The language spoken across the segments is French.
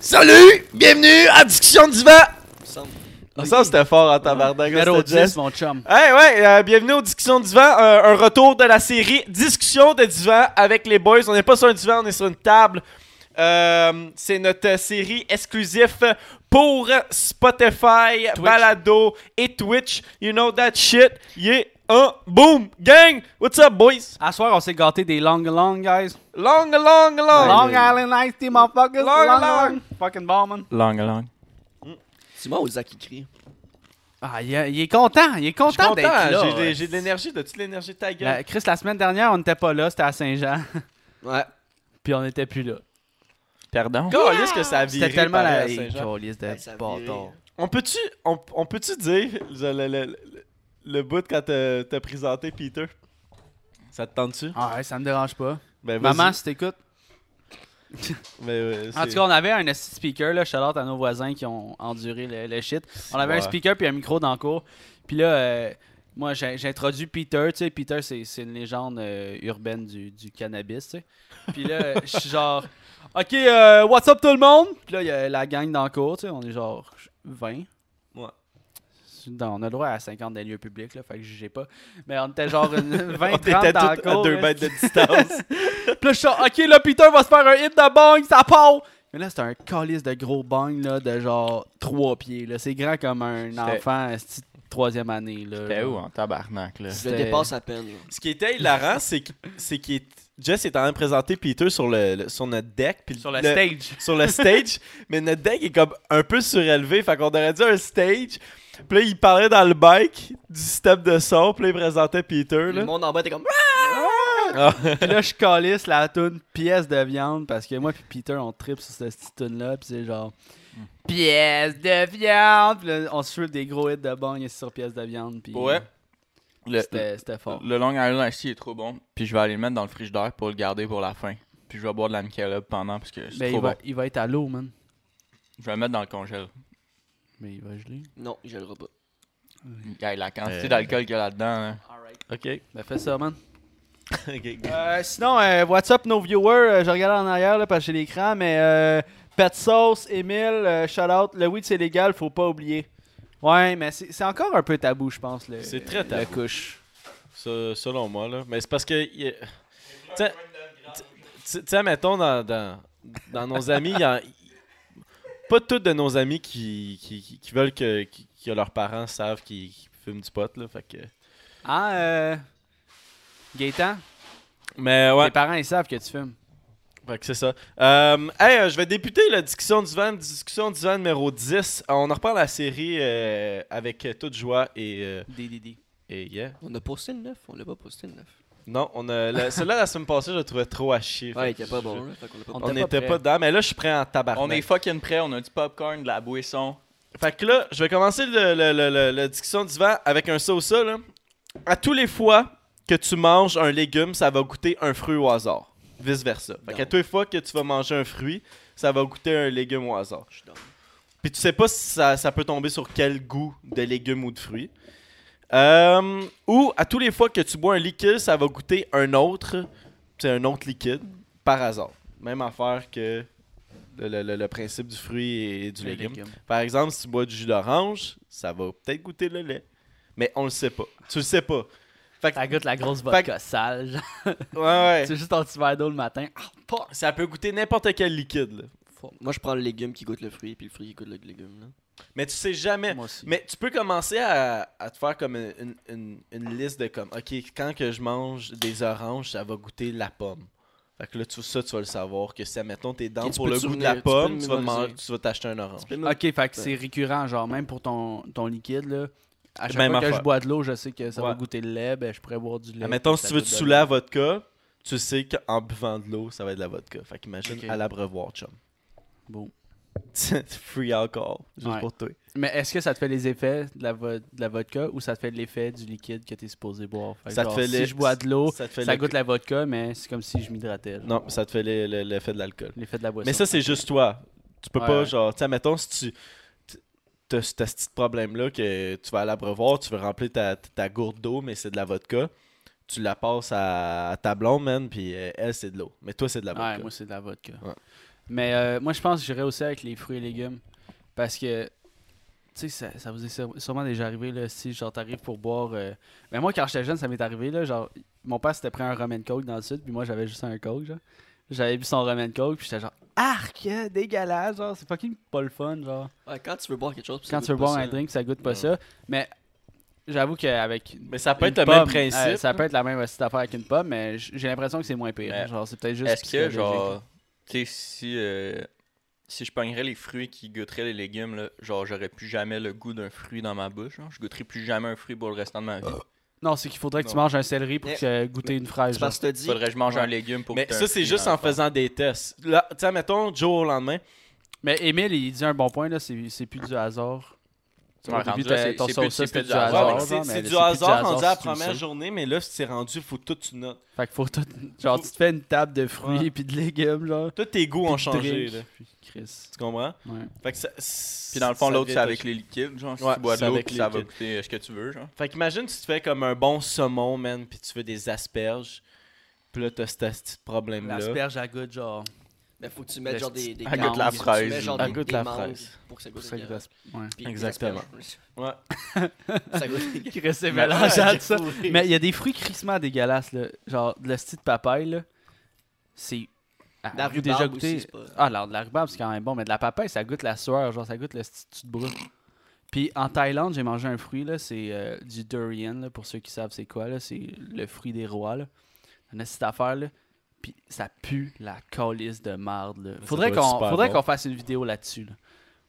Salut! Bienvenue à Discussion du Vent! Ah, Ça, c'était fort en tabarnak. là, Numéro c'était 10, Jess. mon chum. Hey, ouais, euh, bienvenue aux Discussions du Vent. euh, un retour de la série Discussion de Divan avec les boys. On n'est pas sur un divan, on est sur une table. Euh, c'est notre euh, série exclusive pour Spotify, Balado et Twitch. You know that shit. Yeah. Un boom, gang! What's up, boys? À soir, on s'est gâté des long long guys. Long, long, long! Long Island Ice Tea, motherfuckers. Long Long Island. Island. Fucking bon, man. Langue, langue. C'est moi ou Zach qui crie? Ah, il, est- il est content. Il Je est suis content content, d'être là. j'ai de- j'ai de l'énergie, de toute l'énergie de ta gueule. La- Chris, la semaine dernière, on n'était pas là. C'était à Saint-Jean. Ouais. Puis on n'était plus là. Pardon? Calisse que ça a viré C'était tellement pareil la à Saint-Jean. calice de Hey, ça a bâtard. viré. On peut-tu on, on peut-tu dire le, le, le, le- le bout quand t'as t'as présenté Peter? Ça te tente-tu? Ah ouais, ça me dérange pas. Ben, vas-y. Maman, si t'écoutes. Mais, euh, En c'est- tout cas, on avait un esti de speaker, là, shout out à nos voisins qui ont enduré le, le shit. On avait Ouais. un speaker puis un micro dans le cours. Puis là, euh, moi, j'ai j'ai introduit Peter, tu sais, Peter, c'est c'est une légende euh, urbaine du, du cannabis, tu sais. Puis là, je suis genre, OK, euh, what's up tout le monde? Puis là, il y a la gang dans le cours, tu sais, on est genre 20. Ouais. Non, on a le droit à 50 des lieux publics, là, fait que j'ai pas. Mais on était genre une 20 on 30 dans était tous le à cours. deux là. mètres de distance. Puis là, je suis genre, ok, là, Peter va se faire un hit de bang, ça part! Mais là, c'est un calice de gros bang, là, de genre 3 pieds, là. C'est grand comme un enfant, esti de troisième année, là. T'es où hein? en tabarnak, là? Je C'était- le dépasse à peine. là. Ce qui était hilarant, c'est que c'est qu'il est- Jess est en train de présenter Peter sur le, le- sur notre deck. puis Sur le, stage. sur le stage, mais notre deck est comme un peu surélevé, fait qu'on aurait dit un stage. Puis là, il parlait dans le bike du step de son, puis là, il présentait Peter. Le Là. monde en bas était comme. Ah. Puis là, je calisse la toune pièce de viande, parce que moi puis Peter, on tripe sur cette petite toune-là, puis c'est genre. Hmm. Pièce de viande! Puis là, on se fait des gros hits de bang ici sur pièce de viande, puis. Ouais. Le, C'était c'était fort. le Long Island Ice Tea est trop bon. Puis je vais aller le mettre dans le frigidaire pour le garder pour la fin. Puis je vais boire de la Michelob pendant parce que c'est Mais trop Ben, il va, bon. il va être à l'eau, man. Je vais le mettre dans le congèle. Mais il va geler. Non, je le repas. Hey, la quantité Euh. d'alcool qu'il y a là-dedans, hein. là. Ok. Ben, fais ça, man. Ok. Euh, sinon, euh, what's up nos viewers? Euh, je regarde en arrière là, parce que j'ai l'écran, mais euh, Pet Sauce, Emile, euh, shout out. Le weed c'est légal, faut pas oublier. Ouais, mais c'est c'est encore un peu tabou, je pense. le- C'est très le tabou. couche. Se- selon moi, là. Mais c'est parce que. y a- t'sais- t'sais- t'sais, mettons, dans, dans, dans nos amis, il y a. Pas tous de nos amis qui, qui, qui- qui veulent que, qui- que leurs parents savent qu'ils qu'ils fument du pot, là. Fait que... Hein, euh, Gaétan, Mais tes ouais, parents ils savent que tu fumes. fait que c'est ça. Euh, hey, euh, je vais débuter la discussion du van, discussion du van numéro 10. Euh, On en reparle la série euh, avec euh, toute joie et. euh, DDD. et yeah. On a posté le 9, on l'a pas posté le 9. Non, on a. la- Celui-là, la semaine passée, je le trouvais trop à chier. Ouais, il Fait était que pas je- bon. Là, fait qu'on l'a pas On On posté. était pas n'était prêt. pas dedans, mais là, je suis prêt en tabarnak. On est fucking prêt, on a du popcorn, de la boisson. Fait que là, je vais commencer le- le- le- le- la discussion du vent avec un ça ou ça. Là. À tous les fois que tu manges un légume, ça va goûter un fruit au hasard. Vice-versa. Fait qu'à Non. tous les fois que tu vas manger un fruit, ça va goûter un légume au hasard. Je suis down. Puis tu sais pas si ça, ça peut tomber sur quel goût de légumes ou de fruits. Euh, ou à tous les fois que tu bois un liquide, ça va goûter un autre, c'est un autre liquide, par hasard. Même affaire que le, le- le- le principe du fruit et du légume. Par exemple, si tu bois du jus d'orange, ça va peut-être goûter le lait. Mais on le sait pas. Tu le sais pas. Fait que, Ça goûte la grosse Fait vodka sale. genre. ouais, ouais. C'est juste ton petit verre d'eau le matin. Ah, pas. Ça peut goûter n'importe quel liquide. là. Fuck. Moi, je prends le légume qui goûte le fruit, puis le fruit qui goûte le légume. Là. Mais tu sais jamais. Ah, Moi aussi. Mais tu peux commencer à, à te faire comme une, une- une- une liste de comme, ok, quand que je mange des oranges, ça va goûter la pomme. Fait que là, tout ça, tu vas le savoir. Que si, mettons, t'es dans Ok, tu pour peux le goût te de souvenir, la tu peux pomme, le tu vas, mémoriser. manger- tu vas t'acheter un orange. Ah, Ok, fait que c'est récurrent, genre même pour ton, ton liquide là. À chaque Même fois que affaire. je bois de l'eau, je sais que ça va Ouais. goûter le lait, ben je pourrais boire du lait. Ah, mettons, puis si ça tu veux te goûte de saouler à vodka, tu sais qu'en buvant de l'eau, ça va être de la vodka. Fait qu'imagine Ok. à l'abreuvoir, chum. Bon. Free alcohol, juste Ouais. pour toi. Mais est-ce que ça te fait les effets de la, vo- de la vodka ou ça te fait l'effet du liquide que t'es supposé boire? Fait que Ça te genre, fait si les- je bois de l'eau, Ça, te fait Oh, ça le- goûte la vodka, mais c'est comme si je m'hydratais. genre. Non, ça te fait le- le- l'effet de l'alcool. L'effet de la boisson. Mais ça, c'est juste toi. Tu peux Ouais, pas, ouais. genre, tu sais, mettons, si tu. t- T'as ce t'as ce petit problème-là que tu vas à l'abreuvoir, tu veux remplir ta, ta gourde d'eau, mais c'est de la vodka. Tu la passes à, à ta blonde, man, puis euh, elle, c'est de l'eau. Mais toi, c'est de la vodka. Ouais, moi, c'est de la vodka. Ouais. Mais euh, moi, je pense que j'irais aussi avec les fruits et légumes. Parce que, tu sais, ça, ça vous est sûre- sûrement déjà arrivé, là, si genre t'arrives pour boire. euh, Mais moi, quand j'étais jeune, ça m'est arrivé, là. Genre, mon père s'était pris un rum and coke dans le sud, puis moi, j'avais juste un coke, genre. J'avais bu son rum and coke, puis j'étais genre, arc, euh, dégueulasse, genre, c'est fucking pas le fun, genre. Ouais, ah, quand tu veux boire quelque chose. puis ça Quand goûte tu veux pas boire ça, un drink, ça goûte pas Ouais. ça. Mais j'avoue qu'avec. Mais ça peut une être le pomme, même principe. euh, ça peut être la même aussi affaire avec une pomme, mais j- j'ai l'impression que c'est moins pire. Mais genre, c'est peut-être juste. Est-ce que, psychologique, genre, tu sais, si, euh, si je pognerais les fruits qui goûteraient les légumes, là, genre, j'aurais plus jamais le goût d'un fruit dans ma bouche. Genre. Je goûterais plus jamais un fruit pour le restant de ma vie. Non, c'est qu'il faudrait que tu Non. manges un céleri pour Mais- que tu goûter une fraise. C'est parce que tu dis. Faudrait que je mange Ouais. un légume pour Mais goûter ça, un c'est fruit juste dans en le fond. faisant des tests. Là, tu sais, mettons, du jour au lendemain, genre. Mais Émile, il dit un bon point, là, c'est c'est plus du hasard. Ouais, Au début, rendu là, t'as- c'est- ton c'est sauce, plus- c'est c'était plus du du Ouais, hasard. mais hasard, c'est genre, c'est mais du c'est plus hasard rendu à la si tu le première sais. journée, mais là, c'est rendu, faut tout tu notes. Fait que faut tout. Genre, tu te fais une table de fruits Ouais. et puis de légumes, genre. Tous tes goûts puis ont de changé, drinks, là. puis Chris. Tu comprends? Ouais. Fait que ça, c'est- Puis dans le fond, ça l'autre, c'est devient avec touché. les liquides. Genre, si Ouais, tu bois de c'est l'eau, avec puis les ça va liquides. goûter euh, ce que tu veux. Genre. Fait qu'imagine, tu te fais comme un bon saumon, man, puis tu fais des asperges. Puis là, t'as ce petit problème-là. L'asperge à goutte, genre. Mais ben, faut que tu mettes genre des. des Elle goûte carottes, la faut que tu fraise. mettes, genre, Elle des- goûte des la mangues fraise. Pour que ça Pour goûte ça la que carotte. Ouais. Puis des Exactement. asperges. Ouais. Ça goûte la Chris, c'est Mais- mélangeable, ça. Ouais. Mais il y a des fruits crissement dégueulasses, là. Genre, de la de papaye, là. C'est. Ah, La avez-vous rhubarbe aussi, c'est pas- Ah, alors, de la rhubarbe, c'est quand même bon, mais de la papaye, ça goûte la sueur, genre, ça goûte le petit tu te brûles. Puis en Thaïlande, j'ai mangé un fruit, là, c'est euh, du durian, là, pour ceux qui savent c'est quoi, là, c'est le fruit des rois, là. On a cette affaire, là. Puis ça pue la calice de marde, là. Ça Faudrait doit être qu'on super faudrait bon. qu'on fasse une vidéo là-dessus, là.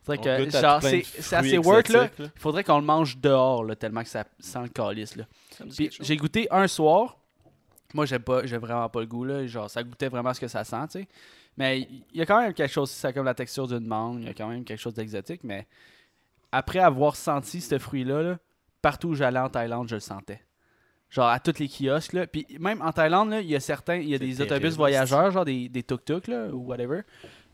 Faudrait On que, goûte à genre, plein de c'est c'est assez fruits work, là. exotiques, Faudrait qu'on le mange dehors, là, tellement que ça sent le calice, là. Ça me dit Puis quelque chose. j'ai goûté un soir. Moi, j'aime pas, j'ai vraiment pas le goût là. Genre, ça goûtait vraiment ce que ça sent, tu sais. Mais il y a quand même quelque chose. Ça a comme la texture d'une mangue. Il y a quand même quelque chose d'exotique. Mais après avoir senti ce fruit-là, là, partout où j'allais en Thaïlande, je le sentais. Genre à tous les kiosques là. Puis même en Thaïlande là, il y a certains, il y a C'est des terrible, autobus voyageurs, genre des, des tuk-tuk là ou whatever.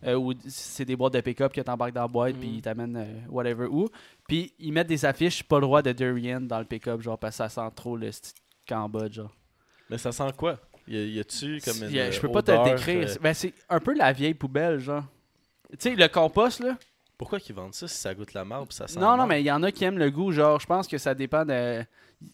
euh, Ou c'est des boîtes de pick-up que t'embarques dans la boîte Mhm. puis ils t'amènent euh, whatever où. Puis ils mettent des affiches pas le droit de durian dans le pick-up, genre parce que ça sent trop le sti- Cambodge. Genre. Mais ça sent quoi? Y a- y a-tu comme une. Il y a- je peux euh, pas te odeur, le décrire. euh, Ben, c'est un peu la vieille poubelle, genre. Tu sais, le compost, là. Pourquoi qu'ils vendent ça si ça goûte la marbre? puis Ça sent Non, la non, marbre? mais il y en a qui aiment le goût. Genre, je pense que ça dépend de.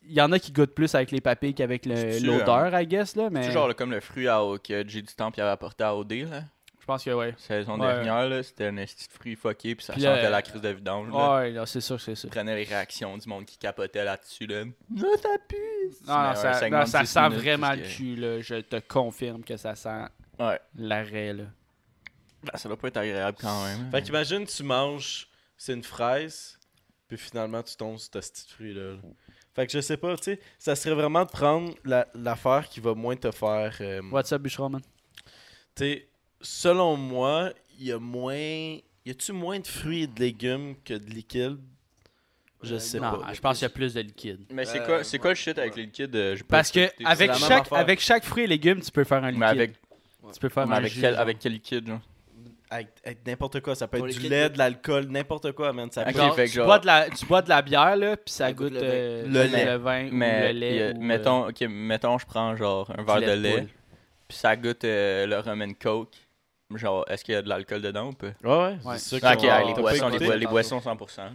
Il y en a qui goûtent plus avec les papilles qu'avec le- C'est-tu, l'odeur, I guess, là. Mais C'est genre là, comme le fruit à eau que J du Temple avait apporté à OD, là. je pense que, ouais. Saison Ouais. dernière, là, c'était un petit fruit fucké, puis ça Puis là, sentait euh, la crise de vidange. Là. Ouais, là, c'est sûr, c'est sûr. Prenait les réactions du monde qui capotait là-dessus, là. Non, ça pue! Non, non, Mais un ça, segment non, de ça 10 sent minutes, vraiment le parce que- cul, là. Je te confirme que ça sent Ouais. l'arrêt, là. Ben, ça doit pas être agréable quand même. Fait qu'imagine, tu manges, c'est une fraise, puis finalement, tu tombes sur ta petite fruit-là. là. Fait que je sais pas, tu sais, ça serait vraiment de prendre la- l'affaire qui va moins te faire. euh, What's up, Bûcheron, man? Tu sais, selon moi, il y a moins. Y a-tu moins de fruits et de légumes que de liquide Je Euh, sais C'est Non, Ah, pas. je pense qu'il y a plus de liquide. Mais c'est Euh, quoi, c'est quoi ouais. le shit avec les liquides euh, j'ai pas Parce que écouté. avec la même chaque, affaire. avec chaque fruit et légume, tu peux faire un liquide. Mais avec, Tu peux faire mais un avec, jus, quel, genre. avec quel liquide, genre? Avec, avec n'importe quoi, ça peut Pour être les du liquides, lait, oui. de l'alcool, n'importe quoi, man. Ça peut Ok, Genre, fait que tu, genre- bois de la, tu bois de la bière, là, puis ça goûte, euh, Le lait. vin ou Mais le lait. y a- ou, euh, mettons, ok, mettons, je prends genre un du verre de de lait, poule. puis ça goûte euh, le rum and coke. Genre, est-ce qu'il y a de l'alcool dedans ou pas? Ouais, ouais, Ouais. c'est sûr Ah, qu'on- ok, ouais, t'as ah, les pas t'as boissons, les, écouté? boi- les Pardon. boissons 100%. là.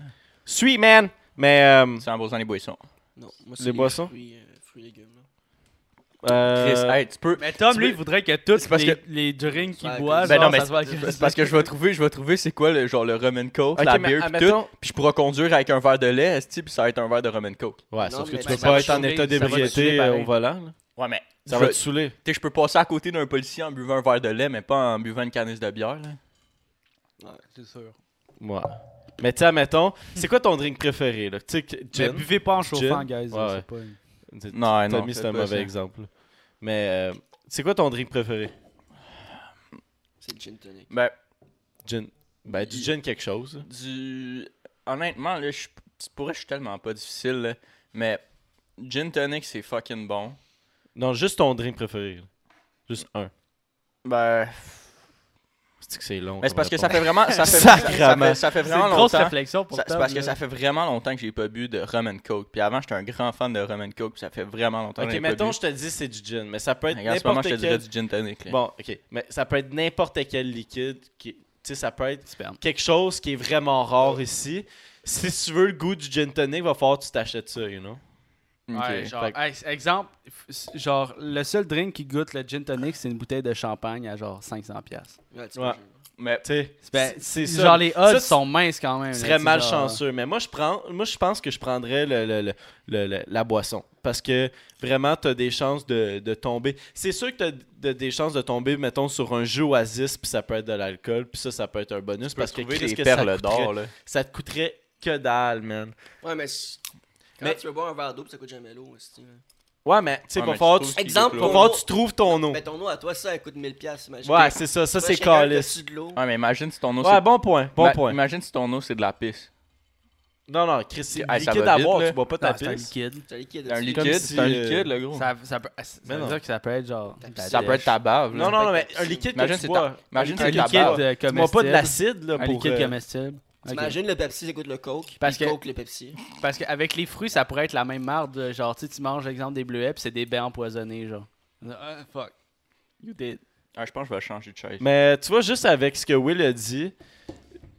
Sweet, man Mais. euh, 100% des boissons. Non, moi, c'est Les boissons? Fruits, euh, fruits et légumes. là. euh, Chris, hey, tu peux. Mais Tom, tu lui, peux- il voudrait que tous C'est parce les, les drinks qu'il Ouais, boit, comme- Ben genre, non, mais ça soit C'est parce que je vais trouver, je vais trouver c'est quoi le genre le rum and coke, ok, la mais ah, beer pis tout, admettons- puis je pourrais conduire avec un verre de lait, esti, puis ça va être un verre de rum and coke. Ouais, Non, sauf que mais tu ben, peux ça pas va être en saouler, état ça va te saouler d'ébriété euh, pareil. au volant. là. Ouais, mais Ça va je vais- te saouler. Tu sais, je peux passer à côté d'un policier en buvant un verre de lait, mais pas en buvant une canisse de bière. Là. C'est sûr. Ouais. Mais tu sais, mettons, c'est quoi ton drink préféré là Tu sais que Mais gin. buvez pas en chauffant, Gin. guys. Ouais, hein, ouais. c'est pas- T'as Non, t'as mis c'est un mauvais exemple. là. Mais euh, c'est quoi ton drink préféré C'est le gin tonic. Ben, Gin. Ben du Il- gin quelque chose. là. du. Honnêtement, là, je... tu pourrais, je suis tellement pas difficile, là, mais gin tonic, c'est fucking bon. Non, juste ton drink préféré. là. Juste un. Ben. C'est que c'est long. Mais c'est comme parce que ça réponse. fait vraiment. Ça fait, ça- ça Sacrement. fait- ça fait C'est une vraiment grosse longtemps. réflexion pour Ça- C'est Tom, parce que là. ça fait vraiment longtemps que j'ai pas bu de rum and coke. Puis avant, j'étais un grand fan de rum and coke. puis ça fait vraiment longtemps que Ok, j'ai mettons, pas je te dis c'est du gin, mais ça peut être bu. Regarde, en ce moment, n'importe je te quel. dirais du gin tonic. là. Bon, ok. Mais ça peut être n'importe quel liquide. Qui... Tu sais, ça peut être Sperme. quelque chose qui est vraiment rare ici. Si tu veux le goût du gin tonic, va falloir que tu t'achètes ça, you know. Ok. Ouais, genre, Fait que- hey, c- exemple, f- s- genre, le seul drink qui goûte le gin tonic, c'est une bouteille de champagne à genre 500$. piastres. Ouais, tu Ouais. peux- Mais Tu sais, C'est- ben, c'est Genre, les odds ça, tu- sont minces quand même. Tu là, serais tu sais, malchanceux, mais moi je prends moi je pense que je prendrais le, le- le- le- le- la boisson parce que vraiment tu as des chances de, de tomber. C'est sûr que tu as des chances de tomber mettons sur un jeu oasis puis ça peut être de l'alcool, puis ça ça peut être un bonus tu peux parce que trouver Chris, des que perles ça coûterait- d'or, là. Ça te coûterait que dalle, man. Ouais, mais. c- Quand Mais- tu veux boire un verre d'eau, pis ça coûte jamais l'eau. c'est-tu, hein. Ouais, mais tu sais Ouais, va mais falloir tu tu- trouves qu'il Exemple, goûte va l'eau. falloir que tu trouves ton eau. Mais ton eau à toi, ça, elle coûte 1000$. imagine. Oh. Ouais, c'est ça, ça Toi, c'est chacun, t'as-tu calice. de l'eau. Ouais, mais imagine si ton eau, Ouais, c'est. bon point, bon Ma- point. Imagine si ton eau, c'est de la pisse. Non non, Chris, c'est Hey, ça liquide va à vite, boire, là. tu bois pas genre, ta non, c'est un pisse. liquide. C'est un liquide. C'est un là-dessus. Comme liquide, si, c'est un euh, liquide, le gros. Ça, Ça, ça peut, ça Mais veut non. dire que ça peut être genre. Ça ta peut être ta bave, là. Non non non, mais un liquide Imagine que tu c'est bois. ta- imagine un Un c'est ta liquide barbe. liquide euh, Tu bois pas comestible. de l'acide là Un pour liquide euh, comestible. Ok. T'imagines le Pepsi, c'est quoi le Coke? Parce Parce que- que. Coke, le Pepsi. Parce qu'avec les fruits, ça pourrait être la même marde. euh, Genre, tu sais, tu manges, exemple, des bleuets, puis c'est des baies empoisonnées, genre. Euh, Ah, fuck. You did. Ah, je pense que je vais changer de chaise. Mais tu vois, juste avec ce que Will a dit,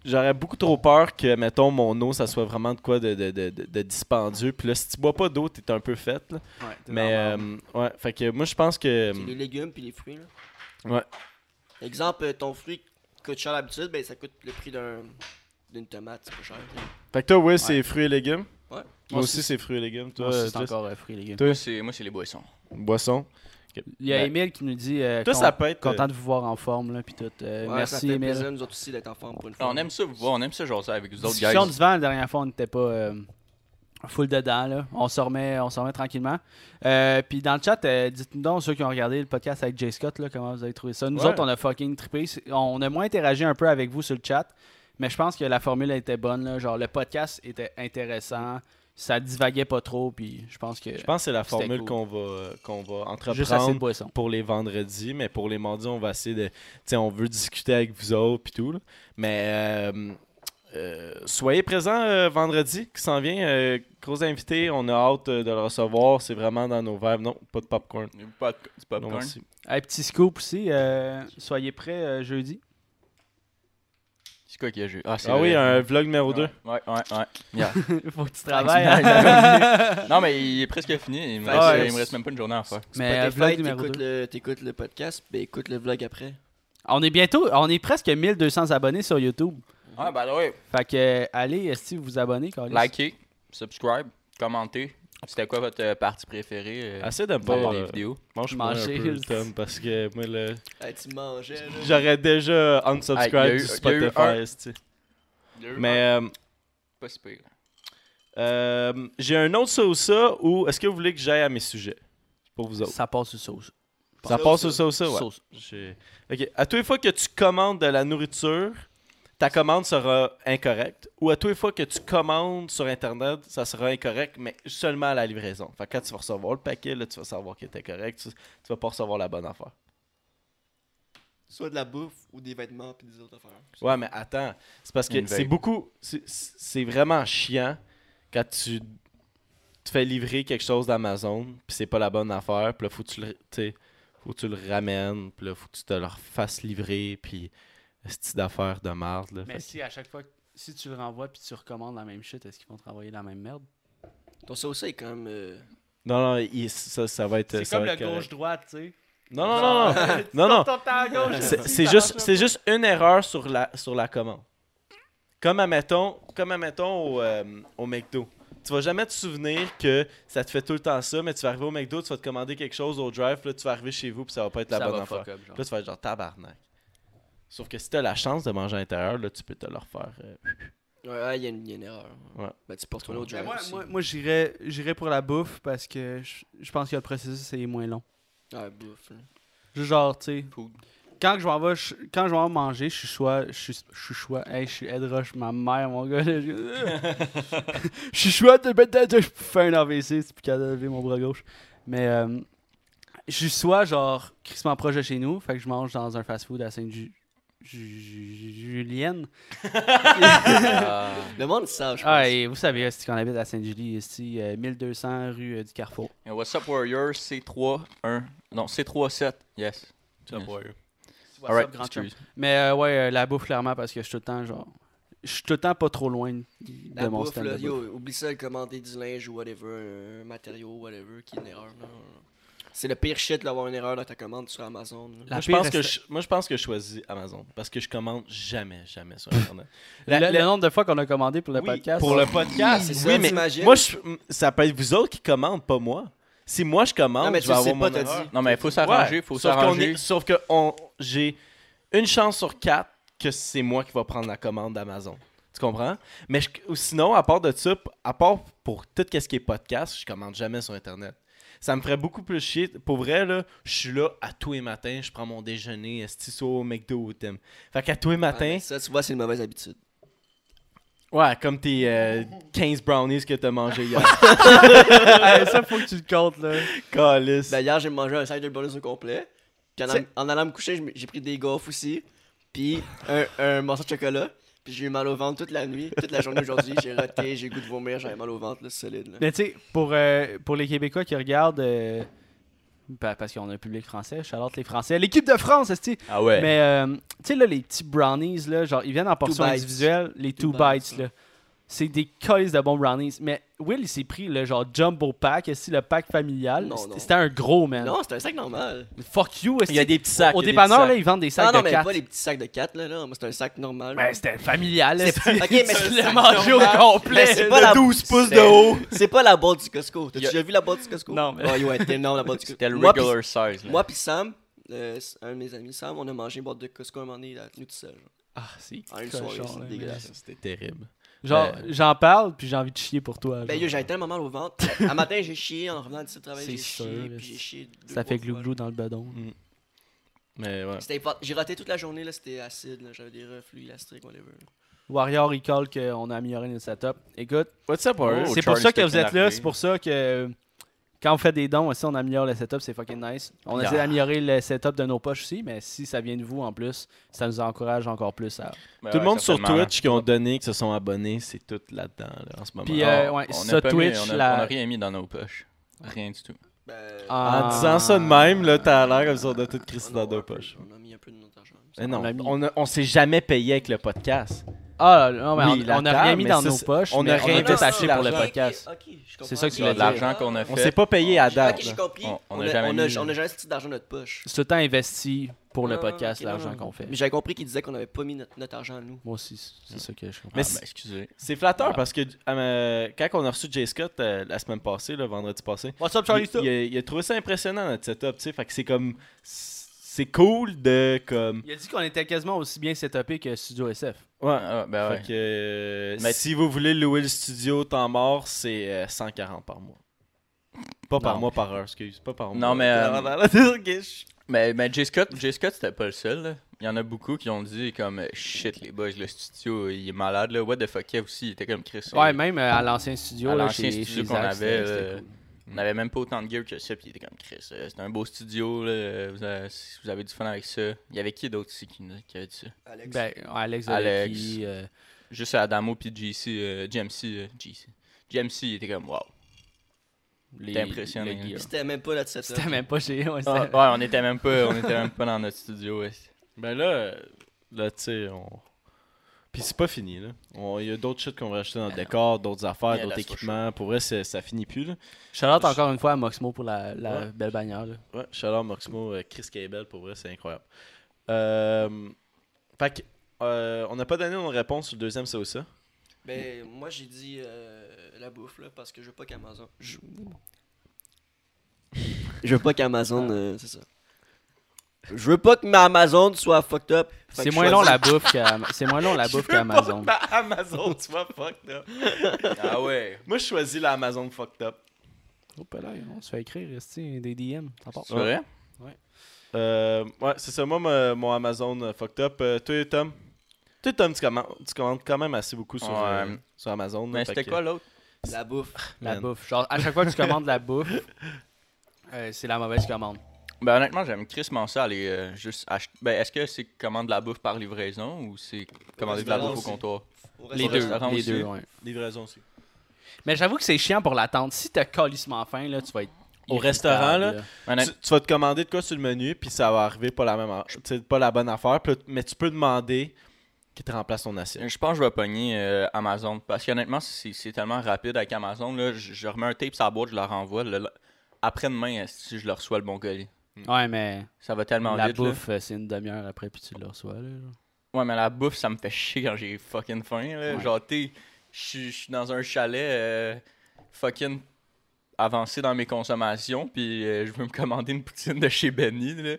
j'aurais beaucoup trop peur que, mettons, mon eau, ça soit vraiment de quoi de, de, de, de- de dispendieux. Puis là, si tu bois pas d'eau, t'es un peu faite. là. Ouais, t'es Mais normal. euh, ouais, fait que moi, je pense que. euh, C'est les légumes puis les fruits, là. Ouais. Exemple, euh, ton fruit coûte cher d'habitude, ben ça coûte le prix d'un. d'une tomate, c'est pas cher. t'sais. Fait que toi, Will, c'est fruits et légumes. Ouais. Moi aussi, c'est fruits et légumes. Toi, Moi aussi, c'est Jess? encore euh, fruits et légumes. Toi, Moi, c'est- Moi, c'est les boissons. boisson. Il y a Ben, Emile qui nous dit euh, Toi, con- ça peut être. content de vous voir en forme là puis tout. Euh, Ouais, ça merci fait Emile. plaisir, nous autres aussi, d'être en forme pour une fois. Ah, On aime ça, vous voir, on aime ça, genre, avec vous autres, Discussion guys. du vent la dernière fois on n'était pas euh, full dedans là. On se remet, on se remet tranquillement. Euh, puis dans le chat, euh, dites-nous donc ceux qui ont regardé le podcast avec Jay Scott là, comment vous avez trouvé ça. Nous Ouais. autres on a fucking trippé. C'est- On a moins interagi un peu avec vous sur le chat, mais je pense que la formule était bonne là. Genre le podcast était intéressant, ça divaguait pas trop puis je pense que Je pense que c'est la C'était formule cool. qu'on va, euh, qu'on va juste assez de entreprendre boisson. pour les vendredis, mais pour les mardis, on va essayer de. Tu sais, on veut discuter avec vous autres puis tout. là. Mais euh, euh, soyez présents euh, vendredi qui s'en vient. Euh, gros invité, on a hâte euh, de le recevoir. C'est vraiment dans nos verres. Non, pas de popcorn. Pas- Du Non, popcorn. merci. Un petit scoop aussi, euh, soyez prêts euh, jeudi. C'est quoi qu'il y a joué? Ah, c'est Ah oui, vrai. un vlog numéro 2. Ouais, ouais, ouais. ouais. Yeah. Faut que tu travailles, hein. non, mais il est presque fini. Il me, Ouais, reste, ouais. il me reste même pas une journée à faire. Mais euh, Spotify, vlog numéro t'écoutes deux. le, t'écoutes le podcast, ben écoute le vlog après. On est bientôt, on est presque 1200 abonnés sur YouTube. Ah, bah ouais. Fait que euh, allez, si vous abonnez, Carlis. Likez, subscribe, commentez. C'était quoi votre euh, partie préférée euh, Assez de dans pas. les euh, vidéos? Mange pas un Manger. peu, Tom, parce que moi, le- Ah, tu mangeais, là. j'aurais déjà Ah, il y a unsubscribe du eu- il y a eu un- Spotify. esti. Mais. euh, Pas si pire. euh, J'ai un autre ça ou ça, ou est-ce que vous voulez que j'aille à mes sujets pour vous autres? Ça passe sous sauce. Ça Ça passe ou au ça ou ça, ouais. Sauce. J'ai- Ok. À toutes les fois que tu commandes de la nourriture, ta commande sera incorrecte. Ou à toutes les fois que tu commandes sur Internet, ça sera incorrect, mais seulement à la livraison. Fait que quand tu vas recevoir le paquet, là, tu vas savoir qu'il était correct. Tu, tu vas pas recevoir la bonne affaire. Soit de la bouffe ou des vêtements puis des autres affaires. Ouais, mais attends. C'est parce que Une c'est vape. beaucoup. c'est- C'est vraiment chiant quand tu te fais livrer quelque chose d'Amazon, puis c'est pas la bonne affaire, puis là, faut que tu le, tu sais, faut que tu le ramènes, puis là, faut que tu te le fasses livrer, puis c'est d'affaires de marde. Là, Mais Fait si à chaque fois, si tu le renvoies puis tu recommandes la même shit, est-ce qu'ils vont te renvoyer la même merde Ton ça ou ça est quand même. euh, que- Non, non, il- ça, ça va être. ça va être correct. gauche-droite, tu sais. Non, non, non, non. non, non. C'est c'est juste, c'est juste une erreur sur la, sur la commande. Comme admettons, comme admettons au, euh, au McDo. Tu vas jamais te souvenir que ça te fait tout le temps ça, mais tu vas arriver au McDo, tu vas te commander quelque chose au drive, puis là tu vas arriver chez vous, puis ça va pas être la bonne affaire. Puis là tu vas être genre tabarnak. Sauf que si t'as la chance de manger à l'intérieur, là tu peux te le refaire. euh. Ouais, ouais, il y, a une- il y a une erreur. Ouais. Ben, tu peux retourner au drive moi, aussi. moi, moi, j'irais j'irais pour la bouffe parce que je je pense que le processus est moins long. Ouais, bouffe. là. Juste genre, tu sais, Food. quand je m'en vais, je- quand je m'en vais manger, je suis choix, je suis, je suis choix, hey, je suis Ed Rush, ma mère, mon gars. là, je je suis choix de peut-être je fais un AVC, c'est plus qu'à lever mon bras gauche. Mais euh, je suis soit genre crissement proche de chez nous, fait que je mange dans un fast-food à Saint-Ju- Ju- Ju- Julienne. Ah, Le monde sage. Ah, et vous savez, c'est qu'on habite à Sainte-Julie, ici, euh, 1200 rue euh, du Carrefour. et What's up, Warrior? C3, 1. Non, C3-7. Yes. Ça Yes. va, All right, grand excuse. Mais euh, ouais, euh, la bouffe, clairement, parce que je suis tout le temps, genre. Je suis tout le temps pas trop loin de La de mon bouffe, stand là, de bouffe. yo, oublie ça de commander du linge ou whatever, un matériau, whatever, qui est une erreur. là. C'est le pire shit d'avoir une erreur dans ta commande sur Amazon. là. La Moi je, pire pense que resta- je, moi, je pense que je choisis Amazon parce que je commande jamais, jamais sur Internet. La- le, la- le nombre de fois qu'on a commandé pour le Oui, podcast. Pour le podcast, c'est oui, ça, mais t'imagines? moi, je- ça peut être vous autres qui commandent, pas moi. Si moi je commande, Non, mais je tu vais le sais avoir pas, mon t'as erreur. dit. Non, mais il faut s'arranger, Ouais, faut sauf qu'on s'arranger. est- Sauf que on- j'ai une chance sur quatre que c'est moi qui va prendre la commande d'Amazon. Tu comprends? Mais je- ou sinon, à part de ça, p- à part pour tout ce qui est podcast, je commande jamais sur Internet. Ça me ferait beaucoup plus chier. Pour vrai, là, je suis là à tous les matins, je prends mon déjeuner, esti soit au McDo ou au Tim. Fait qu'à tous les Ah, matins, mais ça, tu vois, c'est une mauvaise habitude. ouais, comme tes euh, 15 brownies que t'as mangé hier. Ah, ça, faut que tu le comptes, là. Calisse. Ben, hier, j'ai mangé un cider bonus au complet. Puis en, C'est- en allant me coucher, je me- j'ai pris des gaufres aussi. Puis un, un morceau de chocolat. Puis j'ai eu mal au ventre toute la nuit, toute la journée aujourd'hui. J'ai roté, j'ai goût de vomir, j'avais mal au ventre, là, c'est solide. là. Mais tu sais, pour, euh, pour les Québécois qui regardent, euh, pa- parce qu'on a un public français, Charlotte les Français, l'équipe de France, esti. Ah ouais. Mais euh, tu sais, là, les petits brownies, là, genre, ils viennent en portions bites. individuelles, les two, Two bites, bites, là. C'est des colis de bons brownies. Mais Will, il s'est pris le genre jumbo pack, esti, le pack familial. Non, C'était- non. C'était un gros, man. Non, c'est un sac normal. Fuck you, esti. Il y a des petits sacs. Au il y a des dépanneur, petits là, sacs. ils vendent des Ah sacs non, de mais 4. pas les petits sacs de 4, là. là. Moi, c'est un sac normal. Ben, c'était familial, esti. Ok, mais Tu c'est l'as ça. mangé au complet. Mais c'est pas la- 12 pouces c'est- de haut. C'est pas la boîte du Costco. T'as Y a- déjà vu la boîte du Costco? Non, mais- Oh, yo, elle était énorme, la boîte du Costco. C'était le Moi, pis- regular size. là. Moi pis Sam, euh, c'est un de mes amis Sam, on a mangé une boîte de Costco un moment donné, la tenue tout seul. genre. Ah, c'est En une cochon, soirée, là, c'est mais- dégueulasse. C'était terrible. Genre, Ben- j'en parle, puis j'ai envie de chier pour toi. Ben genre. yo, j'avais tellement mal au ventre. Un matin, j'ai chié en revenant d'ici de travail, C'est j'ai sûr, chié, là. puis j'ai chié. deux, Ça fait trois fois, glou-glou dans le bedon. Mais ouais. là. C'était pas- J'ai raté toute la journée, là, c'était acide, là, j'avais des reflux gastriques, whatever. Warrior, il colle qu'on a amélioré notre setup. Écoute, What's up, Warrior? Oh, c'est pour Charlie ça que Stetson vous êtes là, arrivé. c'est pour ça que quand vous faites des dons aussi, on améliore le setup, c'est fucking nice. On Yeah. essaie d'améliorer le setup de nos poches aussi, mais si ça vient de vous en plus, ça nous encourage encore plus à. Ben Tout le ouais, monde sur certainement. Twitch qui ont donné, qui se sont abonnés, c'est tout là-dedans là, en ce moment. Puis, Ah, euh, ouais, on a ça, pas mis- Twitch, on, a, la- on a rien mis dans nos poches. Rien du tout. Ben, Ah, en disant ça de même, là, t'as l'air comme si on a tout crissé on a- dans deux poches. On a mis un peu de notre argent. Mais non, On a mis- on, a- on s'est jamais payé avec le podcast. Ah, non, mais Oui, on- la on n'a rien table, mis mais dans ça, nos c'est- poches. on mais a on a tout réinvesti acheté pour le l'argent. podcast. C'est ça que tu De voulais dire. l'argent qu'on a On fait. s'est pas payé à Ok, date. j'ai là. compris. On- on On a a jamais on a- mis- on a jamais sorti d'argent de notre poche. C'est tout le temps investi pour le Ah, podcast, ok, non, l'argent non. qu'on fait. Mais j'avais compris qu'il disait qu'on n'avait pas mis notre, notre argent à nous. Moi aussi, c'est ça que je comprends. Mais Mais c'est- excusez. C'est flatteur Voilà. parce que euh, quand on a reçu Jay Scott euh, la semaine passée, le vendredi passé, What's up, il, il a, il a trouvé ça impressionnant notre setup, tu sais. Fait que c'est comme. C'est cool de comme. Il a dit qu'on était quasiment aussi bien setupé que Studio SF. Ouais. Ah, ben ouais. Fait que, euh, Mais- si vous voulez louer le studio temps mort, c'est euh, 140 par mois. Pas par Non. mois, par heure, excuse. Pas par mois. Non, mais, euh, Ok, je- Mais, mais J. Scott, J. Scott c'était pas le seul. là. Il y en a beaucoup qui ont dit comme shit les boys, le studio il est malade là. What the fuck Kev aussi, il était comme Chris. Ouais, il- même euh, à l'ancien studio. à là, l'ancien chez- studio chez qu'on Zach, avait, c'était- c'était euh, cool. on n'avait même pas autant de gear que ça, puis il était comme Chris. euh, C'était un beau studio, là, vous avez, si vous avez du fun avec ça. Il y avait qui d'autre ici qui, nous- qui avait dit ça Alex. Ben, Alex, Alex. Alex. euh, Juste Adamo puis GC, euh, GMC, euh, GC. GMC, il était comme wow. les- T'es impressionné, le hein. gear. C'était même pas notre setup. C'était même pas chez ouais, Ah, c'était- ouais, on était même pas, on était même pas dans notre studio. ouais. Ben là, euh, là, tu sais, on. Puis c'est pas fini, là. On- Il y a d'autres shit qu'on va acheter dans le décor, d'autres affaires, Yeah, d'autres that's for équipements. Pour vrai, c'est- ça finit plus, là. Shout-out encore une fois à Moxmo pour la, la Ouais. belle bannière. là. Ouais, Shalom, Moxmo, euh, Chris Cable, pour vrai, c'est incroyable. Euh, Fait que, euh, on n'a pas donné nos réponses sur le deuxième, c'est où ça? Ben, moi j'ai dit euh, la bouffe là parce que je veux pas qu'Amazon. Je... je veux pas qu'Amazon. euh, c'est ça. Je veux pas que ma Amazon soit fucked up. Fait C'est que moins, je long choisis- la bouffe qu'à- c'est moins long la bouffe qu'Amazon. Amazon, tu vois, fuck, là. Ah ouais. Moi, je choisis la Amazon fucked up. Oups, là, on se fait écrire esti, des DM. ça part. C'est vrai Euh, ouais, c'est ça. Moi, ma- mon Amazon euh, fucked up. Euh, toi, Tom. Toi, Tom, tu commandes, tu commandes quand même assez beaucoup sur, Ouais. euh, sur Amazon. là, Mais fait c'était que- quoi l'autre La bouffe. La Man. bouffe. Genre, à chaque fois que tu commandes la bouffe, euh, c'est la mauvaise commande. Ben, honnêtement, j'aime crissement ça aller euh, juste acheter. Ben, est-ce que c'est commande de la bouffe par livraison ou c'est commander de la bouffe au comptoir Au Les restaurant, deux, restaurant les aussi. deux, ouais. Livraison aussi. Mais j'avoue que c'est chiant pour l'attente. Si t'as calissement faim, là, tu vas être. Au irritable, restaurant, là, Honnêt- Tu, tu vas te commander de quoi sur le menu, puis ça va arriver pas la même, a- tu sais, pas la bonne affaire, puis là, mais tu peux demander qu'il te remplace ton assiette. Je pense que je vais pogner euh, Amazon. Parce qu'honnêtement, c'est c'est tellement rapide avec Amazon. Là, je, je remets un tape sur la boîte, je le renvoie. le- le- Après-demain, euh, si je le reçois le bon colis. Ouais, mais Ça va tellement la vite. là. bouffe, euh, c'est une demi-heure après, puis tu le reçois, là. genre. Ouais, mais la bouffe, ça me fait chier quand j'ai fucking faim. Là. Ouais. Genre, t'es. Je suis- je suis dans un chalet euh, fucking avancé dans mes consommations, puis euh, je veux me commander une poutine de chez Benny. Là.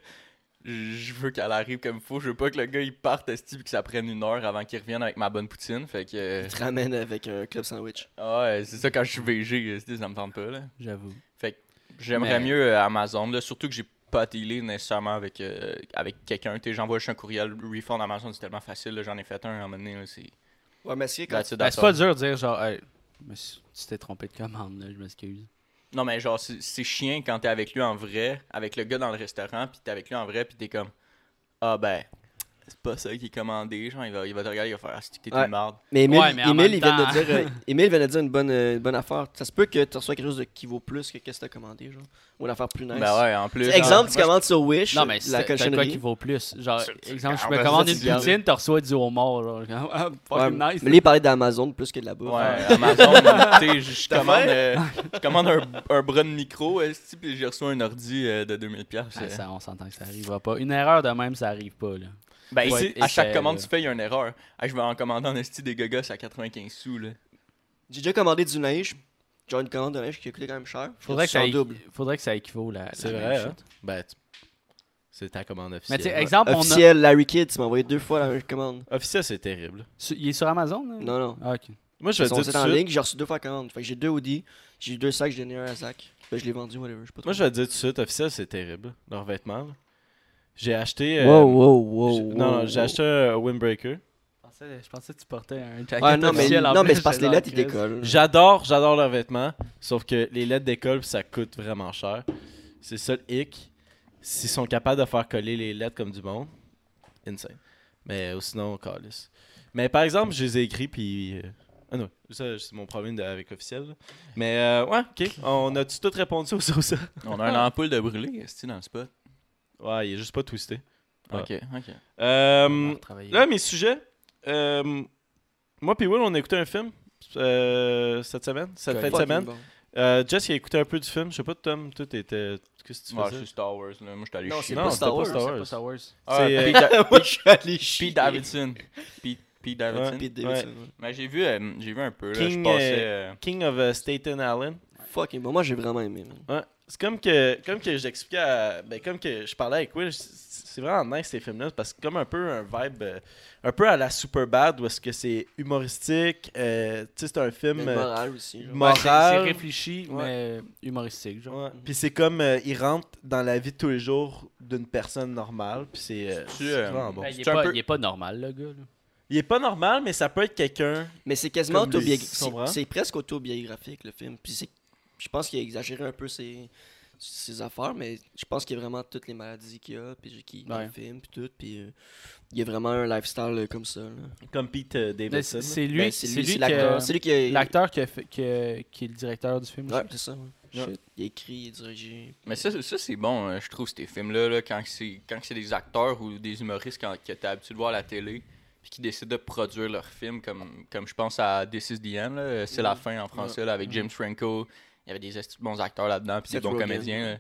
Je je veux qu'elle arrive comme il faut. Je veux pas que le gars il parte esti, puis que ça prenne une heure avant qu'il revienne avec ma bonne poutine. Fait que. euh, ah Tu te ramènes avec un club sandwich. ouais, c'est ça quand je suis VG, esti, ça me tente pas. Là. J'avoue. Fait que j'aimerais Mais- mieux euh, Amazon, là, surtout que j'ai pas dealé nécessairement avec, euh, avec quelqu'un. T'sais, J'envoie juste un courriel refund Amazon, c'est tellement facile. là, J'en ai fait un à un moment donné. là, C'est Ouais, mais si, quand that's it, Ben, that's c'est pas all. dur de dire, genre, hey, mais si- tu t'es trompé de commande, là, je m'excuse. Non, mais genre, c'est c'est chiant quand t'es avec lui en vrai, avec le gars dans le restaurant, puis t'es avec lui en vrai, puis t'es comme Ah ben, c'est pas ça qui est commandé. Genre, il va, il va te regarder, il va faire Ah, c'est que t'es Ouais. une marde. Mais Emile, Ouais, mais en Emile, même il vient temps- de dire, euh, Emile vient de dire une bonne, euh, une bonne affaire. Ça se peut que tu reçois quelque chose de, qui vaut plus que qu'est-ce que t'as commandé, genre. Ou une affaire plus nice. Ben ouais, en plus. Exemple, genre, tu commandes sur Wish, Non, mais la c'est t'as quoi cochonnerie. qui vaut plus. Genre, C'est- exemple, je Ah, me ben, commande ça, une c'est bien. poutine, t'as reçois du homard, genre. comme, Ah, Ouais, fucking nice. Mais lui, il parlait d'Amazon plus que de la bouffe. Ouais, Amazon, tu sais, je- je T'as commande, faim? euh, je commande un, un bras de micro, esti, puis j'ai reçu un ordi euh, de 2000$. piastres, Ah, euh. ça, on s'entend que ça arrivera pas. Une erreur de même, ça arrive pas, là. Ben, Ouais, ici, et à c'est, chaque commande, euh, tu fais, il y a une erreur. Ah, je vais en commander en esti des gogos à 95 sous, là. J'ai déjà commandé du neige. Genre une commande de neige qui a coûté quand même cher. Faudrait que, ça en équ- double. faudrait que ça équivaut la. C'est la vrai, même hein? shit. Mm. Ben, tu- c'est ta commande Mais officielle. tu sais, exemple, on a. Officiel, Larry Kidd, tu m'as envoyé deux fois la même commande. Officiel, c'est terrible. Su- Il est sur Amazon, là? Non, non. Ah, ok. Moi, je vais te Ils sont dire tout c'est de en suite. ligne, j'ai reçu deux fois la commande. Fait que j'ai deux Audi, j'ai eu deux sacs, j'ai donné un à Zach. Ben, je l'ai vendu, whatever. Je sais pas trop. Moi, je vais te dire tout de suite, officiel, c'est terrible. Leurs vêtements. là. J'ai acheté. euh, Wow, wow, wow. j'ai- non, non, j'ai wow. acheté un Windbreaker. Je pensais- Je pensais que tu portais un jacket Ah non, mais, officiel en non, mais plus, c'est parce que les j'étais lettres, ils en crise. décollent. J'adore, j'adore leurs vêtements. Sauf que les lettres d'école, ça coûte vraiment cher. C'est ça le hic. S'ils sont capables de faire coller les lettres comme du monde, insane. Mais euh, sinon, calice. Mais par exemple, je les ai écrits, puis. euh, Ah non, ça, c'est mon problème de- avec officiel. là. Mais euh, ouais, ok. On a-tu tout répondu aux sauces? On a une ampoule de brûlé, esti, dans le spot. Ouais, il est juste pas twisté. Ouais. Ok, ok. Euh, On va retravailler. là, mes sujets. euh, moi, puis Will, on a écouté un film euh, cette semaine, cette fin de Fucking semaine. bon. Euh, Jess, il a écouté un peu du film. Je sais pas, Tom, toi, t'étais. Qu'est-ce que tu Ouais, faisais? c'est Star Wars, là. Moi, je suis allé Non, chier. c'est pas non, Star c'était pas Wars, Star C'est Wars. pas Star Wars. Ah, C'est, Pete, euh, Da- Moi, je suis allé chier. Pete Davidson. Pete, Pete Davidson. Ouais. Pete Davidson. Mais j'ai vu, euh, j'ai vu un peu, là. Je King, passais. euh, King of euh, Staten Island. ouais. Fucking bon. Moi, j'ai vraiment aimé. man. Ouais. C'est comme que, comme que j'expliquais à- Ben, comme que je parlais avec Will, c'est- c'est vraiment nice ces films-là parce que comme un peu un vibe. euh, un peu à la Superbad où est-ce que c'est humoristique. euh, tu sais, c'est un Mais film. le euh, moral aussi. genre. moral. Ouais, c'est- C'est réfléchi, Ouais. mais humoristique, genre. ouais. Puis c'est comme. euh, il rentre dans la vie de tous les jours d'une personne normale. Puis c'est. euh, C'est-tu, c'est euh, vraiment bon. Ben, il, est C'est un pas, peu- il est pas normal, le gars. là. Il est pas normal, mais ça peut être quelqu'un. Mais c'est quasiment Comme lui, autobiographique. tu hein? comprends? C'est, c'est presque autobiographique, le film. Puis c'est- je pense qu'il a exagéré un peu ses, ses affaires, mais je pense qu'il y a vraiment toutes les maladies qu'il a, puis qui dans Ouais. le film, puis tout. Puis euh, il y a vraiment un lifestyle euh, comme ça. là. Comme Pete euh, Mais Davidson. là. C'est c'est lui, Ben, c'est lui, c'est que- l'acteur. C'est lui qui a. l'acteur qui, a fait- qui a- qui est le directeur du film. Ouais, aussi. c'est ça. ouais. Ouais. Shit. Il a écrit, il a dirigé. Mais ça, ça c'est bon, euh, je trouve, ces films-là, là, quand c'est quand c'est des acteurs ou des humoristes quand, que t'es habitué de voir à la télé, puis qui décident de produire leur film, comme, comme je pense à This is the End, là, euh, c'est la Mhm. fin en français, là, avec James Franco. Il y avait des esti de bons acteurs là-dedans, puis des Seth bons Rogen. comédiens. là.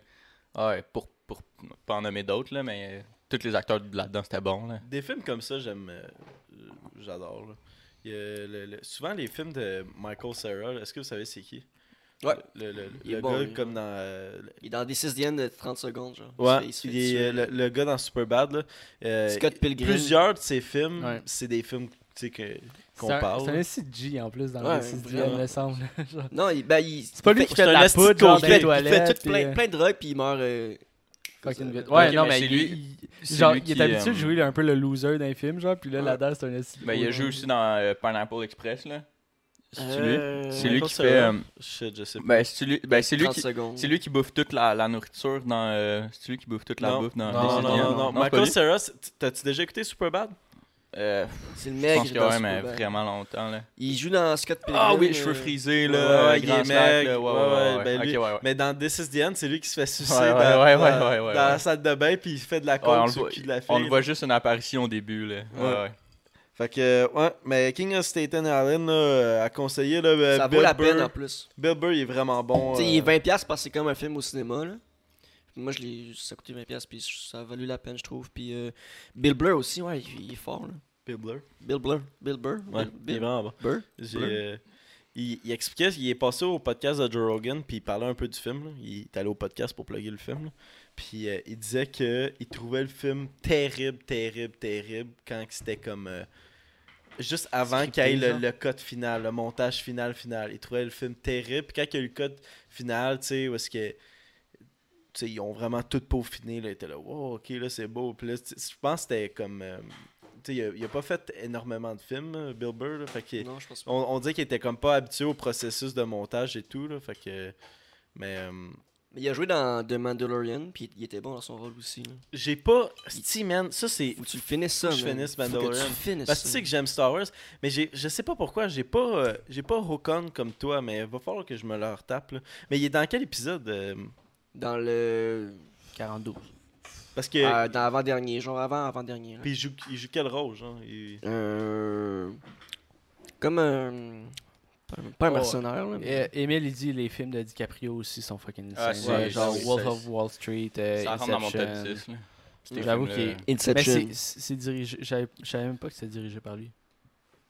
Ah Ouais, pour, pour pas en nommer d'autres, là, mais euh, tous les acteurs de là-dedans, c'était bon. Là. Des films comme ça, j'aime. euh, euh, J'adore. là. Il y a le- le- souvent, les films de Michael Cera, là, est-ce que vous savez c'est qui Ouais. Le, le- le- Il est le bon, gars lui. comme dans. euh, le- Il est dans des 6 diènes de 30 secondes, genre. Il se ouais, fait- il se fait il est, tuer. euh, le, le gars dans Superbad. Là, euh, Scott Pilgrim. plusieurs de ses films, Ouais. c'est des films tu sais, que- qu'on C'est un- parle. C'est un CG en plus dans Ouais, le vraiment. 6 il me semble. Genre. Non, il, ben, il, C'est pas lui qui c'est fait de un la esti de poudre, con, genre, il qui dans fait, les il fait toilettes. tout puis, plein, euh, plein de drogue, puis il meurt. euh, comme fucking ça. vite. Ouais, Ok, non, mais mais c'est lui, lui- il- c'est genre, lui il est qui, habitué euh, de jouer un peu le loser dans les films, genre, puis là, Ouais. là-dedans, c'est un esti de Ben, il a gros joué genre. aussi dans euh, Pineapple Express, là. C'est lui. Euh, C'est lui pas qui ça, fait. hein. euh, Shit, je sais pas. Ben, c'est lui, ben, c'est lui 30 qui. secondes. C'est lui qui bouffe toute la, la nourriture dans. euh, c'est lui qui bouffe toute la Non. bouffe dans. non, non, Resident non, Evil. non, non. c'est pas Michael lui. Cera, c'est- t'as-tu déjà écouté Superbad? Euh, C'est le je mec pense qui que joue dans ben. ouais, mais Superbad. vraiment longtemps. Là. Il joue dans Scott Pilgrim. Ah oui, euh, cheveux frisés, ouais, là. ouais, grand il est slack, maigre, là, Ouais, euh, ouais, ouais, ouais, ouais. ben ok, lui- ouais, ouais. Mais dans This is the End, c'est lui qui se fait sucer Ouais, ouais, dans, ouais, dans- ouais, ouais, dans ouais, la ouais. salle de bain puis il fait de la Ouais, on coke le sur le voit- cul de la fille. On le voit juste une apparition au début, là. Ouais, Ouais. ouais. Fait que, ouais, mais King of Staten Island là, a conseillé. Là, euh, Ça Bill vaut la Burr. peine en plus. Bill Burr, il est vraiment bon. Tu sais, il est euh, 20$ parce que c'est comme un film au cinéma. Là. Moi, je l'ai, ça a coûté 20$, puis ça a valu la peine, je trouve. Puis euh, Bill Blur aussi, ouais, il, il est fort. Là. Bill Burr. Bill Blur. Bill Burr. Ouais, Bill, il est Bill vraiment bon. Burr. J'ai, Blur. euh, il, il expliquait, il est passé au podcast de Joe Rogan, puis il parlait un peu du film. là. Il est allé au podcast pour plugger le film. là. Puis euh, il disait que il trouvait le film terrible, terrible, terrible quand que c'était comme. euh, juste avant qu'il y ait le, genre? le code final, le montage final, final. Il trouvait le film terrible. Puis quand il y a eu le code final, tu sais, où est-ce que. tu sais, ils ont vraiment tout peaufiné. Là, ils étaient là, wow, ok, là, c'est beau. Puis là, tu sais, je pense que c'était comme. euh, tu sais, il a, il a pas fait énormément de films, euh, Bill Burr. là, fait qu'il- Non, je pense pas. on, on dit qu'il était comme pas habitué au processus de montage et tout, là, fait que... Mais euh, Mais il a joué dans The Mandalorian, puis il était bon dans son rôle aussi. Là. j'ai pas... Si, man, ça c'est... Faut que tu le finisses ça, Faut que je man. finisse Faut que Mandalorian. tu finisses Parce que tu ça. sais que j'aime Star Wars, mais j'ai, je sais pas pourquoi, j'ai pas euh, j'ai pas Hokon comme toi, mais va falloir que je me le retape. là. Mais il est dans quel épisode euh, Dans le... 42. Parce que... euh, dans l'avant-dernier, genre avant, avant-dernier. là. puis il joue, il joue quel rôle, genre Il- Euh... Comme un... Pas un- pas un Oh, mercenaire, là. mais- Euh, Emile, il dit les films de DiCaprio aussi sont fucking Ah, insane. c'est- Ouais, genre c'est- Wolf c'est- of Wall Street, euh, Ça rentre dans mon top Inception. 6. là. Ces J'avoue films-là. qu'il est- Mais Inception. c'est- c'est c'est dirigé. j'avais- Je savais même pas que c'était dirigé par lui.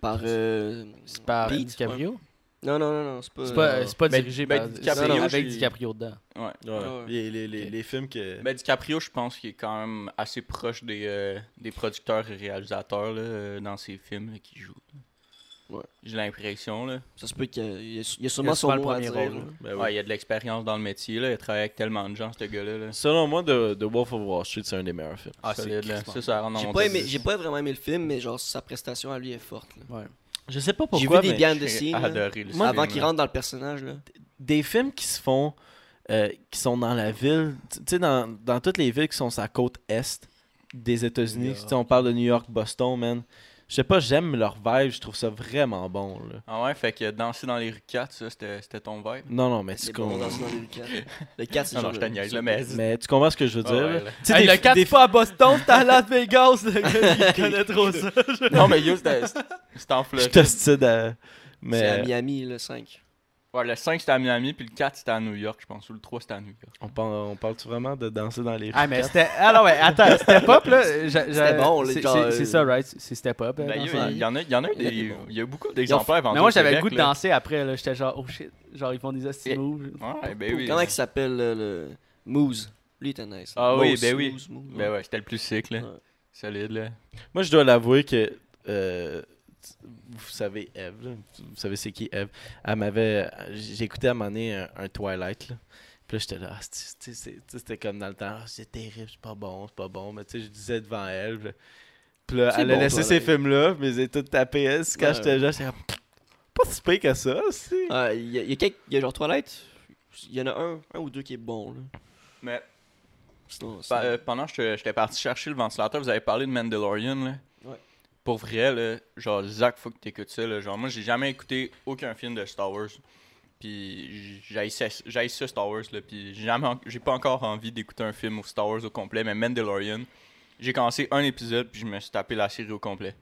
Par. euh, C'est par Pete, ouais. DiCaprio Non, non, non, non, c'est pas. euh, C'est pas, non. c'est pas Ben, dirigé ben, par DiCaprio, Non, non, je avec suis- DiCaprio dedans. Ouais. Ouais, les, les- les- les films que... Ben, DiCaprio, je pense qu'il est quand même assez proche des, euh, des producteurs et réalisateurs là, euh, dans ses films là, qui jouent. Ouais. J'ai l'impression. là. Ça se peut qu'il y a- il y a, il y a Il sûrement a son souvent le mot à premier dire. rôle, là. là. Ben oui. Ouais, il a de l'expérience dans le métier. Là. Il travaille avec tellement de gens, ce gars-là. là. Selon moi, The, The Wolf of Wall Street, c'est un des meilleurs films. Ah, Solide, là. crissement. Ça, ça rentre dans J'ai mon pas, top aimé- 10. j'ai pas vraiment aimé le film, mais genre sa prestation à lui est forte. là. Ouais. Je sais pas J'ai pourquoi, vu des mais- behind the J'ai scenes là, adoré Ah, le Moi, film, avant qu'il là. rentre dans le personnage. Là. des films qui se font, euh, qui sont dans la ville, tu tu sais, dans, dans toutes les villes qui sont sur la côte est des États-Unis. New Tu York. sais, On parle de New York, Boston, man. Je sais pas, j'aime leur vibe, je trouve ça vraiment bon. Là. Ah ouais, fait que danser dans les rues 4, ça, c'était c'était ton vibe. Non, non, mais tu, C'est bon, comprends- dans dans le 4. Le 4, c'est Non, genre. non, je te le- niaise, là, mais. mais tu comprends ce que je veux Ah dire. ouais, là. là. Tu sais, Hey, des- le 4 des- fois à Boston, t'es à Las Vegas, le gars, il connaît trop ça. Non, mais yo, c'était c'était en je Floride. t'ostine à- C'est à Mais Miami, le 5. Ouais, le 5 c'était à Miami, puis le 4 c'était à New York, je pense, ou le 3 c'était à New York. on, parle, on parle-tu vraiment de danser dans les rues? Ah, mais c'était. Alors, ouais, attends, Step Up, là. j'a- j'a- C'était bon, les c'est- gens, c'est- euh, C'est ça, right? C'est Step Up. euh, Ben, dans yo, ça. il y, en a, il y en a eu des- Il y a des bons. il y a eu beaucoup d'exemplaires vendus. Mais moi, au j'avais le Québec, goût de là. danser après, là. J'étais genre, oh shit. Genre, ils font des hosties Et- moves. Ouais, ben oui. Comment il s'appelle là, le Moose Lui, il était nice. Ah oui, Moose, ben oui. Moose, Moose, Ben ouais, c'était le plus sick, là. Ouais. Solide, là. Moi, je dois l'avouer que. euh, vous savez, Eve, là, vous savez c'est qui Eve. Elle m'avait. J'écoutais à un moment donné un, un Twilight, là. Puis là, j'étais là, Ah, c'est- c'est- c'est- c'est- c'était comme dans le temps, Ah, c'est terrible, c'est pas bon, c'est pas bon. Mais tu sais, je disais devant elle. puis- Puis là, C'est elle a bon, laissé ces Twilight. films-là, mais ils étaient tous tapés. elle. Puis Quand Ouais. j'étais jeune, j'étais comme, pas si pire que ça, c'est. Ah, Il y a- il y a quelques- il y a genre Twilight. Il y en a un, un ou deux qui est bon. Là. Mais Sinon, c'est- pa- euh, pendant que j'étais- j'étais parti chercher le ventilateur, vous avez parlé de Mandalorian, là. Ouais. Pour vrai, là, genre, Zach, faut que t'écoutes ça, là. Genre, moi, j'ai jamais écouté aucun film de Star Wars. Puis j'ai ça Star Wars, là. Puis j'ai jamais en- j'ai pas encore envie d'écouter un film au Star Wars au complet, mais Mandalorian, j'ai commencé un épisode, puis je me suis tapé la série au complet.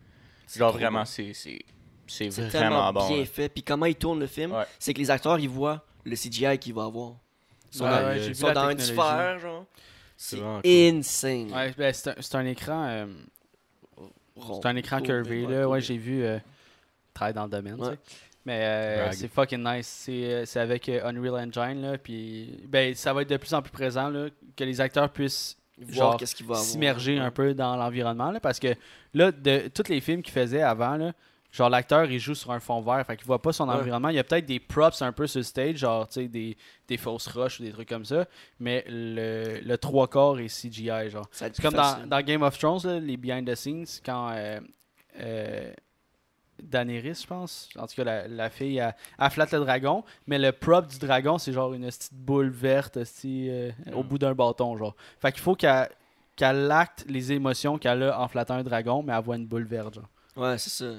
Genre, trop vraiment, c'est c'est- c'est C'est vraiment tellement bon. bien là. fait. Puis comment ils tournent le film, Ouais. c'est que les acteurs, ils voient le CGI qu'ils vont avoir. Ils sont Ouais, dans, ouais, ils j'ai vu sont la dans une technologie. sphère, genre. C'est vraiment insane. Ouais, ben, c'est un- c'est un écran. euh, Rond. C'est un écran Courbé, curvé, ouais, là. Ouais, courbé. j'ai vu. euh, travaille dans le domaine, tu Ouais. sais. Mais euh, Brag. c'est fucking nice. C'est euh, c'est avec euh, Unreal Engine, là. Puis, ben, ça va être de plus en plus présent, là. Que les acteurs puissent Voir genre, qu'est-ce qu'ils vont avoir. s'immerger un peu dans l'environnement, là. Parce que, là, de tous les films qu'ils faisaient avant, là. Genre, l'acteur, il joue sur un fond vert, fait qu'il voit pas son Ouais. environnement. Il y a peut-être des props un peu sur le stage, genre, tu sais, des, des fausses roches ou des trucs comme ça. Mais le, le trois quarts est CGI, genre. Ça va être C'est comme facile. dans, dans Game of Thrones, là, les behind the scenes, quand euh, euh, Daenerys, je pense. En tout cas, la, la fille, elle, elle flatte le dragon, mais le prop du dragon, c'est genre une petite boule verte esti, euh, au bout d'un bâton, genre. Fait qu'il faut qu'elle qu'elle acte les émotions qu'elle a en flattant un dragon, mais elle voit une boule verte, genre. Ouais, c'est ça.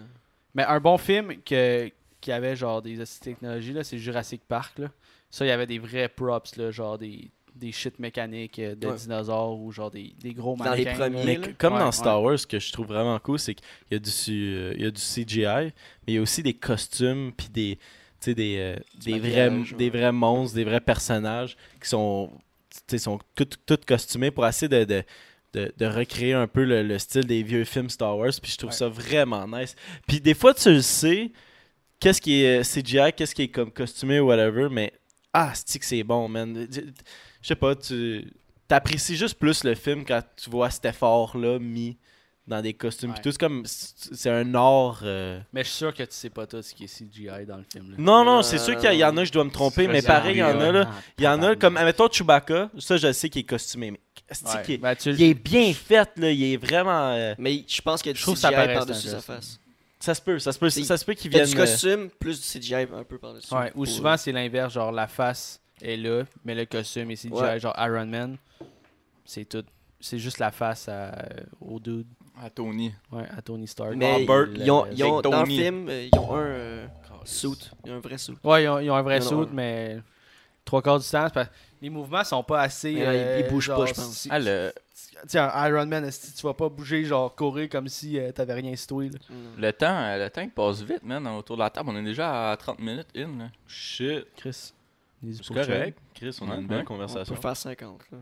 Mais un bon film que, qui avait genre des esti de technologies, là, c'est Jurassic Park, là. Ça, il y avait des vrais props, là, genre des, des shit mécaniques euh, de Ouais. dinosaures ou genre des, des gros Dans les mannequins, premiers, là. Mais là. que- comme Ouais, dans ouais. Star Wars, ce que je trouve vraiment cool, c'est qu'il y, a du su- euh, il y a du CGI, mais il y a aussi des costumes, puis des, tu sais, des, euh, des, vrais, maquillage, ouais. des vrais monstres, des vrais personnages qui sont, tu sais, sont tout, tout costumés pour essayer de, de, de- de recréer un peu le, le style des vieux films Star Wars. Puis je trouve Ouais. ça vraiment nice. Puis des fois, tu le sais, qu'est-ce qui est euh, CGI, qu'est-ce qui est comme costumé ou whatever, mais ah, c'est que c'est bon, man. Je sais pas, tu t'apprécies juste plus le film quand tu vois cet effort-là mis dans des costumes. pis Ouais. tout, c'est comme, c'est un art. euh. Mais je suis sûr que tu sais pas tout ce qui est CGI dans le film. Là. Non, non, Euh, c'est sûr qu'il y en a, je dois me tromper, c'est mais ça, pareil, il y en a, là. Ah, Il y en a, tabarnak. comme, admettons Chewbacca, ça, je sais qu'il est costumé, mais c'est Ouais. qu'il est- Ben, tu- il est bien fait, là, il est vraiment... euh, Mais je pense qu'il y a du Je trouve que ça CGI paraît, par-dessus c'est sa intéressant. face. Ça se peut, ça se peut, C'est- ça se peut qu'il Il y a vienne... du euh, costume, plus du CGI un peu par-dessus. Ouais, ou Pour- souvent c'est l'inverse, genre la face est là, mais le costume est CGI, Ouais. genre Iron Man, c'est tout. C'est juste la face à, au dude, À Tony. ouais, à Tony Stark. Mais Il- Robert, ils ont, ils ont- Jake dans le Tony. film, euh, ils ont un euh, suit. Ils ont un vrai suit. Ouais, ils ont, ils ont un vrai Il y en a suit, un. mais trois quarts du temps, c'est parce que les mouvements sont pas assez. Mais, euh, ils bougent pas, genre, je pense. si- Ah, le, tu sais, un Iron Man, si tu vas pas bouger, genre courir comme si euh, t'avais rien situé. là. le temps, euh, le temps il passe vite, man, autour de la table. On est déjà à 30 minutes in, là. Shit, Chris. les c'est correct. Chris, on a une Ouais, belle ouais. On conversation. peut faire 50. là.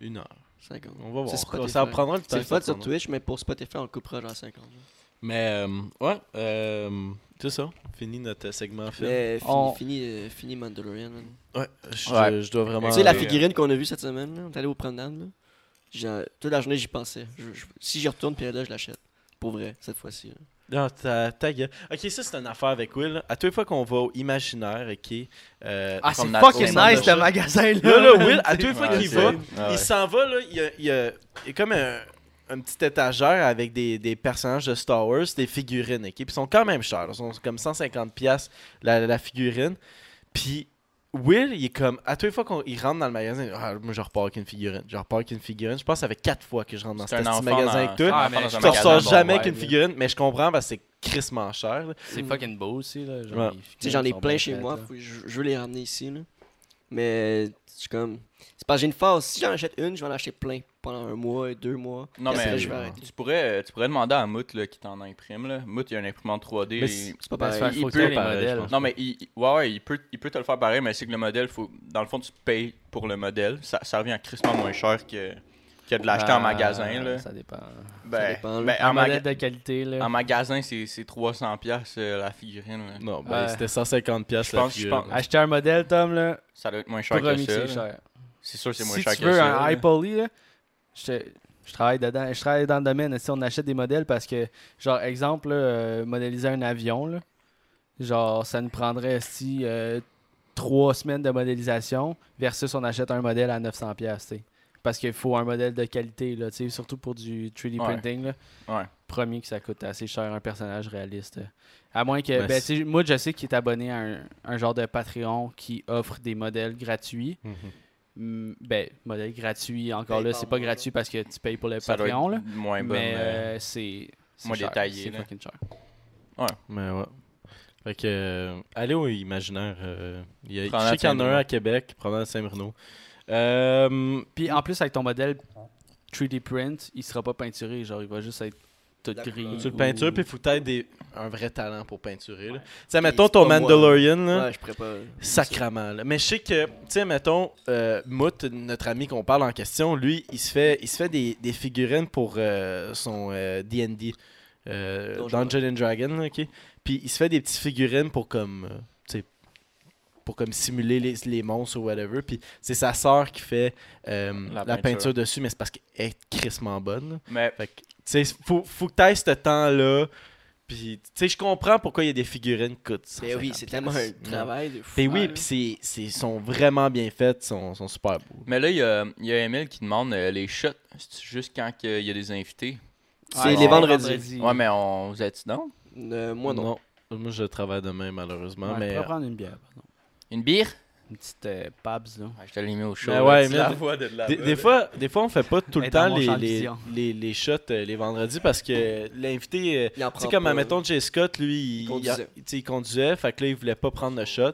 Une heure. 50. On va C'est voir. Spotify. Ça prendra le temps. C'est le ça fun sur prendra. Twitch, mais pour Spotify, on le coupera genre 50. là. Mais, euh, ouais, euh, c'est ça. Fini notre euh, segment film. Mais fini, On- fini, euh, fini Mandalorian. man. Ouais, je, Ouais. je dois vraiment... Tu sais, la ouais. figurine qu'on a vue cette semaine, là, on est allé au Promenade. là. J'ai- Toute la journée, j'y pensais. Je- je- Si j'y retourne, puis là, je l'achète. Pour vrai, cette fois-ci. là. Non, ta, ta gueule. Ok, ça c'est une affaire avec Will. là. À toutes les fois qu'on va au imaginaire, ok. euh, Ah, c'est Comme la fucking tour nice Saint-Jean. ce magasin là. Là, là, Will, à toutes les fois Ouais, qu'il c'est- va, ouais, ouais. il s'en va, là, il y a, il y a- il y a comme un, une petite étagère avec des, des personnages de Star Wars, des figurines, ok. Puis ils sont quand même chers, là. ils sont comme 150$ piastres, la, la figurine. Puis Will, il est comme, à toutes les fois qu'il rentre dans le magasin, ah, moi je repars avec une figurine, je repars avec une figurine. Je pense que ça fait 4 fois que je rentre dans ce C'est un petit enfant magasin dans- avec toi. Ah, un enfant mais dans je un Je te magasin, ressors bon, jamais ouais, avec une là. figurine, mais je comprends parce que c'est crissement cher. là. C'est fucking beau aussi, là. Ouais. genre, les Tu sais, j'en figurines ai sont plein bien hein. chez faites, moi. là. faut- je, je veux les ramener ici. Là. Mais je suis comme. C'est parce que j'ai une phase. Si j'en achète une, je vais en acheter plein pendant un mois, deux mois. Non, mais Puis après, c'est je vais vrai. arrêter. tu pourrais, euh, tu pourrais demander à Mout là, qui t'en imprime. Là. Mout, il y a un imprimante 3D. Mais il- C'est pas Parce pareil. que il faut que peut t'aies les pareil, modèles. je pense. Non, mais il, il- ouais, ouais, il, peut, il peut te le faire pareil, mais c'est que le modèle, faut, dans le fond, tu payes pour le modèle. Ça, ça revient à crissement moins cher que, que de l'acheter en Ah, magasin. Là. Ça dépend. ben, dépend, là. ben, Un en, maga- modèle de qualité, là. en magasin, c'est c'est 300$ piastres, euh, la figurine. là. Non, ben Ouais. c'était 150 pièces Je la pense- je figurine. pense- Acheter un modèle, Tom, là, Ça doit être moins cher que promis que c'est ça. là. cher. C'est sûr, c'est moins si cher tu que veux ça. un là. iPoly, là, je, te- je travaille dedans, je travaille dans le domaine. Si on achète des modèles parce que, genre, exemple, là, euh, modéliser un avion, là, genre, ça nous prendrait si euh, trois semaines de modélisation versus on achète un modèle à 900 pièces, parce qu'il faut un modèle de qualité, là, tu sais, surtout pour du 3D Ouais. printing. Là. Ouais. Promis que ça coûte assez cher un personnage réaliste. À moins que. Ben, ben, c'est- tu sais, moi, je sais qu'il est abonné à un, un genre de Patreon qui offre des modèles gratuits. Mhm. Mm, ben, modèle gratuit, encore Paye là, par c'est pas mois, gratuit parce que tu payes pour le Ça doit être Patreon, là. moins bon. mais euh, euh, c'est. c'est moins cher, détaillé, C'est là. fucking cher. Mais Ben ouais. Fait que, euh, allez au imaginaire. euh, il y a, je Promenade sais qu'il y en a un Saint-Bruno. à Québec, promenade Saint-Bruno. Euh, Puis en plus, avec ton modèle 3D print, il sera pas peinturé, genre, il va juste être tout La gris. tu le ou- peintures, puis faut peut-être des- un vrai talent pour peinturer. Là. Tu sais, Puis mettons c'est ton pas moi, Mandalorian, là, Ouais, je pourrais pas. sacrament. là. Mais je sais que, tu sais, mettons, euh, Mout, notre ami qu'on parle en question, lui, il se fait, il se fait des, des figurines pour euh, son euh, D&D, euh, Donjon Dungeon and Dragon, là, ok? Puis il se fait des petites figurines pour comme, euh, tu sais, pour comme simuler les, les monstres ou whatever. Puis c'est sa sœur qui fait euh, la, La peinture. peinture dessus, mais c'est parce qu'elle est crissement bonne. là. mais Fait que, tu sais, faut, faut que t'ailles ce temps-là. Puis, tu sais, je comprends pourquoi il y a des figurines qui coûtent Mais Ben oui, 150 c'est tellement un piastres. travail de fou. hein. Ben oui, puis c'est, c'est, ils sont vraiment bien faites, ils sont, sont super beaux. mais là, il y a, il y a Emile qui demande euh, les shots. C'est juste quand que il y a des invités. C'est les vendredis. Ouais, mais on vous êtes donc? Euh, moi, non. Moi, je travaille demain, malheureusement. Ouais, mais. euh, Je pourrais prendre une bière, par exemple. Une bière? Une petite euh, Pabs, là. Ah, je te l'ai mis au chaud. Ben là, ouais, tu mais- la vois de là-bas, Des, là. des fois, des fois, on fait pas tout le Dans temps mon les, champ de les, vision. les, les shots euh, les vendredis parce que l'invité. euh, Il en Tu prend sais, comme, pas, admettons, Jay Scott, lui, il conduisait. il- tu sais, il conduisait, fait que là, il voulait pas prendre le shot.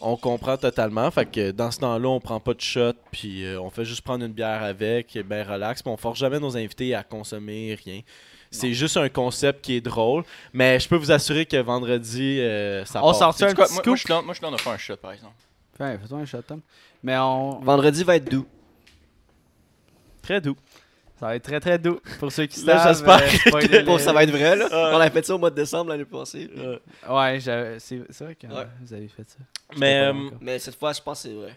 On comprend totalement, fait que dans ce temps-là, on prend pas de shot, puis euh, on fait juste prendre une bière avec, et ben relax, puis on force jamais nos invités à consommer rien. C'est juste un concept qui est drôle, mais je peux vous assurer que vendredi, euh, ça On part. sort- Sais-tu un quoi? petit Moi, moi, je suis dans- moi, je suis dans de faire un shot, par exemple. Fais, fais-toi un shot, Tom. Mais on... Vendredi va être doux. Très doux. ça va être très très doux pour ceux qui Là, savent. j'espère euh, que- spoiler Bon, le- ça va être vrai, là. On a fait ça au mois de décembre l'année passée. puis- Ouais, j'avais- c'est c'est vrai que euh, Ouais. vous avez fait ça. Mais J'étais pas euh, là encore. Mais cette fois, je pense que c'est vrai.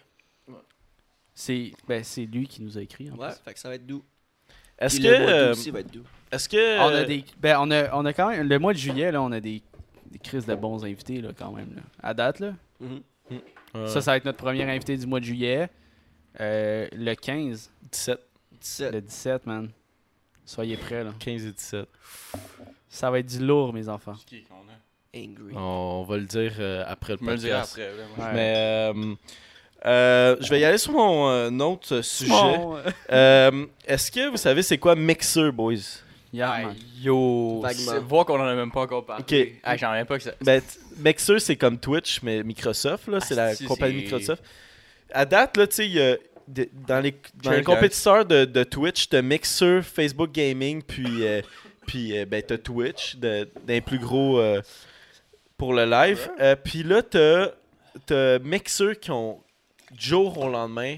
c'est ben, c'est lui qui nous a écrit. En Ouais, plus. fait que ça va être doux. est-ce Puis que. le mois d'août euh, aussi va être doux. Est-ce que. On a des ben on a on a quand même le mois de juillet là, on a des des crises de bons invités là quand même là. À date là. Mhm. euh, Ouais. Ça ça va être notre premier invité du mois de juillet. Euh, le 15, 17, 17. le 17 man. Soyez prêts là. 15 et 17. Ça va être du lourd mes enfants. Qui qu'on a? Angry. On va le dire euh, après le Je me le dirai podcast. après. là, moi. Ouais. Mais euh, euh, je vais y aller sur mon euh, autre sujet. Bon, euh, Euh, Est-ce que vous savez c'est quoi Mixer, boys? yeah, Aïe, man. yo, Vaguement. c'est voir qu'on en a même pas encore parlé. Ok. Ah, j'en reviens pas que ça. Ben, t- Mixer, c'est comme Twitch, mais Microsoft, là, c'est la Ah, si, compagnie c'est- Microsoft. À date, là, tu sais, il y a de- dans les, dans les Cheers, compétiteurs de, de Twitch, t'as Mixer, Facebook Gaming, puis, euh, puis euh, ben, t'as Twitch, de- d'un plus gros euh, pour le live. Euh, puis là, t'as t'as Mixer qui ont, du jour au lendemain,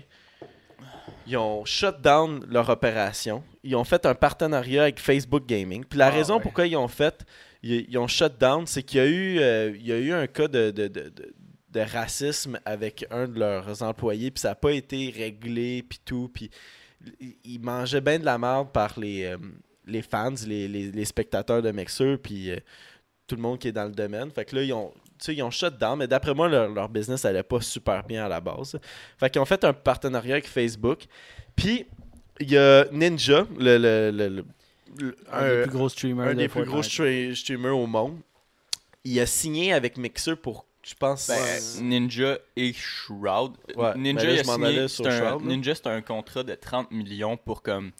ils ont shut down leur opération. Ils ont fait un partenariat avec Facebook Gaming. Puis la Ah, raison ouais. pourquoi ils ont fait, ils, ils ont shut down, c'est qu'il y a eu, euh, il y a eu un cas de, de- de- de- de racisme avec un de leurs employés, puis ça n'a pas été réglé, puis tout. Puis ils- ils mangeaient bien de la merde par les, euh, les fans, les, les- les spectateurs de Mixer, puis euh, tout le monde qui est dans le domaine. Fait que là, ils ont, tu sais, ils ont shut down, mais d'après moi, leur, leur business allait pas super bien à la base. Fait qu'ils ont fait un partenariat avec Facebook. Puis, il y a Ninja, le, le- le- le- le- un des plus gros streamers un de des plus gros Fortnite. stre- streamers au monde. Il a signé avec Mixer pour, je pense, Ben, six- Ninja et Shroud. Ouais, Ninja, ben là, il a je m'en signé- allais sur c'est un, Shroud, là. Ninja, c'est un contrat de 30 millions pour comme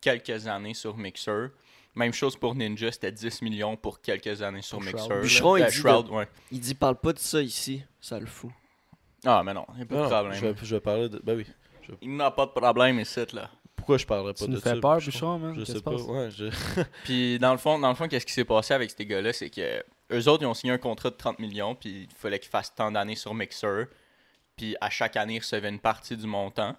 quelques années sur Mixer. Même chose pour Ninja, c'était 10 millions pour quelques années sur Pour Shroud. Mixer. là. Bûcheron, il Ben, dit Shroud, ouais. Il dit, parle pas de ça ici. Ça le fout. Ah, mais non, il n'y a pas Non, de problème. Je vais, je vais parler de. Ben oui. Il n'a pas de problème ici, là. Pourquoi je parlerais pas Tu de nous ça? fais peur, je- Bouchon, man. Je Qu'est-ce sais qui pas. se passe? Ouais, je- Puis dans le fond, dans le fond, qu'est-ce qui s'est passé avec ces gars-là, c'est que eux autres, ils ont signé un contrat de 30 millions, puis il fallait qu'ils fassent tant d'années sur Mixer. Puis à chaque année, ils recevaient une partie du montant.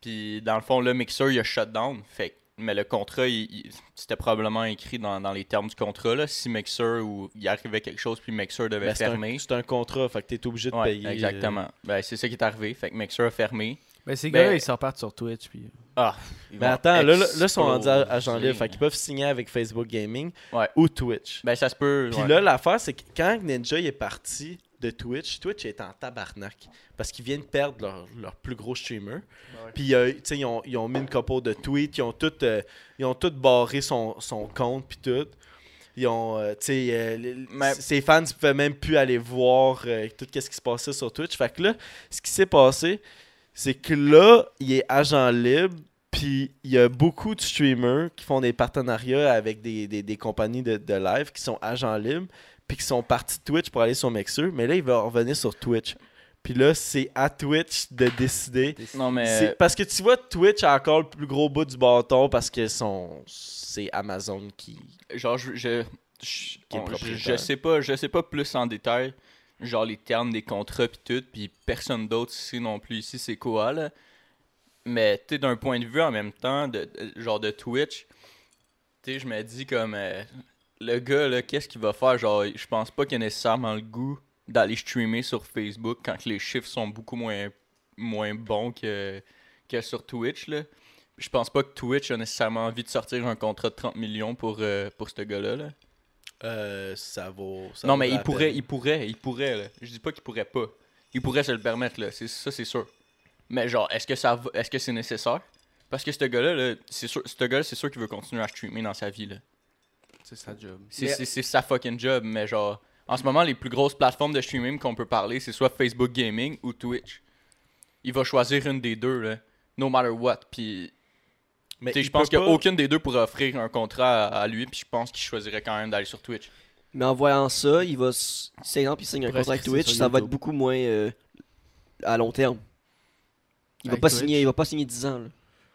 Puis dans le fond, là, Mixer, il a shut down. Fait que- mais le contrat, il- il- c'était probablement écrit dans, dans les termes du contrat. Là, si Mixer, ou il arrivait quelque chose, puis Mixer devait Ben, c'est fermer. un, c'est un contrat, fait que t'es obligé de Ouais, payer. euh, exactement. Ben, c'est ça qui est arrivé. Fait que Mixer a fermé. Ben ces Ben- gars-là, ils se repartent sur Twitch puis Ah, ils Mais vont attends, là, là, là, ils sont rendus à, à exploser. jean Fait qu'ils peuvent signer avec Facebook Gaming Ouais. ou Twitch. Ben, ça se peut. Puis ouais. là, l'affaire, c'est que quand Ninja il est parti de Twitch, Twitch est en tabarnak. Parce qu'ils viennent perdre leur, leur plus gros streamer. Puis, euh, tu sais, ils ont, ils ont mis une couple de tweets. Ils ont tout, euh, ils ont tout barré son, son compte, puis tout. Ils ont, euh, tu sais, euh, les- les- Mais- ses fans ne pouvaient même plus aller voir euh, tout ce qui se passait sur Twitch. Fait que là, ce qui s'est passé, c'est que là, il est agent libre, puis il y a beaucoup de streamers qui font des partenariats avec des, des- des compagnies de, de live qui sont agents libres, puis qui sont partis de Twitch pour aller sur Mixer, mais là, il va revenir sur Twitch. Puis là, c'est à Twitch de décider. Non, mais. euh, C'est- Parce que tu vois, Twitch a encore le plus gros bout du bâton parce que son... c'est Amazon qui. genre je je, je, Qui est on- je- propriétaire. je sais pas je sais pas plus en détail genre les termes des contrats puis tout puis personne d'autre ici non plus ici c'est quoi là mais tu sais d'un point de vue en même temps de, de- genre de Twitch tu sais je me dis comme euh, le gars là qu'est-ce qu'il va faire genre je pense pas qu'il a nécessairement le goût d'aller streamer sur Facebook quand que les chiffres sont beaucoup moins moins bons que que sur Twitch là je pense pas que Twitch a nécessairement envie de sortir un contrat de 30 millions pour, euh, pour ce gars-là. là. Euh, ça vaut. ça Non, vaut mais la il pourrait, peine. il pourrait, il pourrait. Là. Je dis pas qu'il pourrait pas. Il pourrait se le permettre, là. C'est, ça, c'est sûr. Mais genre, est-ce que ça va- est-ce que c'est nécessaire? Parce que ce gars-là, là, c'est sûr, ce gars c'est sûr qu'il veut continuer à streamer dans sa vie, là. C'est sa job. C'est- Mais- C'est c'est sa fucking job, mais genre, en ce moment, les plus grosses plateformes de streaming qu'on peut parler, c'est soit Facebook Gaming ou Twitch. Il va choisir une des deux, là, no matter what. Puis, Mais tu sais, il je pense peut pas- qu'aucune des deux pourrait offrir un contrat à, à lui, puis je pense qu'il choisirait quand même d'aller sur Twitch. Mais en voyant ça, il va. s- Si exemple, il signe un Pour contrat avec inscrire Twitch, sur ça va être YouTube. beaucoup moins euh, à long terme. Il va, Avec pas Twitch? signer, Ben, il va pas signer 10 ans. là.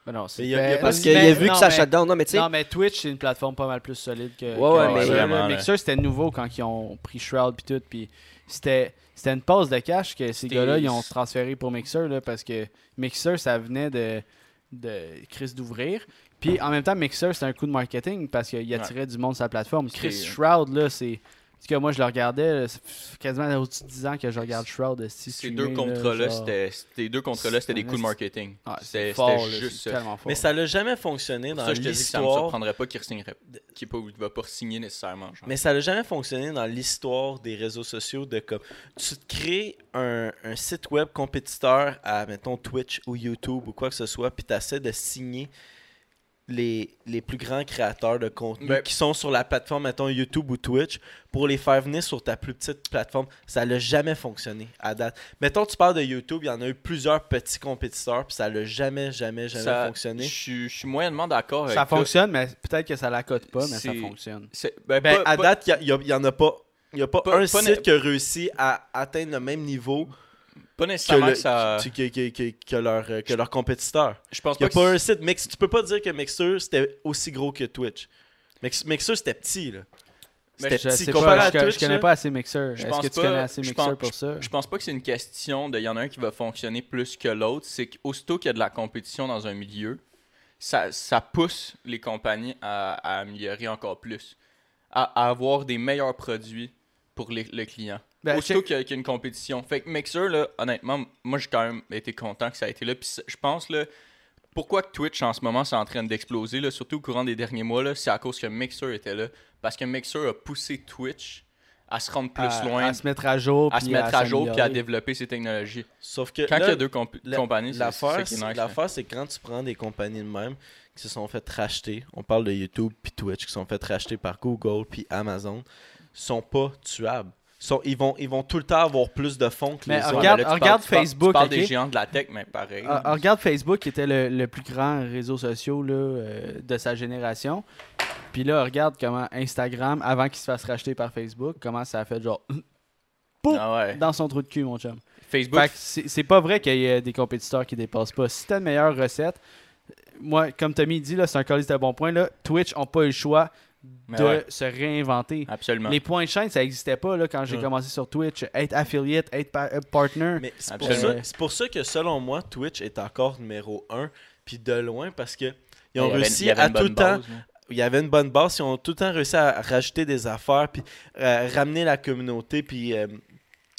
Mais non, c'est Mais il y a- il y a mais- pas- Parce Euh, qu'il mais- a vu non, que ça mais- shut down. Non, mais tu sais, Non, mais Twitch, c'est une plateforme pas mal plus solide que, que ouais, Mixer. mais- Vraiment, là. Mixer, c'était nouveau quand ils ont pris Shroud puis tout. Puis c'était, c'était une pause de cash que ces C'était- gars-là ils ont transféré pour Mixer là, parce que Mixer, ça venait de, de Chris d'ouvrir. Puis en même temps, Mixer, c'était un coup de marketing parce qu'il attirait du monde sur la plateforme. Chris euh, C'était- Shroud, là, c'est. En tout cas, moi, je le regardais, là, ça fait quasiment au-dessus de 10 ans que je regarde Shroud. Ces deux contrats-là, c'était ces deux contrats-là, c'était des coups de marketing. c'est C'était fort, c'était là, juste c'est ça. tellement fort. Mais ça l'a jamais fonctionné Pour dans ça, je te dis que ça me l'histoire. surprendrait pas qu'il signerait, qu'il pas- il va pas signer nécessairement. genre. Mais ça n'a jamais fonctionné dans l'histoire des réseaux sociaux de comme tu te crées un, un site web compétiteur à mettons Twitch ou YouTube ou quoi que ce soit puis tu essaies de signer les, les plus grands créateurs de contenu Ben- qui sont sur la plateforme mettons YouTube ou Twitch pour les faire venir sur ta plus petite plateforme, ça n'a jamais fonctionné à date. Mettons tu parles de YouTube, il y en a eu plusieurs petits compétiteurs puis ça n'a jamais jamais jamais Ça- Je fonctionné. suis je suis moyennement d'accord avec Ça toi. fonctionne, mais peut-être que ça la cote pas, mais ça C'est- fonctionne. C'est- ben, Ben, pas- à pas- date, il n'y en a pas. Il n'y a pas, Pas- un pas site né- qui a réussi à atteindre le même niveau pas que, nécessairement le- que ça. tu- que, que- que- que leur, euh, que leur compétiteur. Je pense Il n'y pas, a que pas c'est- un site. Mix, tu peux pas dire que Mixer, c'était aussi gros que Twitch. Mix, Mixer, c'était petit, là. Mais C'était Je petit. sais Comparé pas, à je, co- Twitch, je connais là, pas assez Mixer. Je Est-ce pense que tu pas- connais assez je Mixer pense- pour ça? Je pense pas que c'est une question de. Il y en a un qui va fonctionner plus que l'autre. C'est qu'aussitôt qu'il y a de la compétition dans un milieu, ça, ça pousse les compagnies à, à améliorer encore plus, à, à avoir des meilleurs produits pour les- le client. Ben, aussitôt check- qu'il y, a- qu'il y a une compétition. Fait que Mixer, là, honnêtement, moi, j'ai quand même été content que ça a été là. Puis c'est- je pense, là, pourquoi que Twitch en ce moment c'est en train d'exploser, là, surtout au courant des derniers mois, là, c'est à cause que Mixer était là. Parce que Mixer a poussé Twitch à se rendre plus à, loin, à se mettre à jour, à se puis mettre à jour puis à s'améliorer. développer ses technologies. Sauf que Quand là, il y a deux comp- la- compagnies, c'est c'est ça l'affaire, qui est c'est- nice, hein. là. l'affaire, c'est quand tu prends des compagnies de même qui se sont fait racheter. On parle de YouTube puis Twitch qui se sont fait racheter par Google puis Amazon. sont pas tuables. Sont, ils, vont, ils vont tout le temps avoir plus de fonds que Mais les autres. Ouais, Regarde- mais là, tu regarde parles- tu parles- Facebook, Tu parles ok? des géants de la tech, mais pareil. Ah, ah, regarde Facebook, qui était le, le plus grand réseau social là, euh, de sa génération. Puis là, regarde comment Instagram, avant qu'il se fasse racheter par Facebook, comment ça a fait genre Pou! Ah ouais. dans son trou de cul, mon chum. Facebook, Fait que c'est c'est pas vrai qu'il y ait des compétiteurs qui dépassent pas. Si t'as une meilleure recette, moi, comme Tommy dit, là, c'est un colis de bon point. Là, Twitch ont pas eu le choix Mais de Ben ouais. Ah, se réinventer. absolument. Les points de chaîne, ça n'existait pas là, quand j'ai Ouais. commencé sur Twitch. Être affiliate, être pa- euh, partner. Mais c'est pour, Absolument. ça, c'est pour ça que selon moi, Twitch est encore numéro 1, puis de loin, parce que ils Il y ont avait- il réussi y avait à une tout le bonne temps. base, là. Il y avait une bonne base, ils ont tout le temps réussi à rajouter des affaires, puis euh, ramener la communauté, puis euh,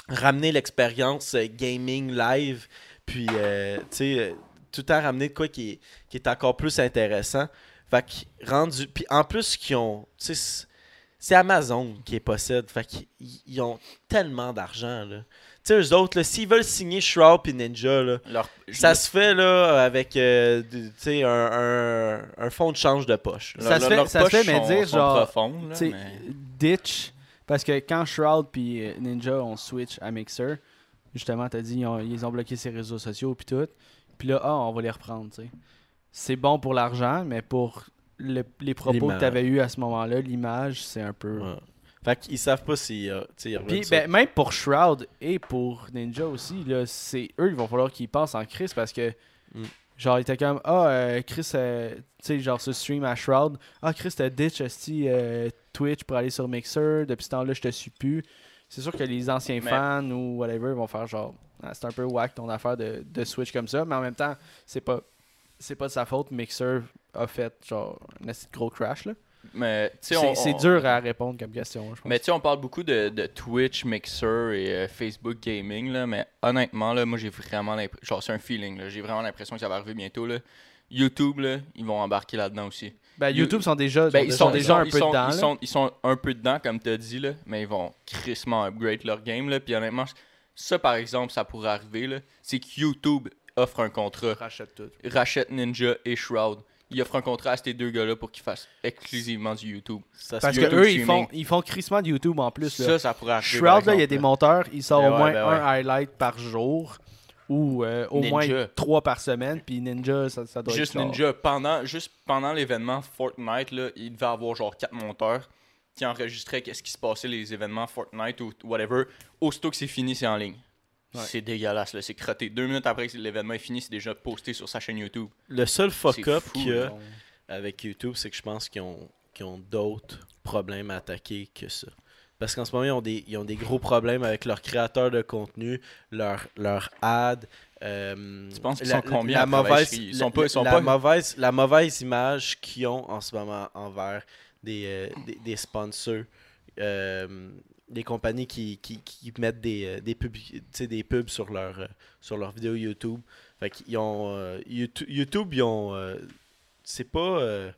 ramener l'expérience euh, gaming live, puis euh, tu sais, euh, tout le temps ramener de quoi qui est, qui est encore plus intéressant. Fait que rendu. Puis en plus, qu'ils ont. tu sais, c'est- c'est Amazon qui les possède. Fait qu'ils ils ont tellement d'argent, là. Tu sais, eux autres, là, s'ils veulent signer Shroud et Ninja, là, Leur- je ça se fait, là, avec, euh, du- tu sais, un, un, un fonds de change de poche. là. Ça se fait- leurs ça se fait, poches mais sont- dire, sont genre, profondes, là, Tu sais, mais- Ditch. Parce que quand Shroud puis euh, Ninja ont switch à Mixer, justement, t'as dit, ils ont, ils ont bloqué ses réseaux sociaux puis tout. Puis là, ah, on va les reprendre, tu sais. C'est bon pour l'argent, mais pour le- les propos L'image. que t'avais eu à ce moment-là, l'image, c'est un peu... Ouais. Fait qu'ils savent pas si. euh, tu sais, ils reviennent Puis sur- ben, même pour Shroud et pour Ninja aussi, là, c'est eux, il va falloir qu'ils passent en Chris parce que Mm. genre il était comme ah euh, Chris euh, tu sais genre ce stream à Shroud, ah Chris t'as ditch esti, euh, Twitch pour aller sur Mixer, depuis ce temps-là je te suis plus. C'est sûr que les anciens Mais- fans ou whatever vont faire genre Ah, c'est un peu whack ton affaire de, de switch comme ça, mais en même temps, c'est pas c'est pas de sa faute Mixer a fait genre un esti de gros crash là. Mais tu sais, C'est on- c'est on- dur à répondre comme question, je pense. Mais tu sais, on parle beaucoup de, de Twitch, Mixer et euh, Facebook Gaming, là, mais honnêtement, là, moi j'ai vraiment l'impression. Genre, c'est un feeling, là, j'ai vraiment l'impression que ça va arriver bientôt. Là. YouTube, là, ils vont embarquer là-dedans aussi. Ben, YouTube sont déjà Ben, ils sont déjà un ils peu sont- dedans. Ils là. sont, ils sont un peu dedans, comme tu as dit, là, mais ils vont crissement upgrade leur game. Là, puis honnêtement, ça par exemple, ça pourrait arriver. là, C'est que YouTube offre un contrat, rachète tout. rachète Ninja et Shroud. il offre un contrat à ces deux gars-là pour qu'ils fassent exclusivement du YouTube. Ça se- Parce que YouTube eux, ils streaming. font, ils font crissement de YouTube en plus. Là. ça, ça pourrait arriver. par Shroud, là, il y a exemple, des monteurs, il sort Ben au ouais, moins ben ouais. un highlight par jour ou euh, au Ninja. moins trois par semaine. Puis Ninja, ça, ça doit Juste être genre- Ninja, pendant, juste pendant l'événement Fortnite, là, il devait avoir genre quatre monteurs qui enregistraient qu'est-ce qui se passait, les événements Fortnite ou whatever. Aussitôt que c'est fini, c'est en ligne. Ouais. C'est dégueulasse, là, c'est crotté. Deux minutes après que l'événement est fini, c'est déjà posté sur sa chaîne YouTube. Le seul fuck-up fou, qu'il y a Ouais. avec YouTube, c'est que je pense qu'ils ont, qu'ils ont d'autres problèmes à attaquer que ça. Parce qu'en ce moment, ils ont, des, ils ont des gros problèmes avec leurs créateurs de contenu, leur, leur ad. euh, Tu penses qu'ils la- sont combien la à travailler mauvaise, sur- ils sont la- pas- ils sont la pas- mauvaise La mauvaise image qu'ils ont en ce moment envers des, euh, des, des sponsors, euh, des compagnies qui, qui, qui mettent des, euh, des, pubs, tu sais, des pubs sur leurs euh, sur leur vidéos YouTube. Fait qu'ils ont. euh, YouTube, YouTube, ils ont. euh, c'est pas. euh,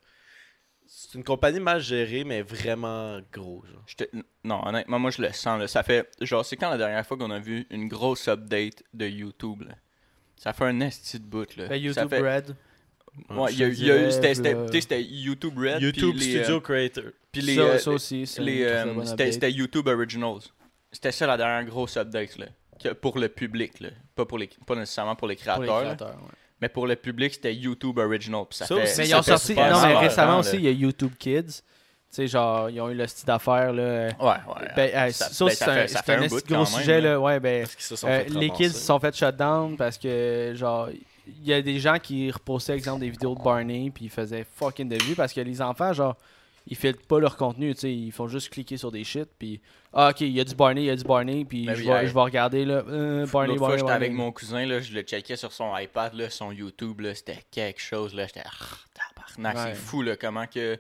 c'est une compagnie mal gérée, mais vraiment gros. genre. Je te- Non, honnêtement, moi je le sens. Là. Ça fait. Genre, c'est quand la dernière fois qu'on a vu une grosse update de YouTube là? Ça fait un esti de bout. Là. Ben, ça YouTube fait... Red. Ouais, Je il y a, te il y a eu. dirais, C'était c'était- là- tu sais, c'était YouTube Red. puis YouTube les, euh, Studio Creator. puis les, ça, euh, ça aussi, c'est les, une très euh, bonne c'était, update. c'était YouTube Originals. C'était ça la dernière grosse update là, que- pour le public. Là. Pas, pour les, pas nécessairement pour les créateurs, Pour les là, créateurs, ouais. mais pour le public, c'était YouTube Original. puis Ça, Ça fait, aussi, Mais ça ils ont fait sorti. super Non, mais longtemps, récemment là. aussi, il y a YouTube Kids. Tu sais, genre, ils ont eu le style d'affaires, là. euh, Ouais, ouais. Ben, euh, ça- ça, ben, c'est ça un, fait- ça c'est fait un un esti bout gros quand même, sujet, là. là. Ouais, ben, Parce qu'ils se sont euh, fait les ramasser. kids se sont fait shutdown parce que, genre, il y a des gens qui repostaient, exemple, des vidéos de Barney, puis ils faisaient fucking de vues parce que les enfants, genre, ils filtrent pas leur contenu, tu sais, ils font juste cliquer sur des shit, puis ah, ok, il y a du Barney, il y a du Barney, puis Ben je oui, vais hey. je vais regarder, là, euh, Barney, L'autre fois, Barney, j'étais Barney. avec mon cousin, là, je le checkais sur son iPad, là, son YouTube, là, c'était quelque chose, là, j'étais Ah, tabarnak, Ouais. c'est fou, là, comment que,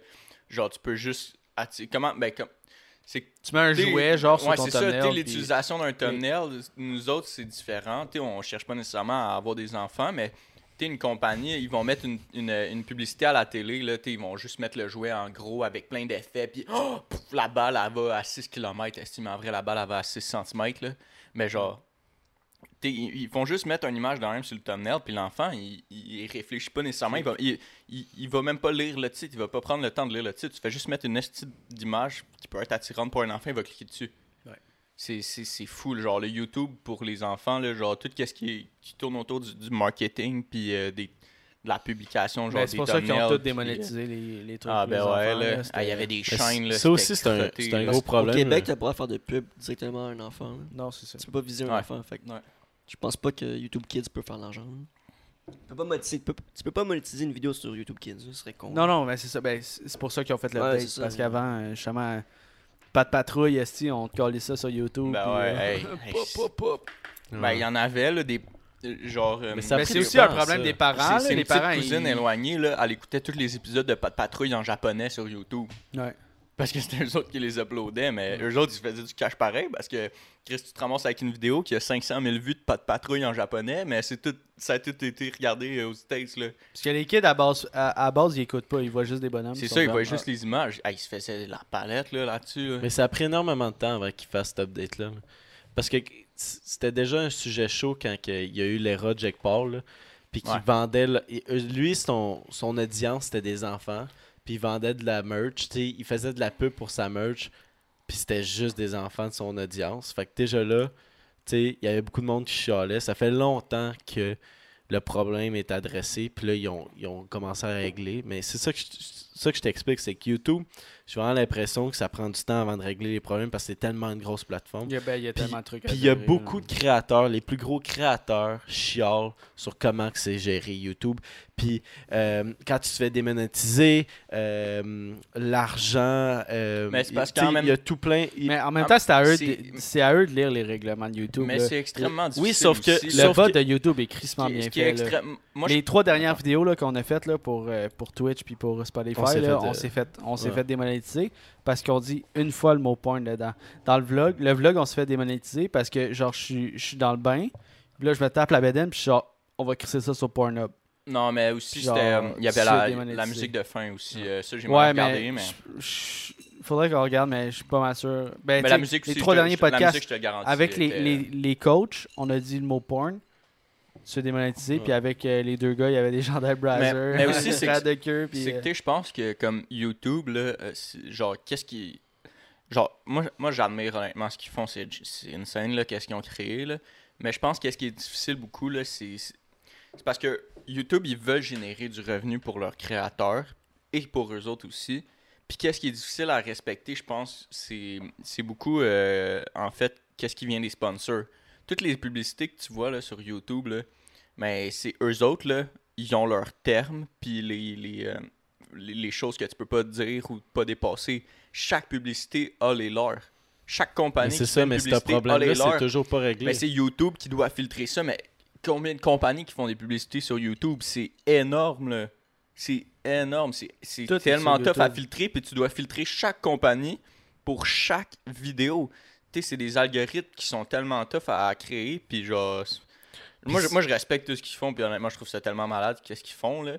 genre, tu peux juste, attirer- comment, ben, comme, c'est Tu mets un T'sais, jouet, genre, sur ouais, ton c'est ça, thumbnail, t'sais, puis- l'utilisation d'un thumbnail, nous autres, c'est différent. T'sais, on cherche pas nécessairement à avoir des enfants, mais t'sais, une compagnie, ils vont mettre une, une- une publicité à la télé, là, t'sais, ils vont juste mettre le jouet en gros avec plein d'effets, puis oh, pouf, la balle, elle va à 6 km, estime en vrai, la balle, elle va à 6 cm, là. mais genre... t'sais, Ils ils vont juste mettre une image de même sur le thumbnail, puis l'enfant, il, il réfléchit pas nécessairement. Il va, il- il, il va même pas lire le titre, il va pas prendre le temps de lire le titre. Tu fais juste mettre une esti d'image qui peut être attirante pour un enfant, il va cliquer dessus. Ouais. C'est- C'est c'est fou, le genre le YouTube pour les enfants, le genre tout ce qui, est- qui tourne autour du, du marketing puis euh, des, de la publication, genre Ben, C'est des pour ça qu'ils ont tous thumbnails, puis, euh, démonétisé les, les trucs. Ah pour les ben enfants, ouais, là, là. c'était- Ah, il y avait des Mais chaînes, là. ça aussi, c'était c'est un- crotté, c'est un là. gros problème. Au Québec, euh, là. t'as le droit de faire de pub directement à un enfant. là. Non, c'est ça. Tu peux pas viser un Ouais. enfant. Fait que Ouais. je pense pas que YouTube Kids peut faire de l'argent. là. Tu peux, pas monétiser, tu, peux, tu peux pas monétiser une vidéo sur YouTube Kids, là, ce serait con. Non, non, mais c'est ça. Ben, c'est c'est pour ça qu'ils ont fait le Ouais, update, c'est ça. parce qu'avant, euh, justement, euh, pas de patrouille, esti, on te collait ça sur YouTube. puis, Ben ouais, euh, hey, hey, pop, pop, pop. Ben il y en avait, là, des. euh, Genre. euh, ça a pris Mais Ben, c'est du aussi un temps, problème ça. des parents. c'est là, c'est les une parents, petite cousine ils- éloignée, là. Elle écoutait tous les épisodes de Pat Patrouille en japonais sur YouTube. Ouais. Parce que c'était eux autres qui les uploadaient, mais Mm. eux autres, ils se faisaient du cash pareil parce que Chris, tu te ramasses avec une vidéo qui a 500 000 vues de pas de patrouille en japonais, mais c'est tout, ça a tout été regardé euh, aux States. Là. Parce que les kids, à base, à, à base, ils écoutent pas, ils voient juste des bonhommes. C'est sont ça, ils comme, voyaient juste les images. Ah, ils se faisaient la palette là, là-dessus. là. Mais ça a pris énormément de temps avant qu'ils fassent cet update-là. là. Parce que c'était déjà un sujet chaud quand que il y a eu l'era de Jack Paul. là, Puis qu'il Ouais. vendait. le- et eux- Lui, son, son audience, c'était des enfants. Puis il vendait de la merch. tu sais, Il faisait de la pub pour sa merch. Puis c'était juste des enfants de son audience. Fait que déjà là, tu sais, il y avait beaucoup de monde qui chialait. Ça fait longtemps que le problème est adressé. Puis là, ils ont, ils ont commencé à régler. Mais c'est ça que je, c'est ça que je t'explique. C'est que YouTube, j'ai vraiment l'impression que ça prend du temps avant de régler les problèmes parce que c'est tellement une grosse plateforme. Il y a, ben, il y a Puis- tellement de trucs. à Puis il y a gérer, beaucoup là. de créateurs, les plus gros créateurs chiolent sur comment que c'est géré YouTube. Puis euh, quand tu te fais démonétiser, euh, l'argent, euh, Mais c'est parce tu sais, qu'en même- il y a tout plein. il- Mais en même Ah, temps, c'est à, eux c'est- de- c'est à eux de lire les règlements de YouTube. Mais là. c'est extrêmement difficile. sauf que aussi, Le sauf vote que- de YouTube est ce qui crissement est- bien ce fait. qui est là. extrême- Moi, je- les trois dernières vidéos là, qu'on a faites là, pour, euh, pour Twitch puis pour On Spotify, s'est là, fait, on euh, s'est fait, on s'est ouais. fait démonétiser parce qu'on dit une fois le mot porn dedans. Dans le vlog, le vlog, on se fait démonétiser parce que genre je suis- je suis dans le bain, puis là je me tape la bedaine, puis je suis genre on va crisser ça sur Pornhub. Non, mais aussi, Genre, c'était, euh, il y c'est avait la, démonétisé. la musique de fin aussi. euh, ça, j'ai mal Ouais, mais. regardé, mais. je- je- Faudrait qu'on regarde, mais je suis pas mal sûr. Ben, Mais tu la sais, musique aussi, les je trois te- euh, derniers je te- la podcasts, musique, je te le garantis, avec les, était- les, les coachs, on a dit le mot porn. se fait démonétiser. Ouais. Puis avec euh, les deux gars, il y avait des gendarmes Brazzers. mais aussi, c'est que- de queue. Puis, C'est que, euh, tu sais, je pense que comme YouTube, là, euh, c'est- genre, qu'est-ce qui. Genre, moi, moi j'admire honnêtement ce qu'ils font, c'est c'est insane, là, qu'est-ce qu'ils ont créé, là. Mais je pense qu'est-ce qui est difficile beaucoup, là, c'est. C'est c'est parce que YouTube, ils veulent générer du revenu pour leurs créateurs et pour eux autres aussi. Puis qu'est-ce qui est difficile à respecter, je pense, c'est c'est beaucoup, euh, en fait, qu'est-ce qui vient des sponsors. Toutes les publicités que tu vois là, sur YouTube, là, mais c'est eux autres, là, ils ont leurs termes, puis les, les, euh, les, les choses que tu peux pas dire ou pas dépasser. Chaque publicité a les leurs. Chaque Mais compagnie c'est qui ça, fait une mais c'est un publicité a problème-là, les c'est leurs. toujours pas Mais réglé. Ben, c'est YouTube qui doit filtrer ça, mais combien de compagnies qui font des publicités sur YouTube? C'est énorme, là. C'est énorme. C'est- C'est Tout est tellement sur tough à YouTube. filtrer, puis tu dois filtrer chaque compagnie pour chaque vidéo. Tu sais, c'est des algorithmes qui sont tellement tough à créer, puis genre... c'est- Moi je, moi, je respecte tout ce qu'ils font, puis honnêtement, je trouve ça tellement malade, qu'est-ce qu'ils font, là.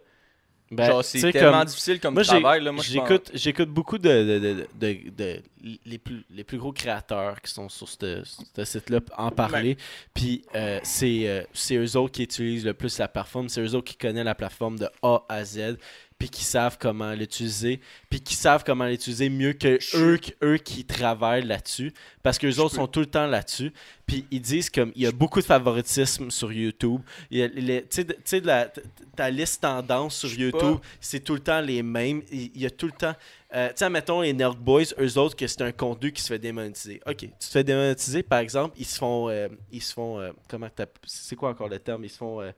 Ben, genre, tu sais, c'est tellement comme- difficile comme Moi, j'ai- travail, là. Moi, je pense- J'écoute, j'écoute beaucoup de, de- de- de- de- les, plus, les plus gros créateurs qui sont sur ce ce site-là p- en parler. Puis euh, c'est, euh, c'est eux autres qui utilisent le plus la plateforme. C'est eux autres qui connaissent la plateforme de A à Z. Puis qui savent comment l'utiliser. Puis qui savent comment l'utiliser mieux que Je- eux, qui- eux qui travaillent là-dessus. Parce qu'eux Je autres peux- sont tout le temps là-dessus. Puis ils disent comme il y a beaucoup de favoritisme sur YouTube. Il y a les- Tu sais, de- tu sais, de la- t- ta liste tendance sur suis pas- YouTube, c'est tout le temps les mêmes. Il il y a tout le temps. euh, tu sais, mettons les Nerd Boys, eux autres, que c'est un contenu qui se fait démonétiser. Ok, tu te fais démonétiser, par exemple, ils se font. euh, ils se font. euh, comment que t'app- C'est quoi encore le terme Ils se font. euh,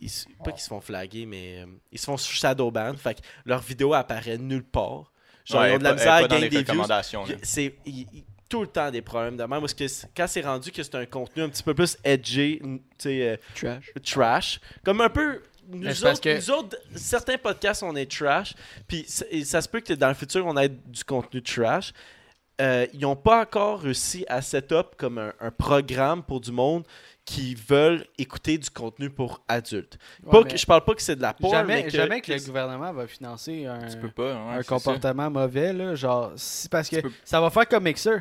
ils se- pas qu'ils se font flaguer, mais euh, ils se font shadowban. Fait que leur vidéo apparaît nulle part. Genre, Ouais, ils ont de la elle est misère pas- à elle est pas dans gagner les des views. recommandations, là. Puis c'est il- il- tout le temps des problèmes de même. Parce que c'est- quand c'est rendu que c'est un contenu un petit peu plus edgy, n- tu sais, euh, Trash. trash, comme un peu. Nous Mais c'est parce autres, que- nous autres, certains podcasts, on est trash. Puis c- et ça se peut que dans le futur, on ait du contenu trash. Euh, ils n'ont pas encore réussi à set-up comme un, un programme pour du monde qui veulent écouter du contenu pour adultes. ouais, Pas mais que- je parle pas que c'est de la porn, jamais, mais que, jamais que le gouvernement va financer un, Tu peux pas, ouais, un c'est ça. comportement mauvais. Là, genre, si- parce que Tu peux- ça va faire comme Mixer.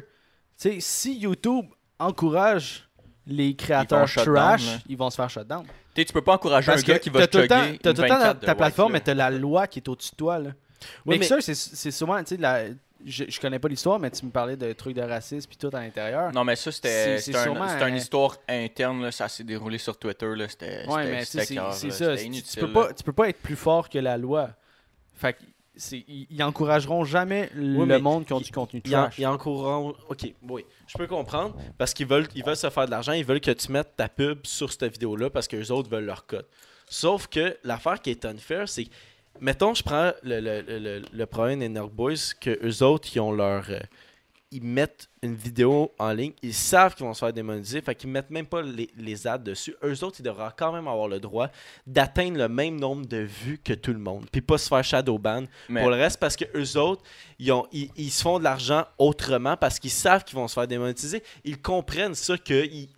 Tu sais, si YouTube encourage les créateurs shut down, trash, là. ils vont se faire shutdown. Tu sais, tu peux pas encourager Parce un que gars qui va t'as tout te le temps, jogger t'as une tout le temps 24 ta, de ta watts, plateforme, là. mais t'as la loi qui est au-dessus de toi. Là. Ouais, Mixer, c'est- c'est souvent, tu sais, la- je, je connais pas l'histoire, mais tu me parlais de trucs de racisme puis tout à l'intérieur. Non, mais ça, c'était C'est- c'était c'est un- sûrement, c'était une euh, histoire interne. Là, ça s'est déroulé sur Twitter. là, C'était Ouais, c'était- mais tu sais, c'était c'est cœur, c'est là, ça. c'était c'est- inutile, Tu peux, là. pas, tu peux pas être plus fort que la loi. Fait que c'est- ils ils encourageront jamais Ouais, le mais monde qui ont il- du contenu Il y en, trash. il y en courant- Ok, oui. Je peux comprendre. Parce qu'ils veulent, ils veulent se faire de l'argent. Ils veulent que tu mettes ta pub sur cette vidéo-là parce qu'eux autres veulent leur code. Sauf que l'affaire qui est unfair, c'est que. Mettons, je prends le, le, le- le- le problème des Nerd Boys, que eux autres, ils ont leur. euh, ils mettent une vidéo en ligne, ils savent qu'ils vont se faire démoniser, fait qu'ils mettent même pas les, les ads dessus. Eux autres, ils devraient quand même avoir le droit d'atteindre le même nombre de vues que tout le monde, puis pas se faire shadowban Mais- pour le reste parce que eux autres, ils, ont, ils, ils se font de l'argent autrement parce qu'ils savent qu'ils vont se faire démonétiser. Ils comprennent ça que il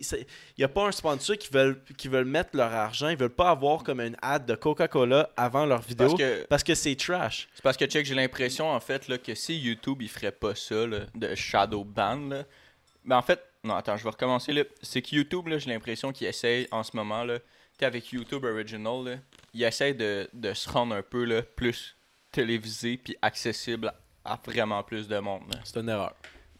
n'y a pas un sponsor qui veulent, qui veulent mettre leur argent, ils veulent pas avoir comme une ad de Coca-Cola avant leur vidéo Parce parce que, que, c'est trash. c'est parce que, check, j'ai l'impression, en fait, là, que si YouTube, il ferait pas ça, là, de shadow ban, là, ben, en fait, non, attends, je vais recommencer, là. C'est que YouTube, là, j'ai l'impression qu'il essaye, en ce moment, là, tu sais, avec YouTube Original, là, il essaye de, de se rendre un peu, là, plus télévisé puis accessible à vraiment plus de monde, là. C'est une erreur.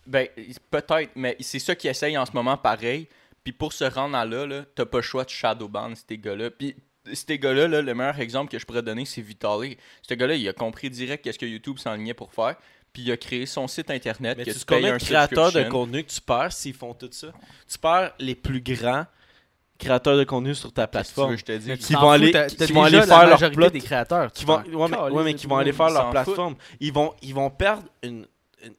Ben, peut-être, mais c'est ça qu'ils essayent en ce moment pareil. Puis pour se rendre à là, là t'as pas le choix de shadowban, ces gars-là. Puis ces gars-là, là, le meilleur exemple que je pourrais donner, c'est Vitaly. Ce gars-là, il a compris direct qu'est-ce que YouTube s'enlignait pour faire. Puis il a créé son site internet. Mais que tu payes connais un de créateurs de subscription. contenu que tu perds s'ils font tout ça. Tu perds les plus grands créateurs de contenu sur ta Qu'est-ce que tu veux plateforme. que je te dise? Mais tu qui t'en vont fous, aller- t'as- qui- t'as qui vont déjà aller la faire leur majorité plot, des créateurs. qui vont, t'en ouais, mais, calisses ouais, mais de qui tout vont le aller monde. faire Ils leur s'en plateforme. Ils vont, ils vont perdre une, une-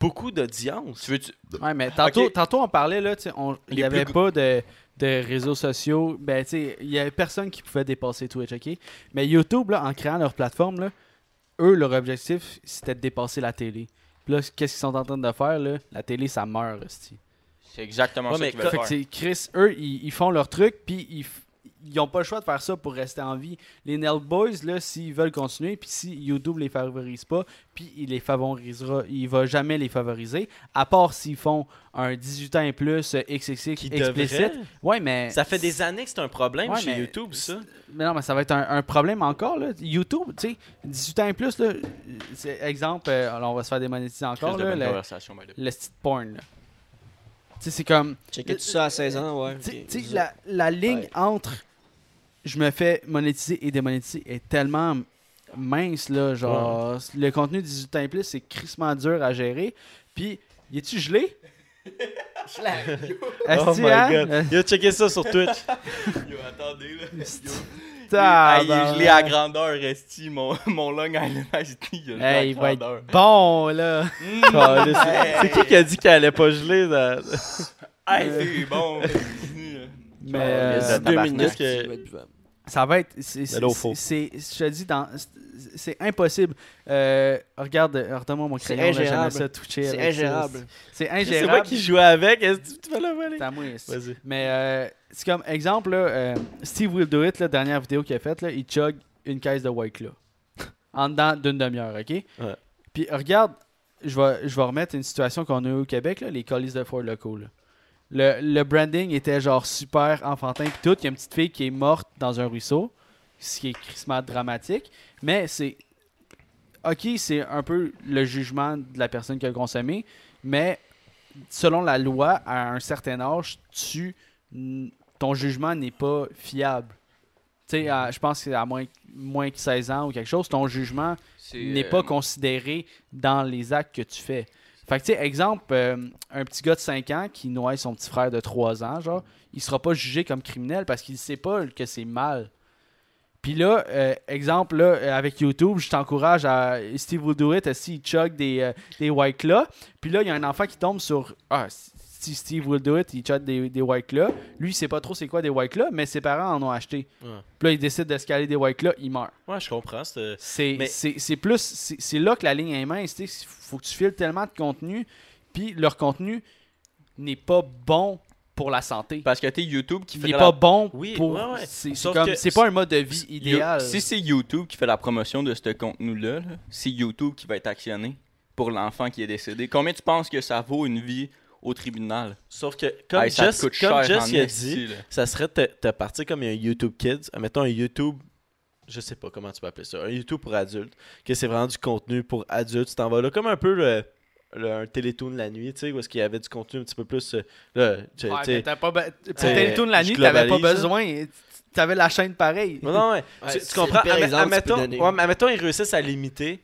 beaucoup d'audience. Tu veux- tu- Ouais, mais tantôt, Ok. tantôt on parlait, là, tu sais, on- il n'y Les avait plus pas de, de réseaux sociaux. Ben, tu sais, il n'y avait personne qui pouvait dépasser Twitch, OK? Mais YouTube, là, en créant leur plateforme, là, eux, leur objectif, c'était de dépasser la télé. Puis là, qu'est-ce qu'ils sont en train de faire, là? La télé, ça meurt, hostie. C'est exactement Ouais, ça mais qu'ils veulent Fait que faire. c'est Chris, eux, ils, ils font leur truc, puis ils, f- ils ont pas le choix de faire ça pour rester en vie. Les Nell Boys, là, s'ils veulent continuer, puis si YouTube les favorise pas, puis il les favorisera, il va jamais les favoriser, à part s'ils font un 18 ans et plus euh, XXX Qui explicite. devrait. Ouais, mais Ça fait des années que c'est un problème Ouais, chez mais- YouTube, ça. mais non, mais ça va être un, un problème encore. Là. YouTube, tu sais, 18 ans et plus, là, c'est- exemple, euh, alors on va se faire démonétiser encore, Crise de là, bonne le, conversation, by the way. le style porn. là. Tu sais, c'est comme. Checker tout ça à 16 ans, ouais. Tu sais- ok. tu sais, la, la ligne Ouais. entre je me fais monétiser et démonétiser est tellement mince, là. Genre, le contenu 18 ans et plus, c'est crissement dur à gérer. Puis, y es-tu gelé? Oh Asti, my hein? god. Il a checké ça sur Twitch. Yo, attendez, là. Asti, Ah, il est tabarnak. gelé à grandeur, Resti. Mon, mon Long Island Iced Tea, il est gelé Hey, à il va être grandeur. Bon, là. Caliste. c'est qui qui a dit qu'elle allait pas geler dans- Hey, c'est bon. continue, là. Mais, D'ici euh, ça- deux tabarnak, minutes, que- ça va être buvable. ça va être. c'est- c'est- Mais là, au four. C'est, c'est- je te dis, dans, c'est- c'est impossible. Euh, regarde, euh, redonne-moi mon C'est crayon. là, ingérable. J'aimais ça toucher. C'est avec ça. ingérable. C'est C'est moi ingérable. qui jouais avec. Est-ce que tu vas la voler? T'as moi, esti. Vas-y. Mais euh, c'est comme exemple, là, euh, Steve Will Do It, la dernière vidéo qu'il a faite, là, il chug une caisse de White Claw. en dedans d'une demi-heure, OK? Puis regarde, je vais, je vais remettre une situation qu'on a eu au Québec, là, les colis de Ford locaux. là. Le, le branding était genre super enfantin puis tout. Il y a une petite fille qui est morte dans un ruisseau, ce qui est crissement dramatique. Mais c'est... OK, c'est un peu le jugement de la personne qui a consommé, mais selon la loi, à un certain âge, tu, n- ton jugement n'est pas fiable. Tu sais, à- je pense que c'est à moins, moins que 16 ans ou quelque chose, ton jugement C'est, n'est euh, pas considéré dans les actes que tu fais. Fait que, tu sais, exemple, euh, un petit gars de 5 ans qui noie son petit frère de 3 ans, genre, il sera pas jugé comme criminel parce qu'il sait pas que c'est mal. Puis là, euh, exemple, là, euh, avec YouTube, je t'encourage à Steve Will Do It, euh, s'il chug des, euh, des White Claw. Puis là, il y a un enfant qui tombe sur. Ah, si Steve Will Do It, il chug des, des White Claw. Lui, il sait pas trop c'est quoi des White Claw, mais ses parents en ont acheté. Ouais. Puis là, il décide d'escaler des White Claw, il meurt. Ouais, je comprends. c'est- C'est Mais- c'est- c'est plus. C'est c'est là que la ligne est mince. Il faut que tu files tellement de contenu, puis leur contenu n'est pas bon pour la santé. Parce que t'es YouTube qui Il fait n'est la... pas bon Oui, pour. ouais, ouais. C'est c'est Sauf comme- que- c'est pas un mode de vie You- idéal. Si c'est YouTube qui fait la promotion de ce contenu-là, là, c'est YouTube qui va être actionné pour l'enfant qui est décédé. Combien tu penses que ça vaut une vie au tribunal? Sauf que, comme Hey, ça te Jess, coûte comme cher Jess en il a esti, dit, là. ça serait de de partir comme un YouTube Kids. Mettons un YouTube, je sais pas comment tu peux appeler ça, un YouTube pour adultes, que c'est vraiment du contenu pour adultes. Tu t'en vas là, comme un peu le, le- un télétoon de la nuit, tu sais, où est-ce qu'il y avait du contenu un petit peu plus. euh, là, tu- Ouais, tu mais sais, t'as pas be- pour t'sais, Télétoon de la je nuit, t'avais pas globalise, besoin. T'avais la chaîne pareille. Mais non, ouais. Ouais, tu, tu c'est comprends? le pire Admet- exemple que tu admettons, peux donner. ouais, mais admettons, ils réussissent à limiter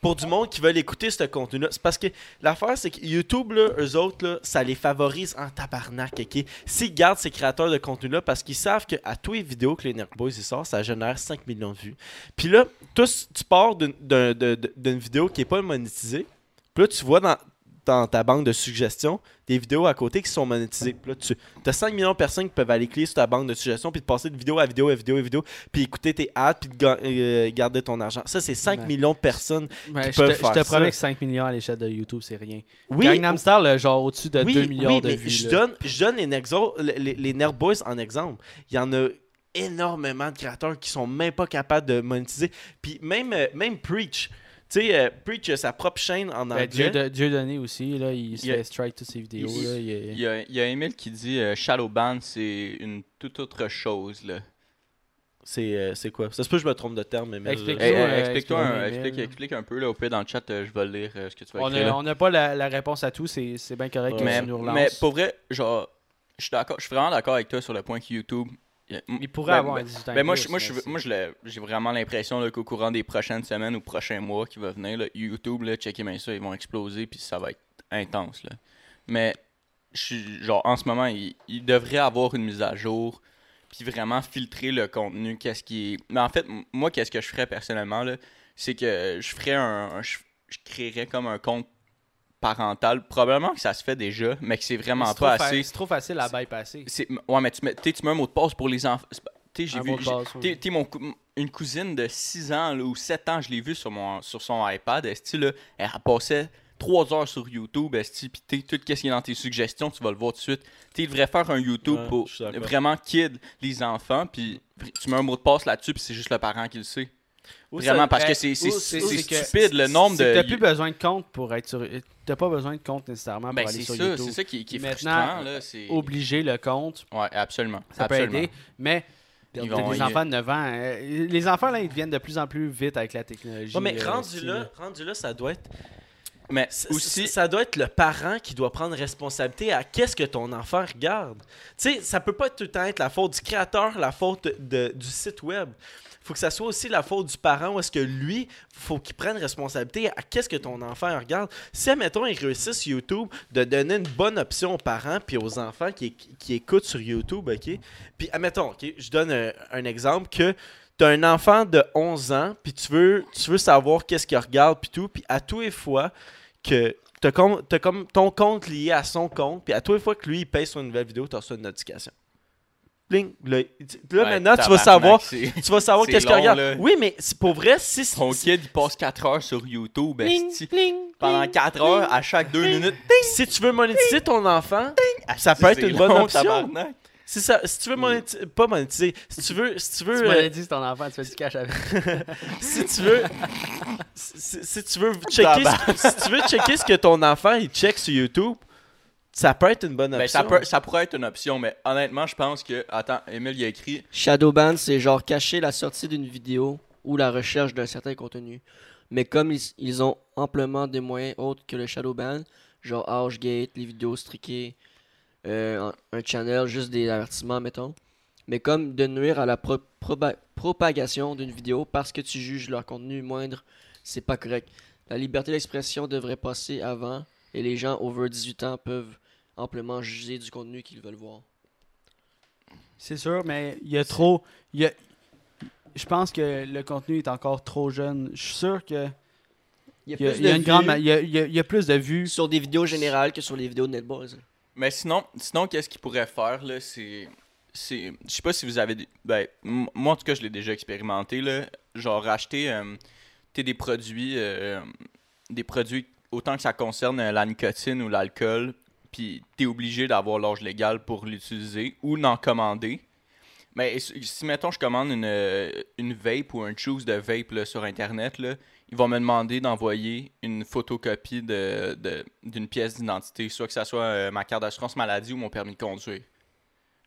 pour du monde qui veulent écouter ce contenu-là. C'est parce que l'affaire, c'est que YouTube, là, eux autres, là, ça les favorise en tabarnak. ok? S'ils gardent ces créateurs de contenu-là, parce qu'ils savent qu'à tous les vidéos que les Nerd Boys ils sortent, ça génère 5 millions de vues. Puis là, tous, tu pars d'une d'un- de- de- d'une vidéo qui n'est pas monétisée. Puis là, tu vois dans, dans ta banque de suggestions des vidéos à côté qui sont monétisées. Puis là, tu as 5 millions de personnes qui peuvent aller cliquer sur ta banque de suggestions puis de passer de vidéo à vidéo à vidéo à vidéo puis écouter tes ads puis de ga- euh, garder ton argent. Ça, c'est 5 Ouais. millions de personnes. Ouais, qui je peuvent te, je faire te promets ça. que 5 millions à l'échelle de YouTube, c'est rien. Oui, Gangnam Style, là, genre au-dessus de oui, 2 milliards oui, de mais vues. je là. donne, je donne les, Nexo- les, les- les Nerd Boys en exemple. Il y en a énormément de créateurs qui sont même pas capables de monétiser. Puis même, euh, même Preach, tu sais, euh, Preach a sa propre chaîne en Ben, anglais. Dieu, de- Dieu donné aussi, là, il se Il y a- fait strike toutes ses vidéos. il- là, il est- Il y a, il y a Emile qui dit euh, Shallow Band, c'est une toute autre chose. Là. C'est euh, c'est quoi? Ça se peut que je me trompe de terme, mais... Explique. Hey, Ouais, hey, euh, explique-moi Explique-toi un- Emile, explique, là. explique un peu. Là, au pire, dans le chat, euh, je vais lire euh, ce que tu vas On écrire. a- là. on n'a pas la, la réponse à tout, c'est c'est bien correct que mais, tu nous relances. mais pour vrai, genre, je suis d'accord- je suis vraiment d'accord avec toi sur le point que YouTube. Il pourrait Ben, avoir ben, un 18 ans. Ben, et moi, plus, je- moi, mais je- c'est- moi, je l'ai- j'ai vraiment l'impression là, qu'au courant des prochaines semaines ou prochains mois qui va venir, là, YouTube, là, checker bien ça, ils vont exploser puis ça va être intense. Là. Mais je suis- genre en ce moment, il, il devrait avoir une mise à jour puis vraiment filtrer le contenu. Qu'est-ce qui est- Mais en fait, m- moi, qu'est-ce que je ferais personnellement, là, c'est que je ferais un. un- je, je créerais comme un compte parental. Probablement que ça se fait déjà, mais que c'est Mais vraiment c'est pas trop fa- assez. C'est trop facile à bypasser. C'est- Ouais, mais tu mets, t'sais, tu mets un mot de passe pour les enfants. C'est pas- t'sais, j'ai Un vu. mot de j'ai- passe, oui. t'sais- t'sais, mon cou- une cousine de 6 ans là, ou 7 ans, je l'ai vue sur, mon, sur son iPad. Est-ce là, elle passait 3 heures sur YouTube, esti, pis t'es- tout ce qui est dans tes suggestions, tu vas le voir tout de suite. Tu devrais faire un YouTube Ouais, pour je suis d'accord. vraiment kid les enfants, puis tu mets un mot de passe là-dessus, puis c'est juste le parent qui le sait. Ou ça- vraiment, parce ben, que c'est c'est- ou c'est c'est- c'est que- stupide le nombre C'est que de. T'as plus besoin de compte pour être sur. T'as pas besoin de compte nécessairement pour Ben, aller c'est sur ça, c'est YouTube. ça qui, qui est Maintenant, frustrant. Là, c'est... Obliger le compte, Ouais, absolument. ça absolument. peut aider. Mais t'as Ils vont- des ils- enfants de 9 ans. euh, les enfants, là, ils deviennent de plus en plus vite avec la technologie. Ouais, mais euh, rendu si, là, rendu là, ça doit être Mais c- c- aussi, ça doit être le parent qui doit prendre responsabilité à qu'est-ce que ton enfant regarde. Tu sais, ça peut pas tout le temps être la faute du créateur, la faute de- du site web. Faut que ça soit aussi la faute du parent ou est-ce que lui, faut qu'il prenne responsabilité à qu'est-ce que ton enfant regarde. Si, admettons, ils réussissent YouTube de donner une bonne option aux parents puis aux enfants qui, qui écoutent sur YouTube, OK? Puis, admettons, OK, je donne un, un exemple que t'as un enfant de 11 ans puis tu veux, tu veux savoir qu'est-ce qu'il regarde puis tout, puis à tous les fois que t'as comme, t'as comme ton compte lié à son compte puis à tous les fois que lui, il paye sur une nouvelle vidéo, t'as reçu une notification. Bling! Là, là, Ouais, maintenant, tu vas tabarnak, savoir... c'est- Tu vas savoir C'est qu'est-ce qu'il long, regarde. là. Oui, mais c'est pour vrai, si c'est- Ton kid, il passe 4 heures sur YouTube, esti. pendant pling, 4 heures, à chaque 2 minutes, si tu veux monétiser ton enfant, ça peut c'est être une bonne long, option. tabarnak. Si, ça, si Mm. tu veux monétiser, pas monétiser, si tu veux, si tu Tu veux, m'as euh, dit, c'est ton enfant, tu fais du cash avec. si tu veux, si, si tu veux checker, ce, si tu veux checker ce que ton enfant il check sur YouTube, ça peut être une bonne option. Ben, ça, peut- ça pourrait être une option, mais honnêtement, je pense que. Attends, Emile, il a écrit. Shadowban, c'est genre cacher la sortie d'une vidéo ou la recherche d'un certain contenu. Mais comme ils, ils ont amplement des moyens autres que le Shadowban, genre Archgate, les vidéos streakées, euh, un un channel, juste des avertissements, mettons. Mais comme de nuire à la pro- proba- propagation d'une vidéo parce que tu juges leur contenu moindre, c'est pas correct. La liberté d'expression devrait passer avant et les gens over 18 ans peuvent amplement juger du contenu qu'ils veulent voir. C'est sûr, mais il y a trop. il y a- Je pense que le contenu est encore trop jeune. Je suis sûr que. Il y a, plus il y a de une grande. vues. ma- Il y a, il y a- il y a plus de vues. sur des vidéos générales que sur les vidéos de Netboys. Mais sinon, sinon qu'est-ce qu'il pourrait faire, là, c'est... c'est- Je sais pas si vous avez... des- Ben, m- moi, en tout cas, je l'ai déjà expérimenté, là. Genre, acheter euh, t'sais, des produits... euh, des produits, autant que ça concerne euh, la nicotine ou l'alcool, puis t'es obligé d'avoir l'âge légal pour l'utiliser ou d'en commander. Mais si, si, mettons, je commande une, euh, une vape ou un choose de vape là, sur Internet, là, ils vont me demander d'envoyer une photocopie de, de- d'une pièce d'identité, soit que ça soit euh, ma carte d'assurance maladie ou mon permis de conduire.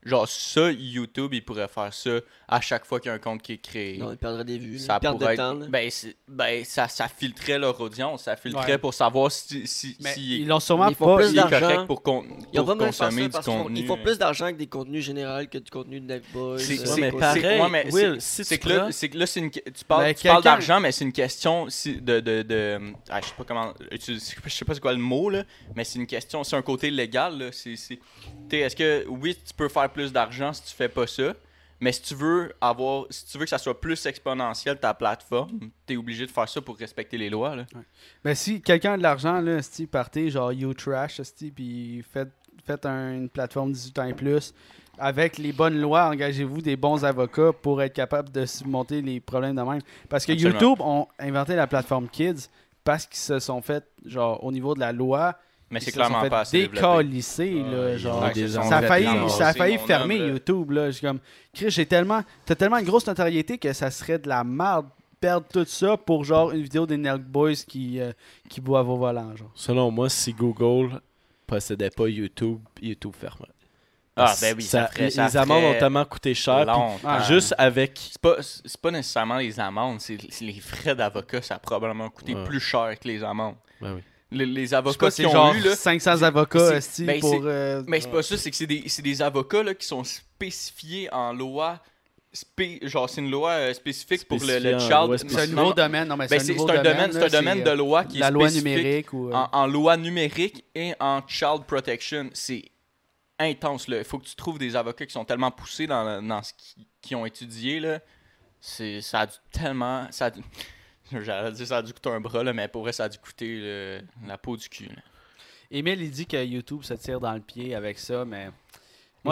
Genre, ça, YouTube, il pourrait faire ça à chaque fois qu'il y a un compte qui est créé. Non, ils perdraient des vues. ça ils pourrait perdraient de temps. être- là. ben, c'est- ben, ça, ça filtrait leur audience, ça filtrait Ouais. pour savoir si, si, Mais si ils l'ont sûrement ils font pas. plus il est d'argent. correct pour, con- Ils ont pour pas besoin de faire ça consommer du parce qu'ils font- contenu. euh. Ils font plus d'argent avec des contenus généraux que du contenu de Netboys. C'est- euh, Ouais, c'est- mais c'est- pareil, ouais, mais Will, si C'est tu que là, prends- c'est que là, c'est une que- tu parles, Ben, tu parles quelqu'un- d'argent, mais c'est une question si- de, de, de ah, je sais pas comment utiliser- je sais pas c'est quoi le mot là, mais c'est une question, c'est un côté légal là, c'est c'est- t'sais, est-ce que oui, tu peux faire plus d'argent si tu fais pas ça, mais si tu veux avoir si tu veux que ça soit plus exponentiel ta plateforme, tu es obligé de faire ça pour respecter les lois là. Mais si quelqu'un a de l'argent, là, esti, partez genre You Trash, esti, puis faites, faites un- une plateforme 18 ans et plus. Avec les bonnes lois, engagez-vous des bons avocats pour être capable de surmonter les problèmes de même. Parce que Absolument. YouTube ont inventé la plateforme Kids parce qu'ils se sont fait, genre, au niveau de la loi, Mais c'est ils se sont clairement fait pas assez développé. décalisser, Ah, là, genre. Ouais, c'est Ça a failli, complètement ça a failli mon fermer homme, là. YouTube. Là. Je suis comme, Chris, j'ai tellement, t'as tellement une grosse notoriété que ça serait de la merde perdre tout ça pour genre une vidéo des Nelk Boys qui, euh, qui boivent au volant. Genre. Selon moi, si Google possédait pas YouTube, YouTube fermerait. Ah ben oui, ça, ferait ça les amendes ferait ont tellement coûté cher. puis longtemps. Ah. Juste avec C'est pas, c'est pas nécessairement les amendes, c'est c'est les frais d'avocat, ça a probablement coûté Ouais. plus cher que les amendes. Ben oui. Les, les Je sais pas, avocats c'est qui ont genre eu, là. 500 avocats c'est- esti, ben, pour. c'est- euh, Mais c'est pas ça, c'est que c'est des, c'est des avocats là, qui sont spécifiés en loi. spé- genre, c'est une loi euh, spécifique pour le, Spécifiée le en child. loi c'est un spécifique. Non, non, nouveau domaine. Non, mais ben, c'est un c'est nouveau c'est un domaine, c'est là, un domaine de euh, loi qui est La loi spécifique Ah. numérique ou. euh, En, en loi numérique et en child protection. C'est intense, là. Il faut que tu trouves des avocats qui sont tellement poussés dans, dans ce qui- qu'ils ont étudié, là. C'est, ça a dû tellement. Ça a dû- J'allais dire ça a dû coûter un bras, là, mais pour vrai, ça a dû coûter là, la peau du cul. là. Emile, il dit que YouTube se tire dans le pied avec ça, mais Moi,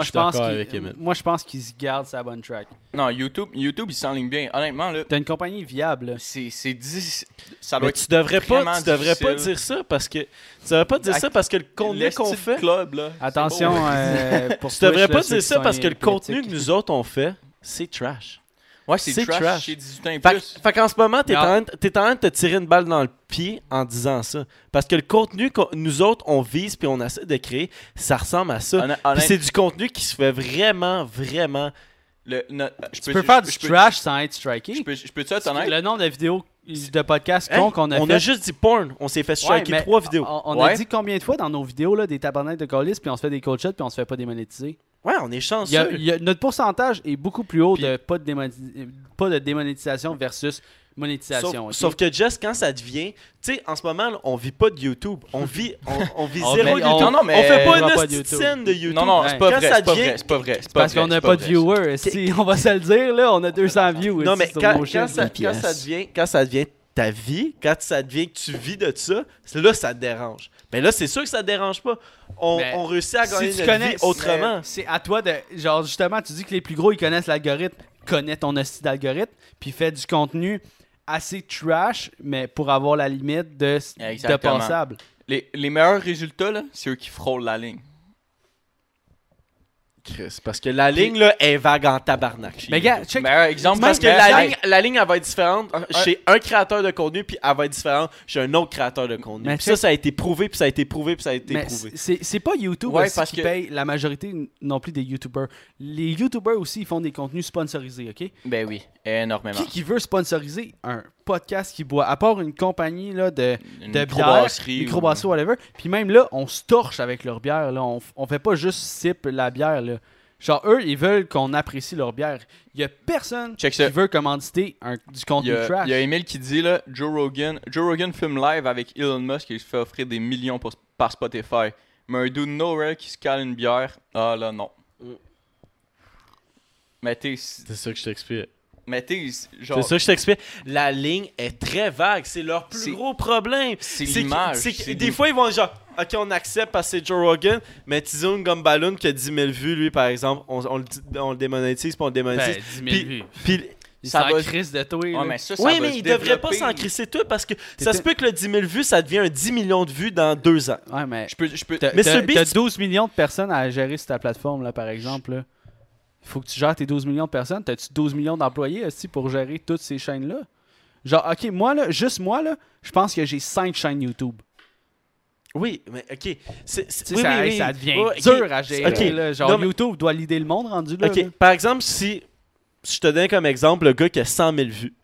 je je suis pense d'accord qu'il- avec Emmett. moi, je pense qu'ils se gardent sa bonne track. Non, YouTube, YouTube, il s'enligne bien. Honnêtement, là, T'as une compagnie viable. là. c'est c'est dix- Ça doit Mais être tu devrais vraiment pas, tu devrais pas difficile. dire ça parce que tu devrais pas dire À- ça parce que le contenu l'esti qu'on de fait, club, là. hein. Attention, euh, pour tu Twitch, devrais là, pas ceux dire qui ça sont parce que le contenu que épileptiques. nous autres on fait, c'est trash. Ouais, c'est hein. c'est trash. trash. C'est 18 ans et Fait, plus. que- fait qu'en ce moment, t'es Non. en, train de- t'es en train de te tirer une balle dans le pied en disant ça. Parce que le contenu que nous autres, on vise puis on essaie de créer, ça ressemble à Ah ça. Honn- Puis honnête, c'est du contenu qui se fait vraiment, vraiment. le- no- je Tu peux faire du je peux- trash sans être striké. Je peux- je peux-tu être honnête? Le nombre de vidéos, de podcasts Hein? cons qu'on a on fait. a juste dit porn. On s'est fait Ouais, striker mais trois vidéos. On, on a Ouais. dit combien de fois dans nos vidéos là, des tabarnak de colis, puis on se fait des cold shots, puis on se fait pas démonétiser. Ouais, on est Il y a- chanceux. il y a- notre pourcentage est beaucoup plus haut Puis- de pas de, démonéti- pas de démonétisation versus monétisation. Sauf, ok? sauf que Jess, quand ça devient. Tu sais, en ce moment, là, on vit pas de YouTube. On vit, on, on vit On zéro met- YouTube. on- Non, non, On fait mais. pas on une voit pas petite de YouTube. scène de YouTube. Non, non, c'est pas Quand vrai. ça C'est pas devient- vrai. C'est pas vrai. c'est pas Parce vrai, qu'on n'a c'est pas de vrai. viewers. Si on va se le dire, là, on a 200 views. Non, esti, mais sur quand, nos quand chaînes. ça, quand ça devient, quand ça devient ta vie, quand ça devient que tu vis de ça, c'est là ça te dérange. Mais là, c'est sûr que ça te dérange pas. On, Mais on réussit à gagner si tu notre connais vie autrement. C'est à toi de. Genre, justement, tu dis que les plus gros, ils connaissent l'algorithme. Connais ton hostie d'algorithme, puis fais du contenu assez trash, mais pour avoir la limite de, de Exactement. pensable. Les, les meilleurs résultats, là, c'est eux qui frôlent la ligne. Chris, parce que la ligne là, est vague en tabarnak. Mais gars, check. Meilleur exemple, ben, Parce que meilleur- la Hey, ligne, la ligne, elle va être différente euh, Un- chez un créateur de contenu, puis elle va être différente chez un autre créateur de contenu. Mais Puis ça, check- ça a été prouvé, puis ça a été prouvé, puis ça a été mais prouvé. c'est c'est pas YouTube Ouais, aussi parce qui que- paye la majorité n- non plus des YouTubers. Les YouTubers aussi, ils font des contenus sponsorisés, OK? Ben oui, énormément. Qui qui veut sponsoriser un podcast qui boit, à part une compagnie là, de, Une de bière, microbrasserie ou- microbrasserie, whatever. Puis même là, on se torche avec leur bière. Là. On, f- on fait pas juste sip la bière. Là. Genre, eux, ils veulent qu'on apprécie leur bière. Il y a personne Check qui ça. veut commanditer un- du Il contenu y, a, trash. il y a Emile qui dit là, Joe Rogan, Joe Rogan filme live avec Elon Musk et il se fait offrir des millions pour- par Spotify. Mais un dude nowhere qui se cale une bière, ah là non. Mm. Mais t'es, c'est- C'est ça que je t'explique. mais t'es, c'est- genre, C'est ça que je t'explique. La ligne est très vague. C'est leur plus C'est- gros problème. c'est C'est que- l'image. c'est que c'est des l'im- fois, ils vont genre, OK, on accepte parce que c'est Joe Rogan, mais Tizone Gumballoon qui a 10 000 vues, lui, par exemple, on, on le, dit- on le démonétise, puis on le démonétise. Ben, 10 000 Puis- vues. Puis- Ils ça s'en va- crissent de toi. là. Ouais, Ah, mais ça, ça oui, va mais se ils devraient pas développer. s'en crisser tout parce que ça se T'étais- peut que le 10 000 vues, ça devient un 10 millions de vues dans deux ans. Ouais, mais Je peux, je peux. t'as Mais t'as- ce beat- t'as 12 millions de personnes à gérer sur ta plateforme, là, par exemple. là. Il faut que tu gères tes 12 millions de personnes. T'as-tu 12 millions d'employés aussi pour gérer toutes ces chaînes-là? Genre, OK, moi, là, juste moi, là, je pense que j'ai 5 chaînes YouTube. Oui, mais OK. C'est- c'est- Tu sais, oui, ça, oui, oui. ça devient Ouais, OK. dur à gérer. Ok. là. genre, Non, mais- YouTube doit l'idée le monde rendu là. là. OK. Par exemple, si si je te donne comme exemple le gars qui a 100 000 vues,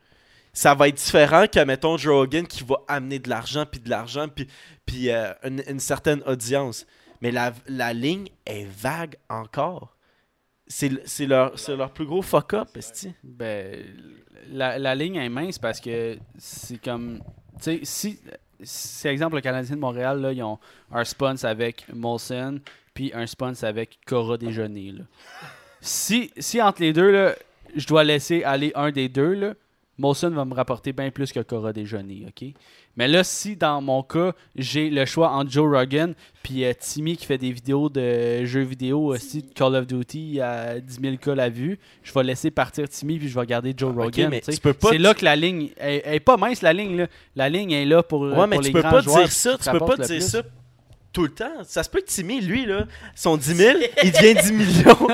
ça va être différent que, mettons, Joe Rogan qui va amener de l'argent, puis de l'argent, puis, puis euh, une, une certaine audience. Mais la, la ligne est vague encore. C'est le- c'est leur, c'est leur plus gros fuck-up, esti. Ben, la, la ligne est mince parce que c'est comme. Tu sais, si. C'est exemple, le Canadien de Montréal, là, ils ont un sponsor avec Molson, puis un sponsor avec Cora Déjeuner. Là. Si, si entre les deux, là, je dois laisser aller un des deux, là, Molson va me rapporter bien plus que Cora Déjeuner. ok Mais là, si dans mon cas, j'ai le choix entre Joe Rogan puis euh, Timmy qui fait des vidéos de jeux vidéo aussi, de Call of Duty à 10 000 cas la vue, je vais laisser partir Timmy puis je vais regarder Joe Rogan. Ah, mais tu sais. tu peux pas- C'est là que la ligne elle, elle est pas mince la ligne là. La ligne est là pour, euh, Ouais, mais pour tu les peux grands pas joueurs dire qui ça, te tu peux pas rapportent le dire plus. ça tout le temps. Ça se peut que Timmy, lui, là, son 10 000, il devient 10 millions.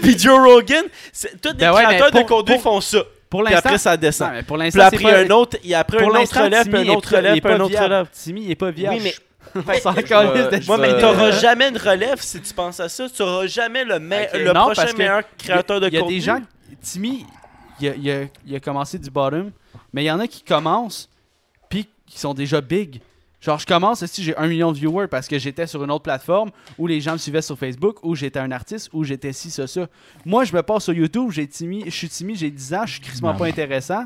Puis Joe Rogan, c'est- tous des Ben ouais, mais créateurs de pour- contenu pour- font ça. Pour Puis l'instant, après, ça descend. non, mais pour Puis l'instant, c'est après pas un autre, et après pour un autre l'instant, relève, Timmy puis un est autre pas- relève, il est puis un pas autre viable. relève. Timmy il est pas vierge. Oui, mais- On s'en Je calisse vais- de je Moi, ça. mais vais- t'auras euh, jamais une relève si tu penses à ça. Tu auras jamais le, me- Ok. le Non, parce prochain que meilleur créateur de Il y a contenu. des gens, Timmy, il a, il a- il a commencé du bottom, mais il y en a qui commencent puis qui sont déjà big. Genre, je commence si j'ai un million de viewers parce que j'étais sur une autre plateforme où les gens me suivaient sur Facebook, où j'étais un artiste, où j'étais ci, ça, ça. Moi, je me passe sur YouTube, j'ai Timmy, je suis Timmy, j'ai 10 ans, je suis crissement pas intéressant.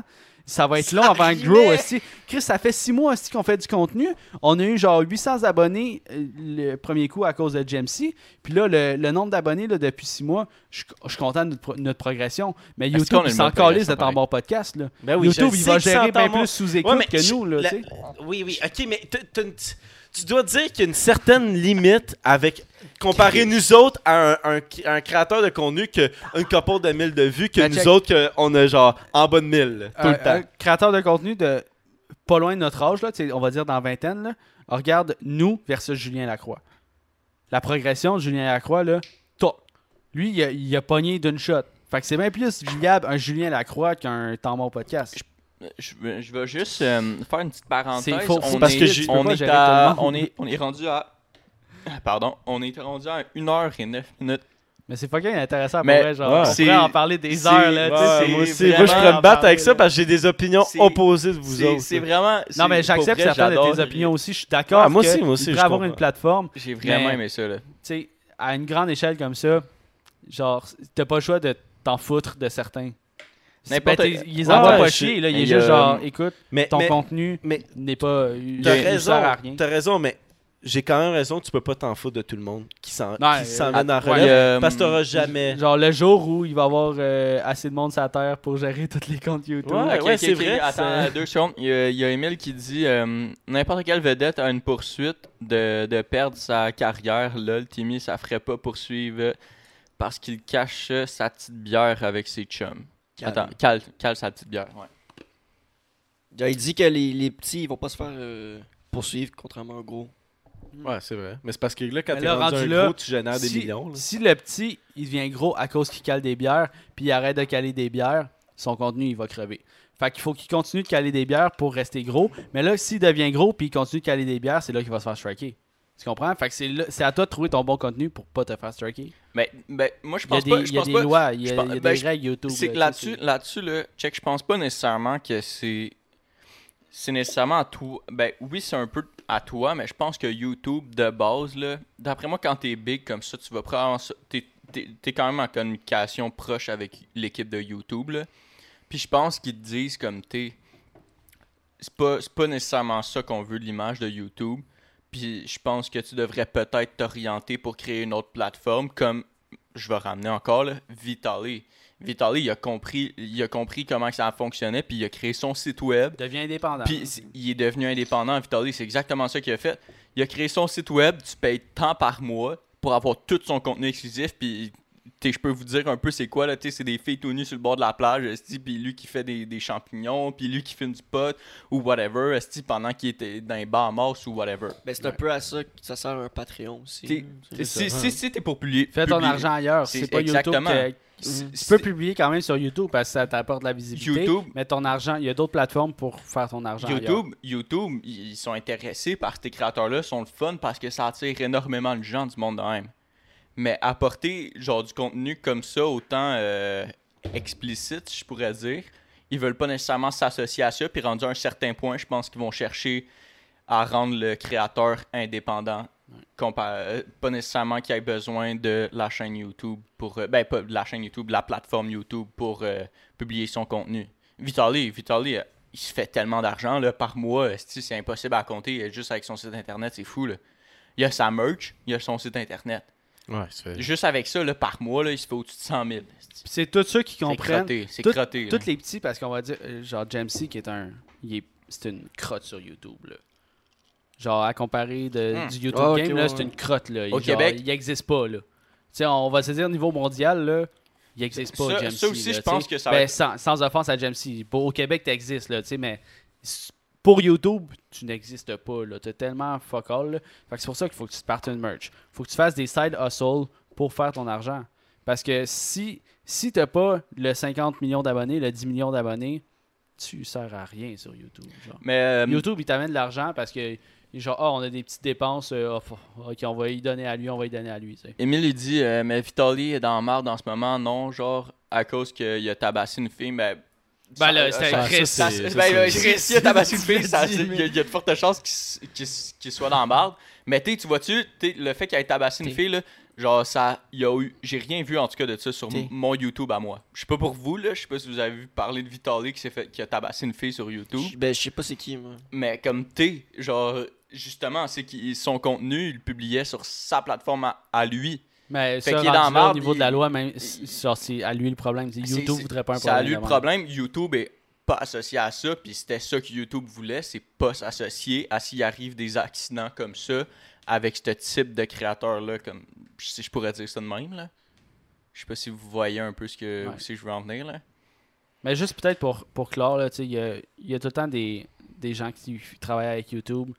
Ça va être long avant que grow aussi. Chris, ça fait 6 mois aussi qu'on fait du contenu. On a eu genre 800 abonnés euh, le premier coup à cause de Jamesy. Puis là, le, le nombre d'abonnés là, depuis 6 mois, je suis- je suis content de notre, pro- notre progression. Mais Est-ce YouTube, qu'on a il une s'en bonne calisse de progression, ton bon podcast. Là. Ben oui, je YouTube, il sais va qu'ils gérer s'entendent bien moins. plus sous écoute Ouais, mais que je- nous. Là, la- tu sais. Oui, oui, ok, mais t- t- t- tu dois dire qu'il y a une certaine limite avec comparer nous autres à un, un- un créateur de contenu que une couple de mille de vues que Ben, nous check. Ah, autres que on a genre en bas de mille tout un, le temps. un créateur de contenu de pas loin de notre âge, là, tu sais, on va dire dans la vingtaine, là, regarde nous versus Julien Lacroix. La progression de Julien Lacroix, là, top. Lui, il a, il a pogné d'une shot. Fait que c'est bien plus viable un Julien Lacroix qu'un temps mort podcast. Je, vais- je vais juste euh, faire une petite parenthèse. C'est faux, On c'est parce est- que j'ai- tu peux on pas est gérer à- tout le monde. on est on est rendu à pardon, on est rendu à 1h09 minutes. Mais c'est fucking intéressant pour Mais, vrai, genre, ouais. on c'est- pourrait en parler des c'est- heures, là, tu sais, ouais, c'est moi aussi, vraiment- moi je pourrais me battre avec là. ça parce que j'ai des opinions C'est- opposées de vous C'est- autres. C'est vraiment Non, mais c'est- pour j'accepte vrai, certaines de tes j'adore. opinions aussi, je suis d'accord. Ouais, moi que aussi, moi aussi, il je devrait avoir comprends. une plateforme, J'ai vraiment Mais- aimé ça là. tu sais, à une grande échelle comme ça, genre, t'as pas le choix de t'en foutre de certains. C'est- N'importe- ben, t'es- ils les Ouais, envoient ouais, je- pas euh, chier, là, il mais est il y a- juste genre, écoute, mais ton mais- contenu mais n'est pas. euh, il T'as ne raison, sert à rien. t'as raison, mais j'ai quand même raison, tu peux pas t'en foutre de tout le monde qui s'en qui Ouais, s'en euh, vient dans la ouais, relève, euh, parce que t'auras jamais... Genre, le jour où il va y avoir euh, assez de monde sur la terre pour gérer tous les comptes YouTube. Ouais, Ok, ouais, ok, c'est ok, vrai, Attends, euh, c'est- deux secondes. Il y a, il y a Emile qui dit euh, N'importe quelle vedette a une poursuite de, de perdre sa carrière. Lol, Timmy, ça ferait pas poursuivre parce qu'il cache sa petite bière avec ses chums. Attends, cale, cale sa petite bière. ouais. Il dit que les, les petits, ils vont pas se faire euh, poursuivre, contrairement aux gros. Ouais, c'est vrai. Mais c'est parce que là, quand Mais t'es là, rendu, rendu un là, gros, tu génères des si, millions. là. si le petit, il devient gros à cause qu'il cale des bières, puis il arrête de caler des bières, son contenu, il va crever. Fait qu'il faut qu'il continue de caler des bières pour rester gros. Mais là, s'il devient gros, puis il continue de caler des bières, c'est là qu'il va se faire striker. Tu comprends? Fait que c'est là- c'est à toi de trouver ton bon contenu pour pas te faire striker. Mais, ben, moi, Il y je a pense des, pas. il Je y a pense des pas. lois, il y je a, pense- il y a ben, des je- règles YouTube. C'est que là, là-dessus, là-dessus, là, check, je pense pas nécessairement que c'est. C'est nécessairement à toi. Ben oui, c'est un peu à toi, mais je pense que YouTube, de base, là, d'après moi, quand t'es big comme ça, tu vas probablement. ça- T'es, t'es- t'es quand même en communication proche avec l'équipe de YouTube, là. Puis je pense qu'ils te disent comme t'es. C'est pas, c'est pas nécessairement ça qu'on veut de l'image de YouTube. Puis je pense que tu devrais peut-être t'orienter pour créer une autre plateforme comme je vais ramener encore là, Vitaly. Vitaly, il a compris, il a compris comment que ça fonctionnait, puis il a créé son site web. Devient indépendant. Puis c- il est devenu indépendant, Vitaly, c'est exactement ça qu'il a fait. Il a créé son site web, tu payes tant par mois pour avoir tout son contenu exclusif, puis t'sais, je peux vous dire un peu c'est quoi là, tu sais, c'est des filles tout nues sur le bord de la plage, esti, puis lui qui fait des, des champignons, puis lui qui fume du pot ou whatever, esti, pendant qu'il était dans les bars morts ou whatever. Ben, c'est un peu à ça que ça sert un Patreon aussi. T'es- C'est ça. Si, si, si t'es pour publier, Fais ton publier- argent ailleurs. c'est C'est pas exactement. YouTube que- si- Mhm. Tu si- peux publier quand même sur YouTube parce que ça t'apporte de la visibilité. YouTube. Mais ton argent, il y a d'autres plateformes pour faire ton argent. ailleurs. YouTube, YouTube, ils sont intéressés par ces créateurs-là, sont le fun parce que ça attire énormément de gens du monde de même. Mais apporter genre du contenu comme ça, autant euh, explicite, je pourrais dire, ils veulent pas nécessairement s'associer à ça. Puis rendu à un certain point, je pense qu'ils vont chercher à rendre le créateur indépendant. compa- euh, Pas nécessairement qu'il ait besoin de la chaîne YouTube pour. euh, ben, pas de la chaîne YouTube, de la plateforme YouTube pour euh, publier son contenu. Vitaly, Vitaly, euh, il se fait tellement d'argent là, par mois, esti, c'est impossible à compter euh, juste avec son site internet, c'est fou. Là. Il a sa merch, il a son site internet. Ouais, c'est vrai. Juste avec ça, là, par mois, là, il se fait au-dessus de 100 000. esti. Puis c'est tous ceux qui C'est comprennent. crotté, c'est tout- crotté. là. Tous les petits, parce qu'on va dire, euh, genre Jamesy qui est un. il est- C'est une crotte sur YouTube. là. Genre, à comparer de, Hmm. du YouTube Ah, ok, Game, ouais, là, c'est ouais. une crotte. Là. Au Il- genre, Québec. Il n'existe pas. là. Tu sais, on va se dire, au niveau mondial, là, il n'existe pas. Ça- Jamesy, ça aussi, là, je tu sais. pense que ça va Ben, être- sans, sans offense à Jamesy. Pour- Au Québec, tu existes, là, tu sais, mais s- pour YouTube, tu n'existes pas. Tu es tellement fuck all. là. Fait que c'est pour ça qu'il faut que tu te partes une merch. faut que tu fasses des side hustles pour faire ton argent. Parce que si, si t'as pas le 50 millions d'abonnés, le 10 millions d'abonnés, tu sers à rien sur YouTube. genre. Mais euh, YouTube, il t'amène de l'argent parce que, genre, Ah, on a des petites dépenses, euh, ah, faut- ok, on va y donner à lui, on va y donner à lui. tu sais. Emile, il dit euh, Mais Vitaly est dans la merde en ce moment, non, genre, à cause qu'il a tabassé une fille, mais. Ben là, c'était ça- un Chris. ça, c'est- Ben, ben, c'est- Chris, il a tabassé une fille, ça- dit, il y, a- il y a de fortes chances qu'il s- qu'il s- qu'il soit dans la barbe. Mais t'sais, tu vois-tu, t'sais, le fait qu'il ait tabassé une T'es. fille, là, genre, ça, il y a eu, j'ai rien vu en tout cas de ça sur T'es. m- mon YouTube à moi. Je sais pas pour vous, là, je sais pas si vous avez vu parler de Vitaly qui, s'est fait, qui a tabassé une fille sur YouTube. Je- Ben, je sais pas c'est qui, moi. Mais comme t'es, genre, justement, c'est que son contenu, il le publiait sur sa plateforme à, à lui. Mais Fait ça, qu'il est rendu dans la là, au marde, niveau de il- la loi, même, il- c'est- genre, c'est à lui le problème. C'est C'est- YouTube c'est- voudrait pas un problème. C'est à lui de le même. problème. YouTube est pas associé à ça, puis c'était ça que YouTube voulait, c'est pas s'associer à s'il arrive des accidents comme ça avec ce type de créateur-là, comme si je pourrais dire ça de même, là. Je sais pas si vous voyez un peu ce que Ouais. où c'est que je veux en venir, là. Mais juste peut-être pour, pour clore, là, tu sais, il y a, il y a tout le temps des, des gens qui travaillent avec YouTube,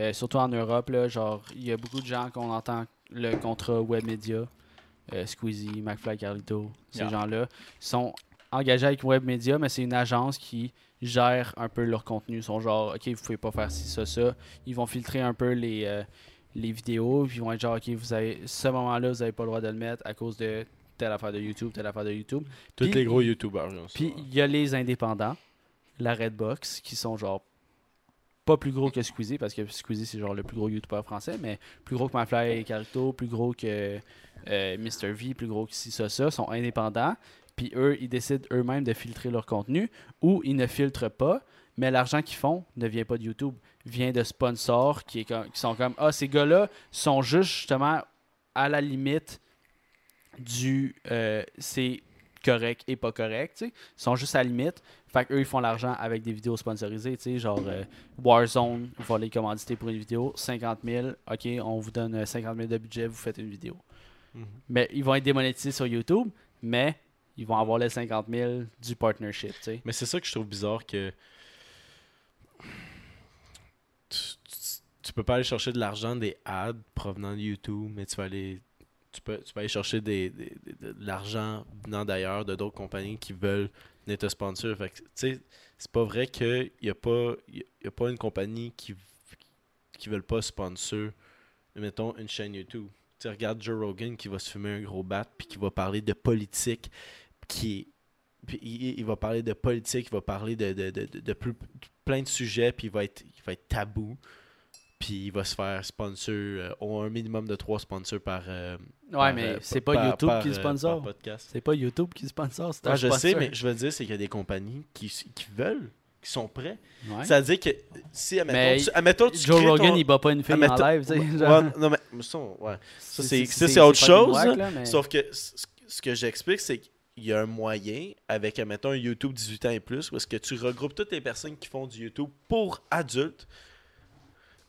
euh, surtout en Europe. Là, genre, il y a beaucoup de gens qu'on entend le contrat Web Media, euh, Squeezie, McFly, Carlito, ces Yeah. gens-là, sont engagés avec Web Media, mais c'est une agence qui gère un peu leur contenu. Ils sont genre, OK, vous pouvez pas faire ci, ça, ça. Ils vont filtrer un peu les, euh, les vidéos, puis ils vont être genre, OK, vous avez, ce moment-là, vous avez pas le droit de le mettre à cause de telle affaire de YouTube, telle affaire de YouTube. Tous Puis- les gros YouTubers. ils ont ça. puis il y a les indépendants, la Redbox, qui sont genre pas plus gros que Squeezie, parce que Squeezie c'est genre le plus gros youtubeur français, mais plus gros que MyFly et Carito, plus gros que euh, Mr. V, plus gros que ci, ça, ça, sont indépendants. Puis eux, ils décident eux-mêmes de filtrer leur contenu ou ils ne filtrent pas, mais l'argent qu'ils font ne vient pas de YouTube, vient de sponsors qui, est comme- qui sont comme Ah, ces gars-là sont juste justement à la limite du euh, c'est correct et pas correct. tu sais. Ils sont juste à la limite. Fait qu'eux, ils font l'argent avec des vidéos sponsorisées. tu sais, Genre euh, Warzone va les commanditer pour une vidéo, 50 000. Ok, on vous donne euh, 50 000 de budget, vous faites une vidéo. Mhm. Mais ils vont être démonétisés sur YouTube, mais ils vont avoir les 50 000 du partnership. tu sais. Mais c'est ça que je trouve bizarre que. Tu, tu, tu peux pas aller chercher de l'argent des ads provenant de YouTube, mais tu vas aller. Tu peux, tu peux aller chercher des, des- des- de, de l'argent venant d'ailleurs, de d'autres compagnies qui veulent venir te sponsor. Fait que, tu sais, c'est pas vrai qu'il n'y a, pas- y a, y a pas une compagnie qui qui veulent pas sponsor, mettons, une chaîne YouTube. Tu sais, regarde Joe Rogan qui va se fumer un gros bat puis qui va parler de politique, qui est puis il, il va parler de politique, il va parler de, de, de, de- de plus- de plein de sujets, puis il va être, il va être tabou. Puis il va se faire sponsor, euh, au un minimum de trois sponsors par. euh, Ouais, par, mais euh, c'est par- pas par- YouTube par, qui euh, le sponsor. par podcast. C'est pas YouTube qui le sponsor. c'est un Ah, je sais, sponsor. mais je veux dire, c'est qu'il y a des compagnies qui, qui veulent, qui sont prêts. Ouais. C'est-à-dire que si, admettons, Mais tu, admettons, tu Joe crées ton- Rogan, il bat pas une fille en admettons- live. tu sais, Ouais, genre. non, mais- mais ça, on- ouais. Ça, c'est- ça, c'est autre fucking chose, hein. whack, là, mais- Sauf que ce ce que j'explique, c'est qu'il y a un moyen avec, admettons, un YouTube 18 ans et plus, où est-ce que tu regroupes toutes les personnes qui font du YouTube pour adultes,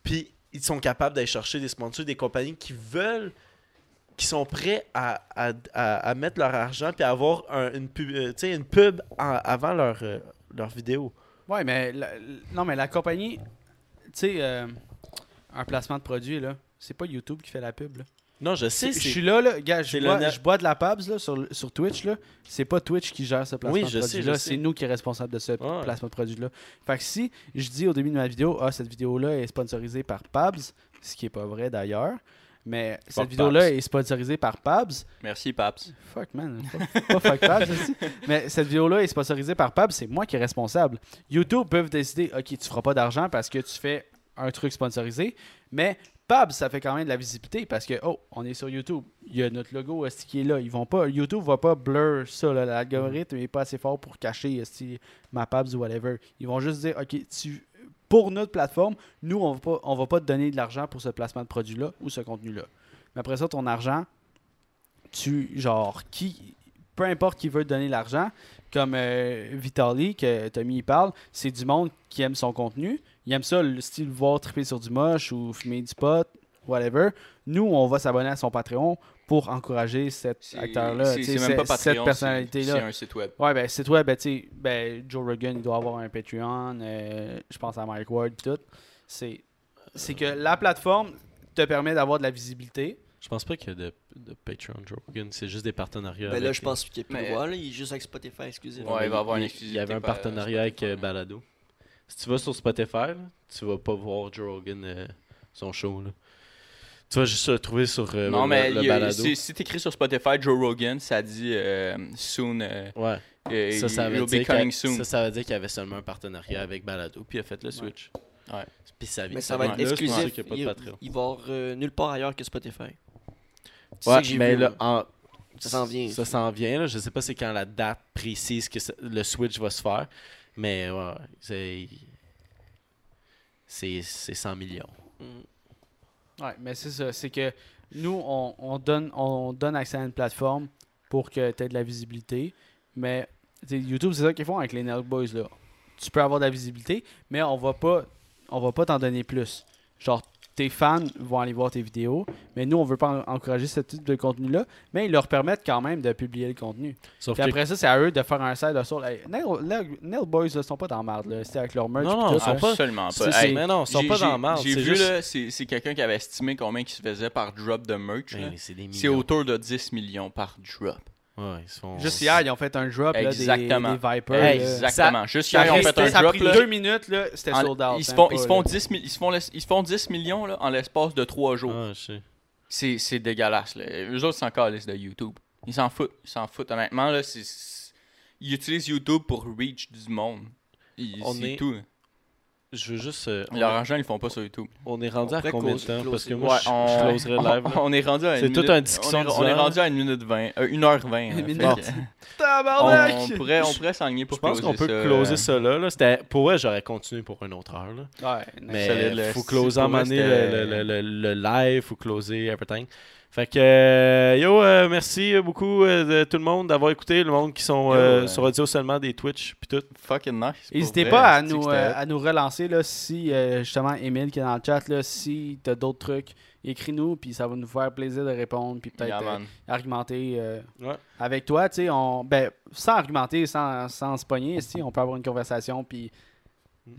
puis ils sont capables d'aller chercher des sponsors, des compagnies qui veulent, qui sont prêts à, à- à- à mettre leur argent puis à avoir un- une pub, euh, tu sais, une pub en- avant leur, euh, leur vidéo. Ouais, mais la- la- non, mais la compagnie, tu sais, euh, un placement de produit, là, c'est pas YouTube qui fait la pub. Là. Non, je sais, Je c'est- suis là, là, gars, je c'est bois, l'honneur- je bois de la PABS là, sur, sur Twitch. là. C'est pas Twitch qui gère ce placement Oui, je de sais, produit là. je C'est sais. nous qui sommes responsables de ce Ouais. placement de produit là. Fait que si je dis au début de ma vidéo, ah, cette vidéo là est sponsorisée par PABS, ce qui est pas vrai d'ailleurs, mais cette Fuck vidéo là Pabst. est sponsorisée par PABS, Merci, Paps. Fuck, man. Pas, pas fuck Pabs, aussi. Mais cette vidéo-là est sponsorisée par Pabs, c'est moi qui est responsable. YouTube peuvent décider, OK, tu feras pas d'argent parce que tu fais un truc sponsorisé, mais Pabs, ça fait quand même de la visibilité parce que, oh, on est sur YouTube. Il y a notre logo esti, qui est là. Ils vont pas, YouTube va pas blur ça. là. L'algorithme est pas assez fort pour cacher esti, ma Pabs ou whatever. Ils vont juste dire, OK, tu, pour notre plateforme, nous, on va pas, on va pas te donner de l'argent pour ce placement de produit-là ou ce contenu-là. Mais après ça, ton argent, tu genre qui peu importe qui veut te donner l'argent comme euh, Vitali que Tommy il parle c'est du monde qui aime son contenu il aime ça le style voir triper sur du moche ou fumer du pot whatever nous on va s'abonner à son Patreon pour encourager cet C'est- acteur là c'est- c'est même pas Patreon, cette c'est- personnalité là C'est un site web. Ouais, ben c'est toi, ben tu sais, ben Joe Rogan, il doit avoir un Patreon, euh, je pense à Mike Ward et tout. C'est c'est que la plateforme te permet d'avoir de la visibilité. Je pense pas qu'il y a de, de Patreon Joe Rogan, c'est juste des partenariats. Ben là, avec- je pense qu'il n'y a plus Mais- le droit, là. Il est juste avec Spotify excusez Ouais, il va avoir une Il y exclusivité avait un par- partenariat avec euh, Balado. Si tu vas sur Spotify, là, tu vas pas voir Joe Rogan euh, son show. là. Tu vas juste le trouver sur euh, non, le, mais le il y a- Balado. si, si t'écris sur Spotify Joe Rogan, ça dit euh, soon. euh, Ouais. euh, Ça, ça veut you'll dire be qu'il coming y a- soon. ça, ça veut dire qu'il y avait seulement un partenariat avec Balado, puis il a fait le switch. Ouais. Puis ça Mais ça va être là, c'est pour ça exclusif. qu'il y a pas de Il- Patreon. Il va y avoir euh, nulle part ailleurs que Spotify. C'est ça Ouais, que j'ai mais vu, là, en- Ça s'en vient. Ça s'en vient. Là. Je sais pas c'est quand la date précise que ça- le switch va se faire, mais ouais, c'est- c'est c'est 100 millions. Mm. Ouais, mais c'est ça, c'est que nous, on, on donne, on donne accès à une plateforme pour que tu aies de la visibilité. Mais tu sais, YouTube, c'est ça qu'ils font avec les Nelk Boys. Là. tu peux avoir de la visibilité, mais on va pas on va pas t'en donner plus. Genre tes fans vont aller voir tes vidéos, mais nous on veut pas en- encourager ce type de contenu là, mais ils leur permettent quand même de publier le contenu. Sauf Puis que après ça, c'est à eux de faire un side hustle. Hey, Nail, Nail- Nail Boys là, sont pas dans la merde là, c'est avec leur merch Non, pis non, tout, ils sont là. pas- Absolument c'est- pas. c'est- Hey, mais non, ils sont j'ai- pas j'ai- dans la merde, J'ai c'est vu, juste- là, c'est c'est quelqu'un qui avait estimé combien qui se faisait par drop de merch. là. Ben, c'est des C'est millions. autour de 10 millions par drop. Ouais, ils se font- Juste hier, ils ont fait un drop là, des, Exactement. des Vipers. là. Exactement. Juste Ça hier, a ils ont fait resté- un ça a drop. pris là. deux minutes, là, c'était En- sold out. ils, se hein, font, pas, ils, se font 10 mi- ils, se font les- ils se font 10 millions là, en l'espace de 3 jours. Ah, je sais. C'est c'est dégueulasse. Là. Eux autres, c'est encore liste de YouTube. Ils s'en foutent. Ils s'en foutent. Honnêtement, là, c'est- c'est- ils utilisent YouTube pour reach du monde. Ils- On C'est est- tout. Je veux juste. euh, on, Leur argent, ils le font pas sur YouTube. on est rendu on à pourrait combien de close- temps Parce que closer. moi, Ouais, je, on- je closerais le live. là. On, on est rendu à C'est une toute minute- une discussion on est- du On, est verre. rendu à 1 minute euh, 20. 1h20. Une minute. on, Ah Tabarnak! pourrait, on pourrait s'enligner Je pour pense qu'on peut ça, closer euh, ça là. là. C'était- Pour vrai, j'aurais continué pour une autre heure. Là. Ouais, Mais Solide, là. faut Si closer en pour vrai, mané le, c'était- le, le, le- le live, faut closer everything. Fait que, euh, yo, euh, merci beaucoup euh, de tout le monde d'avoir écouté, le monde qui sont euh, Yo, euh, sur audio seulement des Twitch puis tout. Fucking nice. pour N'hésitez vrai, pas à c'est-tu que nous, c'était- euh, à nous relancer là, si, euh, justement, Emile qui est dans le chat, là, si t'as d'autres trucs, écris-nous, puis ça va nous faire plaisir de répondre, puis peut-être Yeah, euh, man. argumenter euh, Ouais. avec toi. tu sais, On, ben, sans argumenter, sans, sans se pogner, si, on peut avoir une conversation, puis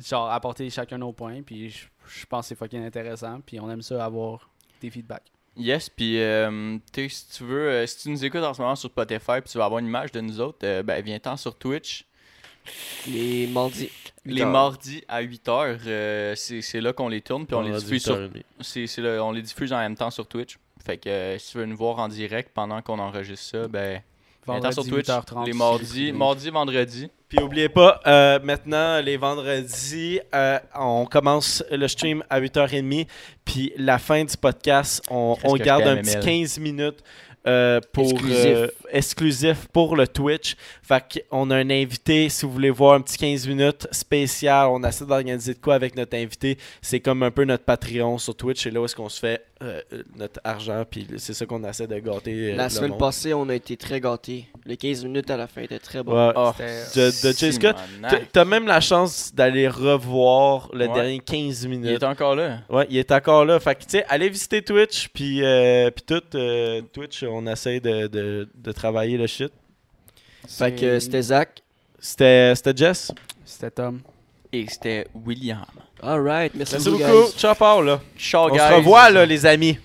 genre apporter chacun nos points, puis je je pense que c'est fucking intéressant, puis on aime ça avoir des feedbacks. Yes, puis euh, tu sais, si tu veux, euh, si tu nous écoutes en ce moment sur Spotify puis tu veux avoir une image de nous autres, euh, ben viens-t'en sur Twitch. Les mardis. Les Huit heures. mardis à 8h, c'est c'est là qu'on les tourne, puis on, les Vendredi diffuse sur, 8h30. c'est- c'est le- on les diffuse en même temps sur Twitch. Fait que euh, si tu veux nous voir en direct pendant qu'on enregistre ça, ben viens-t'en sur Twitch 8h30, les si mardis, vous mardi, vendredi. Puis oubliez pas, euh, maintenant, les vendredis, euh, on commence le stream à 8h30. Puis la fin du podcast, on, Qu'est-ce on que je garde t'aime, un petit Emile. 15 minutes euh, pour, Exclusif. euh, exclusif pour le Twitch. Fait qu'on a un invité, si vous voulez voir un petit 15 minutes spécial, on essaie d'organiser de quoi avec notre invité. C'est comme un peu notre Patreon sur Twitch. Et là où est-ce qu'on se fait euh, notre argent. Puis c'est ça qu'on essaie de gâter. euh, La le semaine monde. passée, on a été très gâtés. Les 15 minutes à la fin étaient très bonnes. Ouais. Ah, c'était- euh, de- de Jay Scott, T'as- Simonac. T'as même la chance d'aller revoir le Hein? Ouais. dernier 15 Il minutes. est encore là. Ouais, il est encore là. Fait que, tu sais, allez visiter Twitch, puis euh, puis tout. euh, Twitch, on essaie de, de, de travailler le shit. C'est- Fait que c'était Zach. C'était c'était Jess. C'était Tom. Et c'était William. Alright, merci, Merci beaucoup. beaucoup. guys. Ciao, Paul, là. Ciao, On Oh, guys. se revoit, là, les amis.